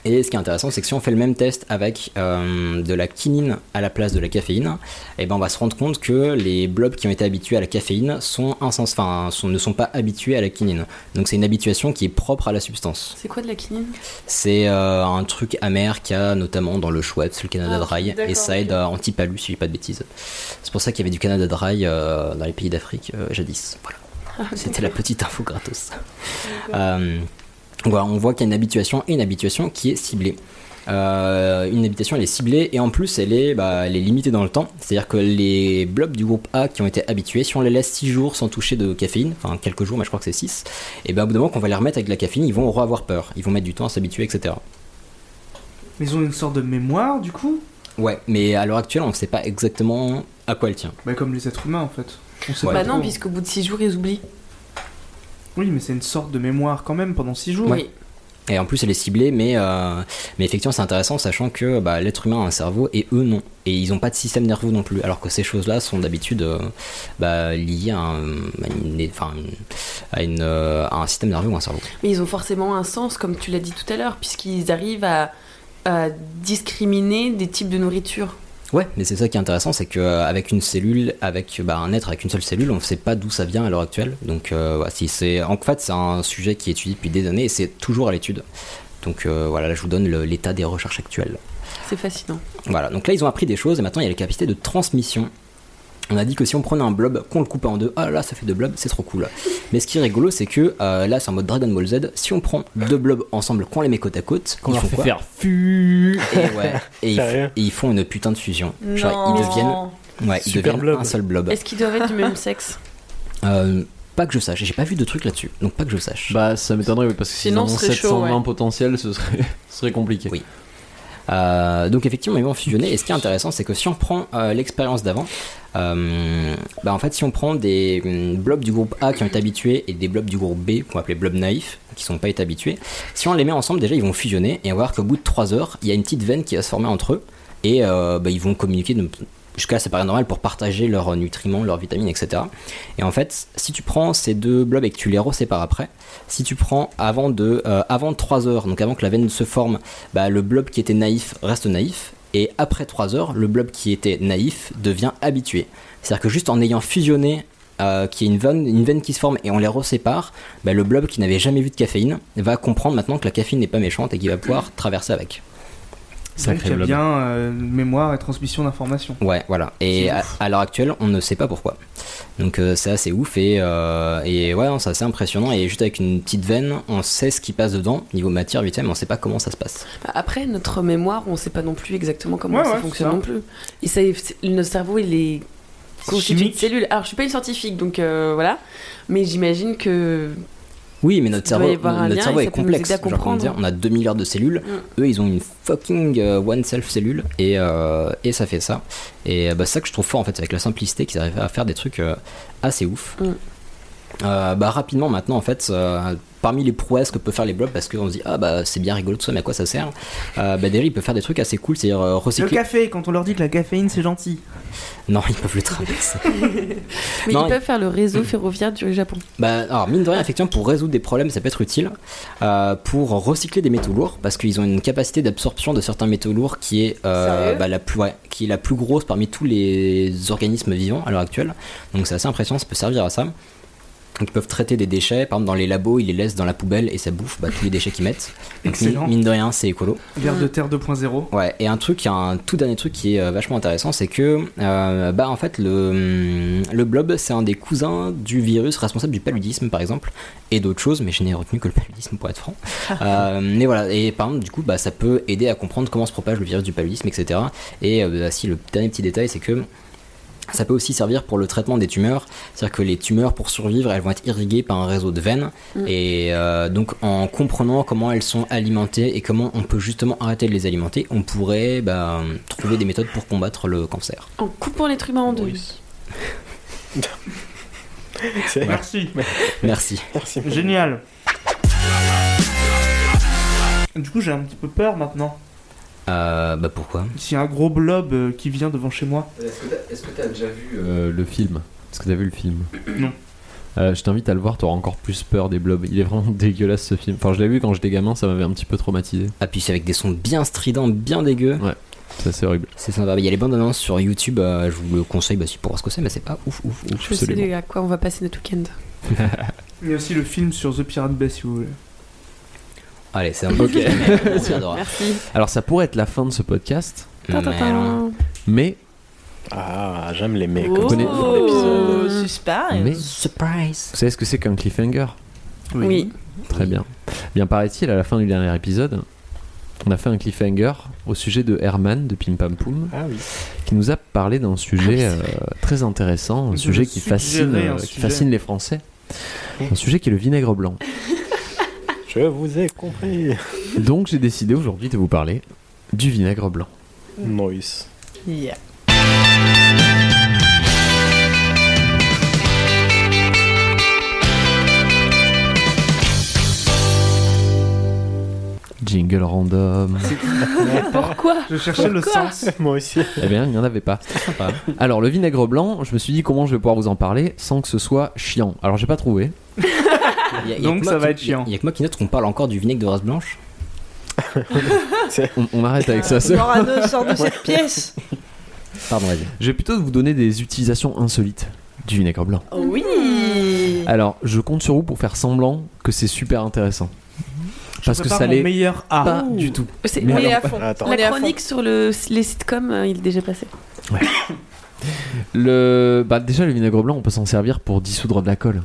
Et ce qui est intéressant, c'est que si on fait le même test avec euh, de la quinine à la place de la caféine, eh ben on va se rendre compte que les blobs qui ont été habitués à la caféine sont insens, enfin, sont- ne sont pas habitués à la quinine. Donc c'est une habituation qui est propre à la substance. C'est quoi de la quinine C'est euh, un truc amer qu'il y a notamment dans le Schweppes, le Canada Ah, Dry, d'accord, et ça aide à anti-palu si je dis pas de bêtises. C'est pour ça qu'il y avait du Canada Dry euh, dans les pays d'Afrique euh, jadis. Voilà. Ah, C'était la petite info gratos. Euh, voilà, on voit qu'il y a une habituation et une habituation qui est ciblée. Euh, une habitation elle est ciblée et en plus elle est, bah, elle est limitée dans le temps. C'est-à-dire que les blobs du groupe A qui ont été habitués, si on les laisse 6 jours sans toucher de caféine, enfin quelques jours, mais je crois que c'est 6, et bien au bout d'un moment qu'on va les remettre avec de la caféine, ils vont avoir peur, ils vont mettre du temps à s'habituer, etc. Mais ils ont une sorte de mémoire du coup Ouais, mais à l'heure actuelle on ne sait pas exactement à quoi elle tient. Bah comme les êtres humains en fait. On sait Bah pas non, trop. puisqu'au bout de 6 jours, ils oublient. Oui, mais c'est une sorte de mémoire quand même pendant 6 jours. Ouais. Et en plus, elle est ciblée, mais, euh, mais effectivement, c'est intéressant, sachant que bah, l'être humain a un cerveau et eux non. Et ils n'ont pas de système nerveux non plus, alors que ces choses-là sont d'habitude euh, bah, liées à un, à une- enfin, une- à une, euh, à un système nerveux ou un cerveau. Mais ils ont forcément un sens, comme tu l'as dit tout à l'heure, puisqu'ils arrivent à, à discriminer des types de nourriture. Ouais, mais c'est ça qui est intéressant, c'est qu'avec une cellule, avec bah, un être avec une seule cellule, on ne sait pas d'où ça vient à l'heure actuelle. Donc, euh, voilà, si c'est, en fait, c'est un sujet qui est étudié depuis des années et c'est toujours à l'étude. Donc euh, voilà, là, je vous donne le- l'état des recherches actuelles. C'est fascinant. Voilà, donc là ils ont appris des choses et maintenant il y a les capacités de transmission. On a dit que si on prenait un blob, qu'on le coupait en deux, ah là ça fait deux blobs, c'est trop cool. Mais ce qui est rigolo, c'est que euh, là c'est en mode Dragon Ball Z, si on prend deux blobs ensemble, qu'on les met côte à côte, Qu'on ils leur font fait quoi faire fu. Et ouais, et ils, font- Sérieux et ils font une putain de fusion. Genre ils Non. deviennent, ouais, ils Super deviennent blob. un seul blob. Est-ce qu'ils doivent être du même sexe Euh, pas que je sache, j'ai pas vu de truc là-dessus, donc pas que je sache. Bah ça m'étonnerait oui, parce que Sinon, sinon, ce serait chaud, 720 ouais. potentiels ce serait, ce serait compliqué. Oui. Euh, donc effectivement, ils vont fusionner. Et ce qui est intéressant, c'est que si on prend euh, l'expérience d'avant, euh, bah, en fait, si on prend des mm, blobs du groupe A qui ont été habitués et des blobs du groupe B qu'on va appeler blobs naïfs qui sont pas été habitués, si on les met ensemble, déjà ils vont fusionner et on va voir qu'au bout de 3 heures, il y a une petite veine qui va se former entre eux et euh, bah, ils vont communiquer de- jusqu'à là, ça paraît normal pour partager leurs euh, nutriments, leurs vitamines, etc. Et en fait, si tu prends ces deux blobs et que tu les resépares après, si tu prends avant de, euh, avant 3 heures, donc avant que la veine se forme, bah, le blob qui était naïf reste naïf, et après 3 heures, le blob qui était naïf devient habitué. C'est-à-dire que juste en ayant fusionné, euh, qu'il y ait une veine, une veine qui se forme et on les resépare, bah, le blob qui n'avait jamais vu de caféine va comprendre maintenant que la caféine n'est pas méchante et qu'il va pouvoir traverser avec. Donc, il y a bien euh, mémoire et transmission d'informations. Ouais, voilà. Et à, à l'heure actuelle, on ne sait pas pourquoi. Donc euh, c'est assez ouf et, euh, et ouais, non, c'est assez impressionnant. Et juste avec une petite veine, on sait ce qui passe dedans, niveau matière, vite fait, mais on sait pas comment ça se passe. Après, notre mémoire, on sait pas non plus exactement comment Ouais, ça ouais, fonctionne c'est ça. non plus. Et ça, c'est- notre cerveau, il est constitué de cellules. Alors, je suis pas une scientifique, donc euh, voilà. Mais j'imagine que. Oui, mais notre Il doit y cerveau, avoir un notre lien cerveau et est ça peut nous aider à complexe. Genre, comment comprendre. Mm. dire, on a 2 milliards de cellules. Eux, ils ont une fucking euh, one self cellule et, euh, et ça fait ça. Et euh, bah, c'est ça que je trouve fort en fait, c'est avec la simplicité qu'ils arrivent à faire des trucs euh, assez ouf. Mm. Euh, bah rapidement maintenant en fait euh, parmi les prouesses que peut faire les blocs parce qu'on se dit ah bah c'est bien rigolo tout ça mais à quoi ça sert euh, bah déjà ils peuvent faire des trucs assez cool c'est à dire Le recycler café, quand on leur dit que la caféine c'est gentil. non ils peuvent le traverser Mais Non, ils il- peuvent faire le réseau ferroviaire du Japon. Bah, alors, mine de rien, effectivement, pour résoudre des problèmes, ça peut être utile. Euh, pour recycler des métaux lourds, parce qu'ils ont une capacité d'absorption de certains métaux lourds qui est, euh, Sérieux bah, la plus, ouais, qui est la plus grosse parmi tous les organismes vivants à l'heure actuelle. Donc, c'est assez impressionnant, ça peut servir à ça. Donc, ils peuvent traiter des déchets. Par exemple, dans les labos, ils les laissent dans la poubelle et ça bouffe bah, tous les déchets qu'ils mettent. Donc, Excellent. mine de rien, c'est écolo. Vers de terre 2.0. Ouais, et un truc, un tout dernier truc qui est euh, vachement intéressant, c'est que, euh, bah, en fait, le, mm, le blob, c'est un des cousins du virus responsable du paludisme, par exemple, et d'autres choses, mais je n'ai retenu que le paludisme, pour être franc. Euh, mais voilà, et par exemple, du coup, bah, ça peut aider à comprendre comment se propage le virus du paludisme, etc. Et euh, bah, si le dernier petit détail, c'est que. Ça peut aussi servir pour le traitement des tumeurs, c'est-à-dire que les tumeurs, pour survivre, elles vont être irriguées par un réseau de veines, Mm. et euh, donc en comprenant comment elles sont alimentées et comment on peut justement arrêter de les alimenter, on pourrait bah, trouver des méthodes pour combattre le cancer. En coupant l'être humain en deux. Ouais. Merci. Merci. Génial. Du coup, j'ai un petit peu peur maintenant. Euh, bah pourquoi S'il y a un gros blob euh, qui vient devant chez moi. Est-ce que t'as déjà vu euh, le film Est-ce que t'as vu le film Non. Euh, je t'invite à le voir, t'auras encore plus peur des blobs. Il est vraiment dégueulasse ce film. Enfin, je l'ai vu quand j'étais gamin, ça m'avait un petit peu traumatisé. Ah, puis c'est avec des sons bien stridents, bien dégueux. Ouais, ça c'est horrible. C'est sympa. Il y a les bandes annonces sur YouTube, euh, je vous le conseille bah, si pour voir ce que c'est, mais c'est pas ouf, ouf, ouf. Je sais à quoi on va passer notre week-end. Il y a aussi le film sur The Pirate Bay si vous voulez. Allez, c'est un Ok. On Ah, adore. Merci. Alors, ça pourrait être la fin de ce podcast. Tintintin. Mais. Ah, j'aime les mecs. Vous connaissez- Oh, suspense. Mais- Surprise. Vous savez ce que c'est qu'un cliffhanger Oui. Oui. Très bien. Bien paraît-il, à la fin du dernier épisode, on a fait un cliffhanger au sujet de Herman de Pim Pam Poum, Ah qui nous a parlé d'un sujet Ah euh, très intéressant, un De sujet qui suggérer fascine, un euh, qui sujet. fascine les Français, un sujet qui est le vinaigre blanc. Je vous ai compris. Donc j'ai décidé aujourd'hui de vous parler du vinaigre blanc. Noise. Yeah. Jingle random. Pourquoi Je cherchais le Pourquoi sens. Moi aussi. Eh bien, il n'y en avait pas. Alors, le vinaigre blanc, je me suis dit comment je vais pouvoir vous en parler sans que ce soit chiant. Alors, j'ai pas trouvé. Y a- y a Donc que moi ça va qui- être chiant. y a- y a que moi qui note qu'on parle encore du vinaigre de race blanche. on, on arrête avec ça. Ah, c'est- Morano sort de cette pièce. Pardon, vas-y. Je vais plutôt vous donner des utilisations insolites du vinaigre blanc. Oh oui. Alors, je compte sur vous pour faire semblant que c'est super intéressant. Parce que prépare ça mon l'est meilleur Oh. A. pas Ouh. du tout. C'est- Mais on est alors à pas. fond. La chronique sur le, les sitcoms, euh, il est déjà passé. Le... Bah, déjà, le vinaigre blanc, on peut s'en servir pour dissoudre de la colle.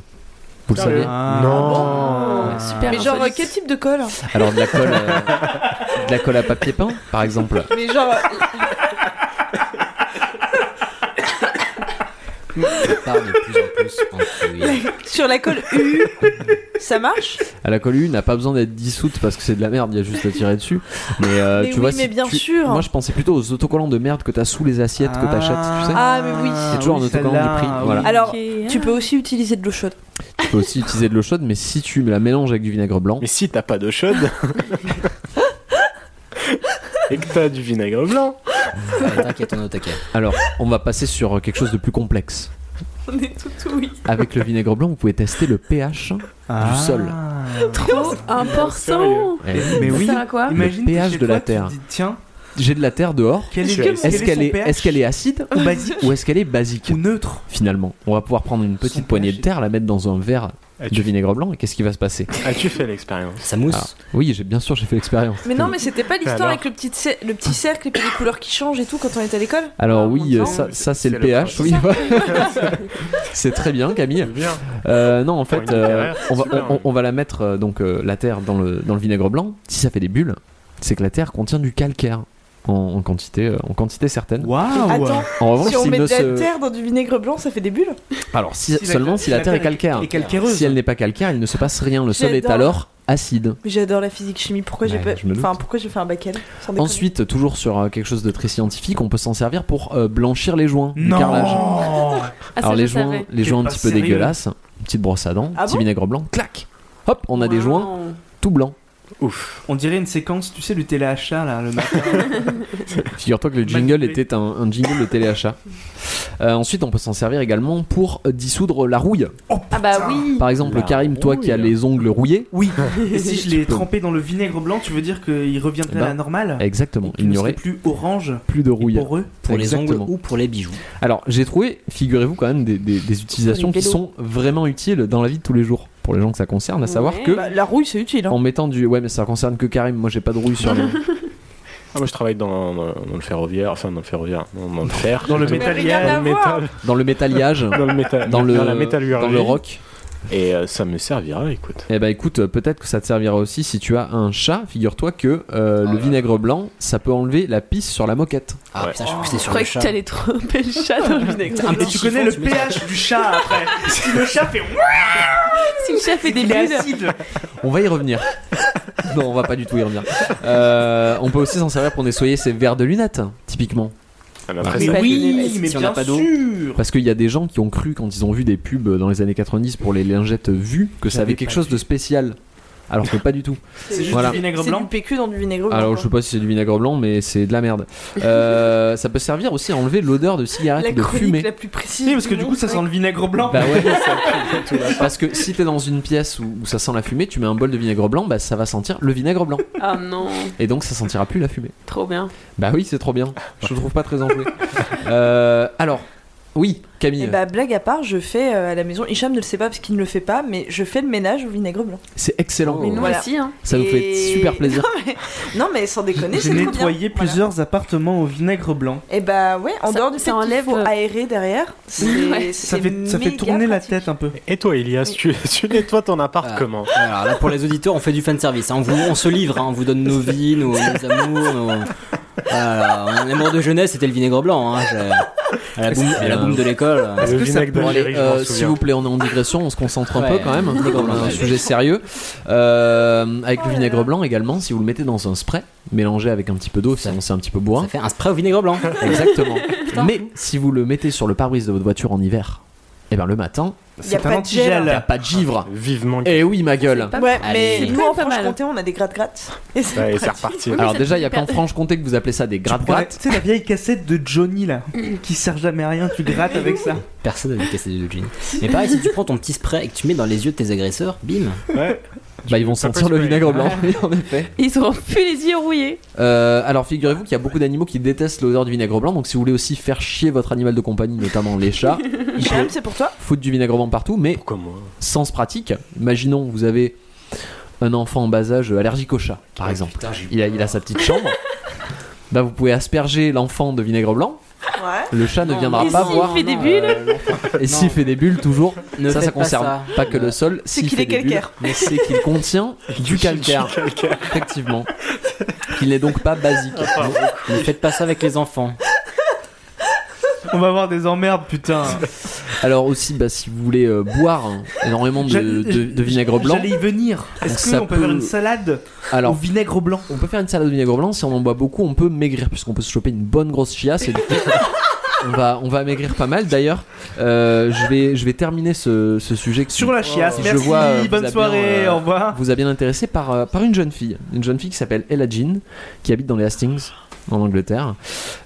Vous Ah, le savez Ah. Non. Super. Mais genre, euh, quel type de colle Alors, de la colle, euh, de la colle à papier peint, par exemple. Mais genre. euh, parle de plus en plus Sur la colle U, ça marche À la colle U n'a pas besoin d'être dissoute parce que c'est de la merde, il y a juste à tirer dessus. Mais, euh, Mais tu oui, vois, mais si bien tu- sûr. Moi, je pensais plutôt aux autocollants de merde que t'as sous les assiettes que t'achètes, tu sais. Ah, mais oui. C'est toujours un autocollant du prix. Voilà. Alors, hein. tu peux aussi utiliser de l'eau chaude. Tu peux aussi utiliser de l'eau chaude, mais si tu la mélanges avec du vinaigre blanc. Mais si t'as pas d'eau chaude. Et que t'as du vinaigre blanc. T'inquiète, on est au taquet. Alors, on va passer sur quelque chose de plus complexe. On est tout oui. Avec le vinaigre blanc, vous pouvez tester le pH Ah. du sol. Trop important. Eh, mais Ça oui. sert à quoi Le Imagine, t'es pH chez de la toi, tu Terre. te dis, Tiens, j'ai de la terre dehors. Quel est- Est-ce quel est son qu'elle est, pH? est-ce qu'elle est acide Ou basique ou est-ce qu'elle est basique ou neutre finalement On va pouvoir prendre une petite poignée de terre, la mettre dans un verre Ah, de vinaigre blanc et qu'est-ce qui va se passer As-tu fait ah, l'expérience Ça mousse. oui, j'ai bien sûr j'ai fait l'expérience. Mais non, mais c'était pas l'histoire Alors avec le petit, cer- le petit cercle et puis les couleurs qui changent et tout quand on est à l'école Alors oui, euh, ça, ça c'est le pH, oui. c'est très bien, Camille. Euh, non, en fait, euh, carrière, on, va, c'est bien. on, on va la mettre euh, donc euh, la terre dans le, dans le vinaigre blanc. Si ça fait des bulles, c'est que la terre contient du calcaire en, en quantité euh, en quantité certaine. Attends, En revanche, si on s'il euh, met ne de la se- terre dans du vinaigre blanc, ça fait des bulles alors si- Si la- seulement si la terre est calcaire. est calcaireuse. Si elle n'est pas calcaire, il ne se passe rien. Le sol est J'adore. alors acide. Mais J'adore la physique chimie, pourquoi j'ai Ouais, pas... je me doute. Enfin, pourquoi j'ai fait un bac L sans déconner. Ensuite, toujours sur euh, quelque chose de très scientifique, on peut s'en servir pour euh, blanchir les joints, Non. le carrelage. Ah, ça, Alors je les savais. joints, les T'es joints un pas petit peu sérieux. dégueulasses, une petite brosse à dents, Ah petit bon vinaigre blanc, clac. Hop, on a des joints tout blancs. Ouf. On dirait une séquence, tu sais, du téléachat là le matin. Figure-toi que le jingle était un, un jingle de téléachat. Euh, ensuite, on peut s'en servir également pour euh, dissoudre la rouille. Ah bah oui Par exemple, Mmh. La Karim, toi qui as les ongles rouillés. Oui. Et si je l'ai Tu peux- trempé dans le vinaigre blanc, tu veux dire qu'il reviendrait Eh ben, à la normale Exactement. Ah. Il Il n'y ne serait aurait plus orange. plus de rouille. poreux. Pour les ongles ou pour les bijoux. Alors, j'ai trouvé, figurez-vous quand même, des, des- des utilisations Pour les qui vélos. sont vraiment utiles dans la vie de tous les jours. Pour les gens que ça concerne, à savoir Ouais. que. Bah, la rouille, c'est utile. hein. En mettant du. Ouais, mais ça concerne que Karim. Moi, j'ai pas de rouille sur moi. Ah, moi je travaille dans, dans- dans le ferroviaire, enfin dans le ferroviaire, dans, dans le fer. Dans le métalliage. Dans le métal. Dans le métalliage. Dans le métal. Dans le- la métallurgie. dans le rock. Et euh, ça me servira, écoute. Eh ben écoute, euh, peut-être que ça te servira aussi si tu as un chat. Figure-toi que euh, le vinaigre blanc, ça peut enlever la pisse sur la moquette. Ah putain, je crois que c'était Je sur le croyais que chat. t'allais tromper le chat dans le vinaigre. Un petit Tu connais le chiffon, tu mets- pH du chat après. si le chat fait Si le chat fait des Il est bulles. acide. On va y revenir. non, on va pas du tout y revenir. Euh, on peut aussi s'en servir pour nettoyer ses verres de lunettes, typiquement. Ah, bah, après, Mais oui, mais bien sûr. Parce qu'il y a des gens qui ont cru quand ils ont vu des pubs dans les années 90 pour les lingettes vues que ça J'avais avait quelque chose de spécial. Alors que pas du tout. C'est juste du vinaigre C'est du blanc. PQ dans du vinaigre blanc. Alors je sais pas si c'est du vinaigre blanc, mais c'est de la merde. Euh, ça peut servir aussi à enlever l'odeur de cigarette hein. La et de chronique fumée. la plus précise. Oui, parce que du coup, ça sent le vinaigre blanc. Bah ouais, parce que si t'es dans une pièce où, où ça sent la fumée, tu mets un bol de vinaigre blanc, bah ça va sentir le vinaigre blanc. Ah non, Et donc ça sentira plus la fumée. trop bien. Bah oui, c'est trop bien. Je trouve pas très enjoué. Euh, alors, oui, Et Camille, bah, blague à part, je fais euh, à la maison, Hicham ne le sait pas parce qu'il ne le fait pas, mais je fais le ménage au vinaigre blanc. c'est excellent. Mais nous Voilà. aussi, hein. Ça nous fait Et- super plaisir. Non mais, non, mais sans déconner, c'est J'ai trop bien. nettoyé plusieurs appartements au vinaigre blanc. Et bah ouais, en Ça- dehors du ça fait qu'il enlève, faut euh, aérer derrière, c'est Ouais. Ça c'est fait, ça fait méga tourner la pratique. tête un peu. Et toi, Elias, tu, tu nettoies ton appart Ah. comment Alors là, pour les auditeurs, on fait du fan service. hein. On, vous- on se livre, hein. on vous donne nos vies, nos, nos amours. Nos... Voilà, mon amour de jeunesse, c'était le vinaigre blanc. Hein. Je- À la boum, à la boum de l'école. euh, Est-ce Le que ça vinaigre peut- Bon, allez, d'Algérie, je m'en euh, souviens. s'il vous plaît, on est en digression, on se concentre un Ouais. peu quand même. hein, Vinaigre blanc, un ouais. sujet sérieux. Euh, avec le vinaigre blanc également, si vous le mettez dans un spray, mélangé avec un petit peu d'eau, sinon c'est un petit peu bourrin. Ça fait un spray au vinaigre blanc. Exactement. Mais si vous le mettez sur le pare-brise de votre voiture en hiver, et ben le matin, Y a pas de gel. hein. y a pas de givre. Vivement. Eh oui, ma gueule. pas- Ouais, Allez. mais nous en Franche-Comté, on a des gratte-gratte. Et c'est Ouais, et c'est pratique. reparti. Alors ça déjà, fait il y a qu'en hyper- Franche-Comté que vous appelez ça des Ouais, gratte-gratte. Tu sais, la vieille cassette de Johnny là, qui sert jamais à rien, tu grattes avec ça. Personne n'avait cassé de jeans. Mais pareil, si tu prends ton petit spray et que tu mets dans les yeux de tes agresseurs, bim. Ouais. Bah ils vont sentir le vinaigre blanc, oui, Ah. en effet. Ils auront plus les yeux rouillés. Euh, alors figurez-vous qu'il y a beaucoup d'animaux qui détestent l'odeur du vinaigre blanc, donc si vous voulez aussi faire chier votre animal de compagnie, notamment les chats, Hicham, c'est pour toi foutre du vinaigre blanc partout, mais Pourquoi moi sens pratique. Imaginons, vous avez un enfant en bas âge allergique au chat, par exemple. il, a, il a sa petite chambre. bah, vous pouvez asperger l'enfant de vinaigre blanc. Ouais. Le chat ne viendra Et pas s'il voir. fait des bulles Et s'il fait des bulles, toujours. Ne ça, ça faites pas concerne ça. pas, que le sol. C'est s'il qu'il fait est des bulles, calcaire. Mais c'est qu'il contient du calcaire. Effectivement. Qu'il n'est donc pas basique. Ne faites pas ça avec les enfants. On va avoir des emmerdes, putain. Alors aussi, bah, si vous voulez euh, boire hein, énormément de, J'allais- de- de vinaigre blanc, J'allais y venir. Donc Est-ce ça qu'on peut faire peut- une salade au alors vinaigre blanc on peut faire une salade de vinaigre blanc. Si on en boit beaucoup, on peut maigrir puisqu'on peut se choper une bonne grosse chiasse. Et du coup, on va, on va maigrir pas mal. D'ailleurs, euh, je vais, je vais terminer ce, ce sujet que- Sur la chiasse, Je merci, vois, euh, vous bonne avez soirée, bien, euh, au revoir. vous a bien intéressé par, euh, par une jeune fille, une jeune fille qui s'appelle Ella Jean, qui habite dans les Hastings, en Angleterre.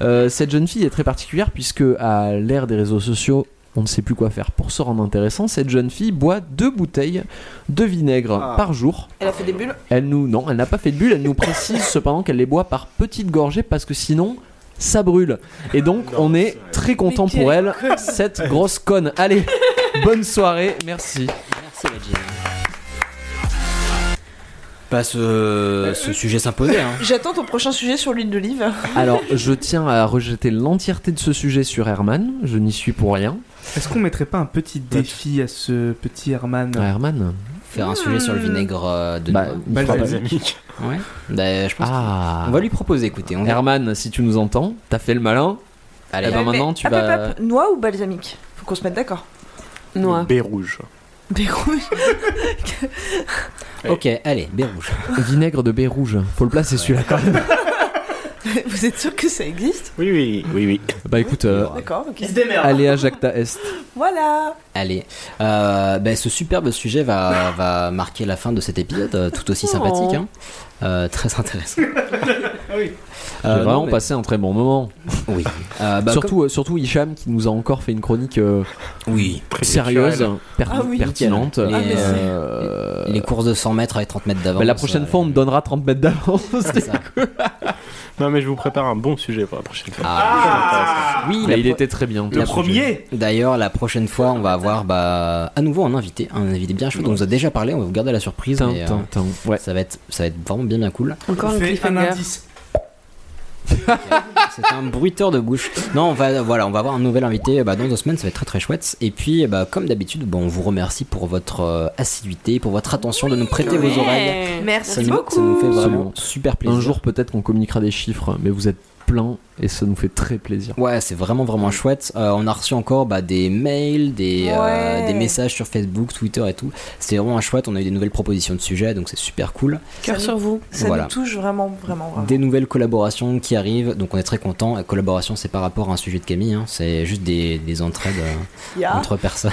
Euh, cette jeune fille est très particulière puisque à l'ère des réseaux sociaux on ne sait plus quoi faire. Pour se rendre intéressant, cette jeune fille boit deux bouteilles de vinaigre Ah. par jour. Elle a fait des bulles Elle nous, non, elle n'a pas fait de bulles. Elle nous précise cependant qu'elle les boit par petites gorgées parce que sinon. Ça brûle. Et donc, on est très content Mais pour quelle elle, conne. cette grosse conne. Allez, bonne soirée, merci. Merci la Jane. Pas ce, ce sujet s'imposait. Hein. J'attends ton prochain sujet sur l'huile d'olive. Alors, je tiens à rejeter l'entièreté de ce sujet sur Herman. Je n'y suis pour rien. Est-ce qu'on mettrait pas un petit défi à ce petit Herman Ah, Herman Faire un sujet sur le vinaigre euh, de Bah, Noël. il Bah, fera les pas. Ouais. Bah, je pense Ah. qu'on va lui proposer, écoutez. On verra. Herman, si tu nous entends, t'as fait le malin. Allez, Ouais, mais- Eh ben, maintenant tu hop, hop, vas. hop, noix ou balsamique Faut qu'on se mette d'accord. Noix. Baie rouge. Ok, allez, baie rouge. Vinaigre de baie rouge. Faut le placer celui-là quand même. Vous êtes sûr que ça existe Oui, oui, oui, oui. Bah écoute, euh, D'accord, ok. Il se démerde. allez à Jacta Est. Voilà Allez, Euh, ben, ce superbe sujet va, va marquer la fin de cet épisode, euh, tout aussi sympathique, hein. Euh, très intéressant. J'ai Euh, vraiment non, mais- passé un très bon moment. Oui. Euh, bah, surtout, euh, surtout Hicham qui nous a encore fait une chronique euh, Oui. sérieuse, per- pertinente. Les, Euh, les courses de 100 mètres avec 30 mètres d'avance. euh, bah, la prochaine fois, on me donnera 30 mètres d'avance. Non, mais je vous prépare un bon sujet pour la prochaine fois. ah, Oui, Mais la il pro- était très bien. la pro- D'ailleurs, la prochaine fois, on va avoir bah, à nouveau un invité, un invité bien chaud. dont On vous a déjà parlé, on va vous garder la surprise. Tin, mais, euh, tin, tin. Ça va être, ça va être vraiment bien, bien cool. Encore un Fais un cliffhanger. indice. C'est un bruiteur de bouche. Non, on va, voilà, on va avoir un nouvel invité bah, dans deux semaines, ça va être très très chouette. Et puis, bah, comme d'habitude, bon, on vous remercie pour votre euh, assiduité, pour votre attention de nous prêter Ouais. vos oreilles. Merci ça nous, beaucoup. Ça nous fait Absolument. vraiment super plaisir. Un jour, peut-être qu'on communiquera des chiffres, mais vous êtes plein et ça nous fait très plaisir. Ouais, c'est vraiment vraiment chouette. Euh, on a reçu encore bah, des mails, des, euh, Ouais. des messages sur Facebook, Twitter et tout. C'est vraiment chouette. On a eu des nouvelles propositions de sujets, donc c'est super cool. Cœur sur vous. Ça Voilà. nous touche vraiment, vraiment. vraiment. Des nouvelles collaborations qui arrivent, donc on est très content. La collaboration, c'est par rapport à un sujet de Camille, hein. c'est juste des, des entraides euh, Yeah. entre personnes.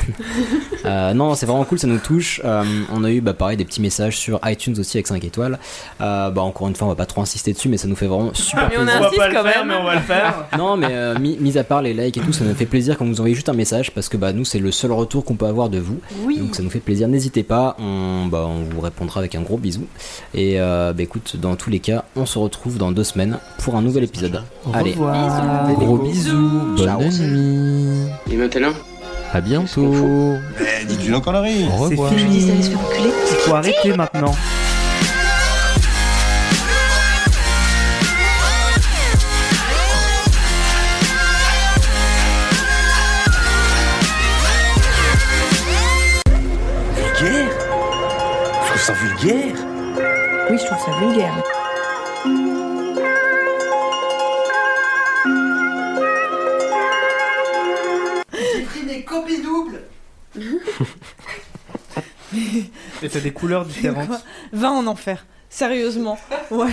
Euh, non, c'est vraiment cool, ça nous touche. Euh, on a eu bah, pareil des petits messages sur iTunes aussi avec 5 étoiles. Euh, bah, encore une fois, on va pas trop insister dessus, mais ça nous fait vraiment super Mais on plaisir. insiste quand même. Non, mais euh, mi- mis à part les likes et tout, ça me fait plaisir quand vous envoyez juste un message parce que bah, nous, c'est le seul retour qu'on peut avoir de vous. Oui. Donc ça nous fait plaisir. N'hésitez pas, on, bah, on vous répondra avec un gros bisou. Et euh, bah, écoute, dans tous les cas, on se retrouve dans deux semaines pour un nouvel épisode. Allez, revoir. Bisous. Gros bisous. Bonne nuit. Et maintenant À bientôt. dis-tu nos conneries. Au revoir. Je lui disais d'aller se faire enculer. Il faut arrêter maintenant. Vulgaire Je trouve ça vulgaire Oui, je trouve ça vulgaire. J'ai pris des copies doubles Et t'as des couleurs différentes. Va en enfer. Sérieusement. Voilà.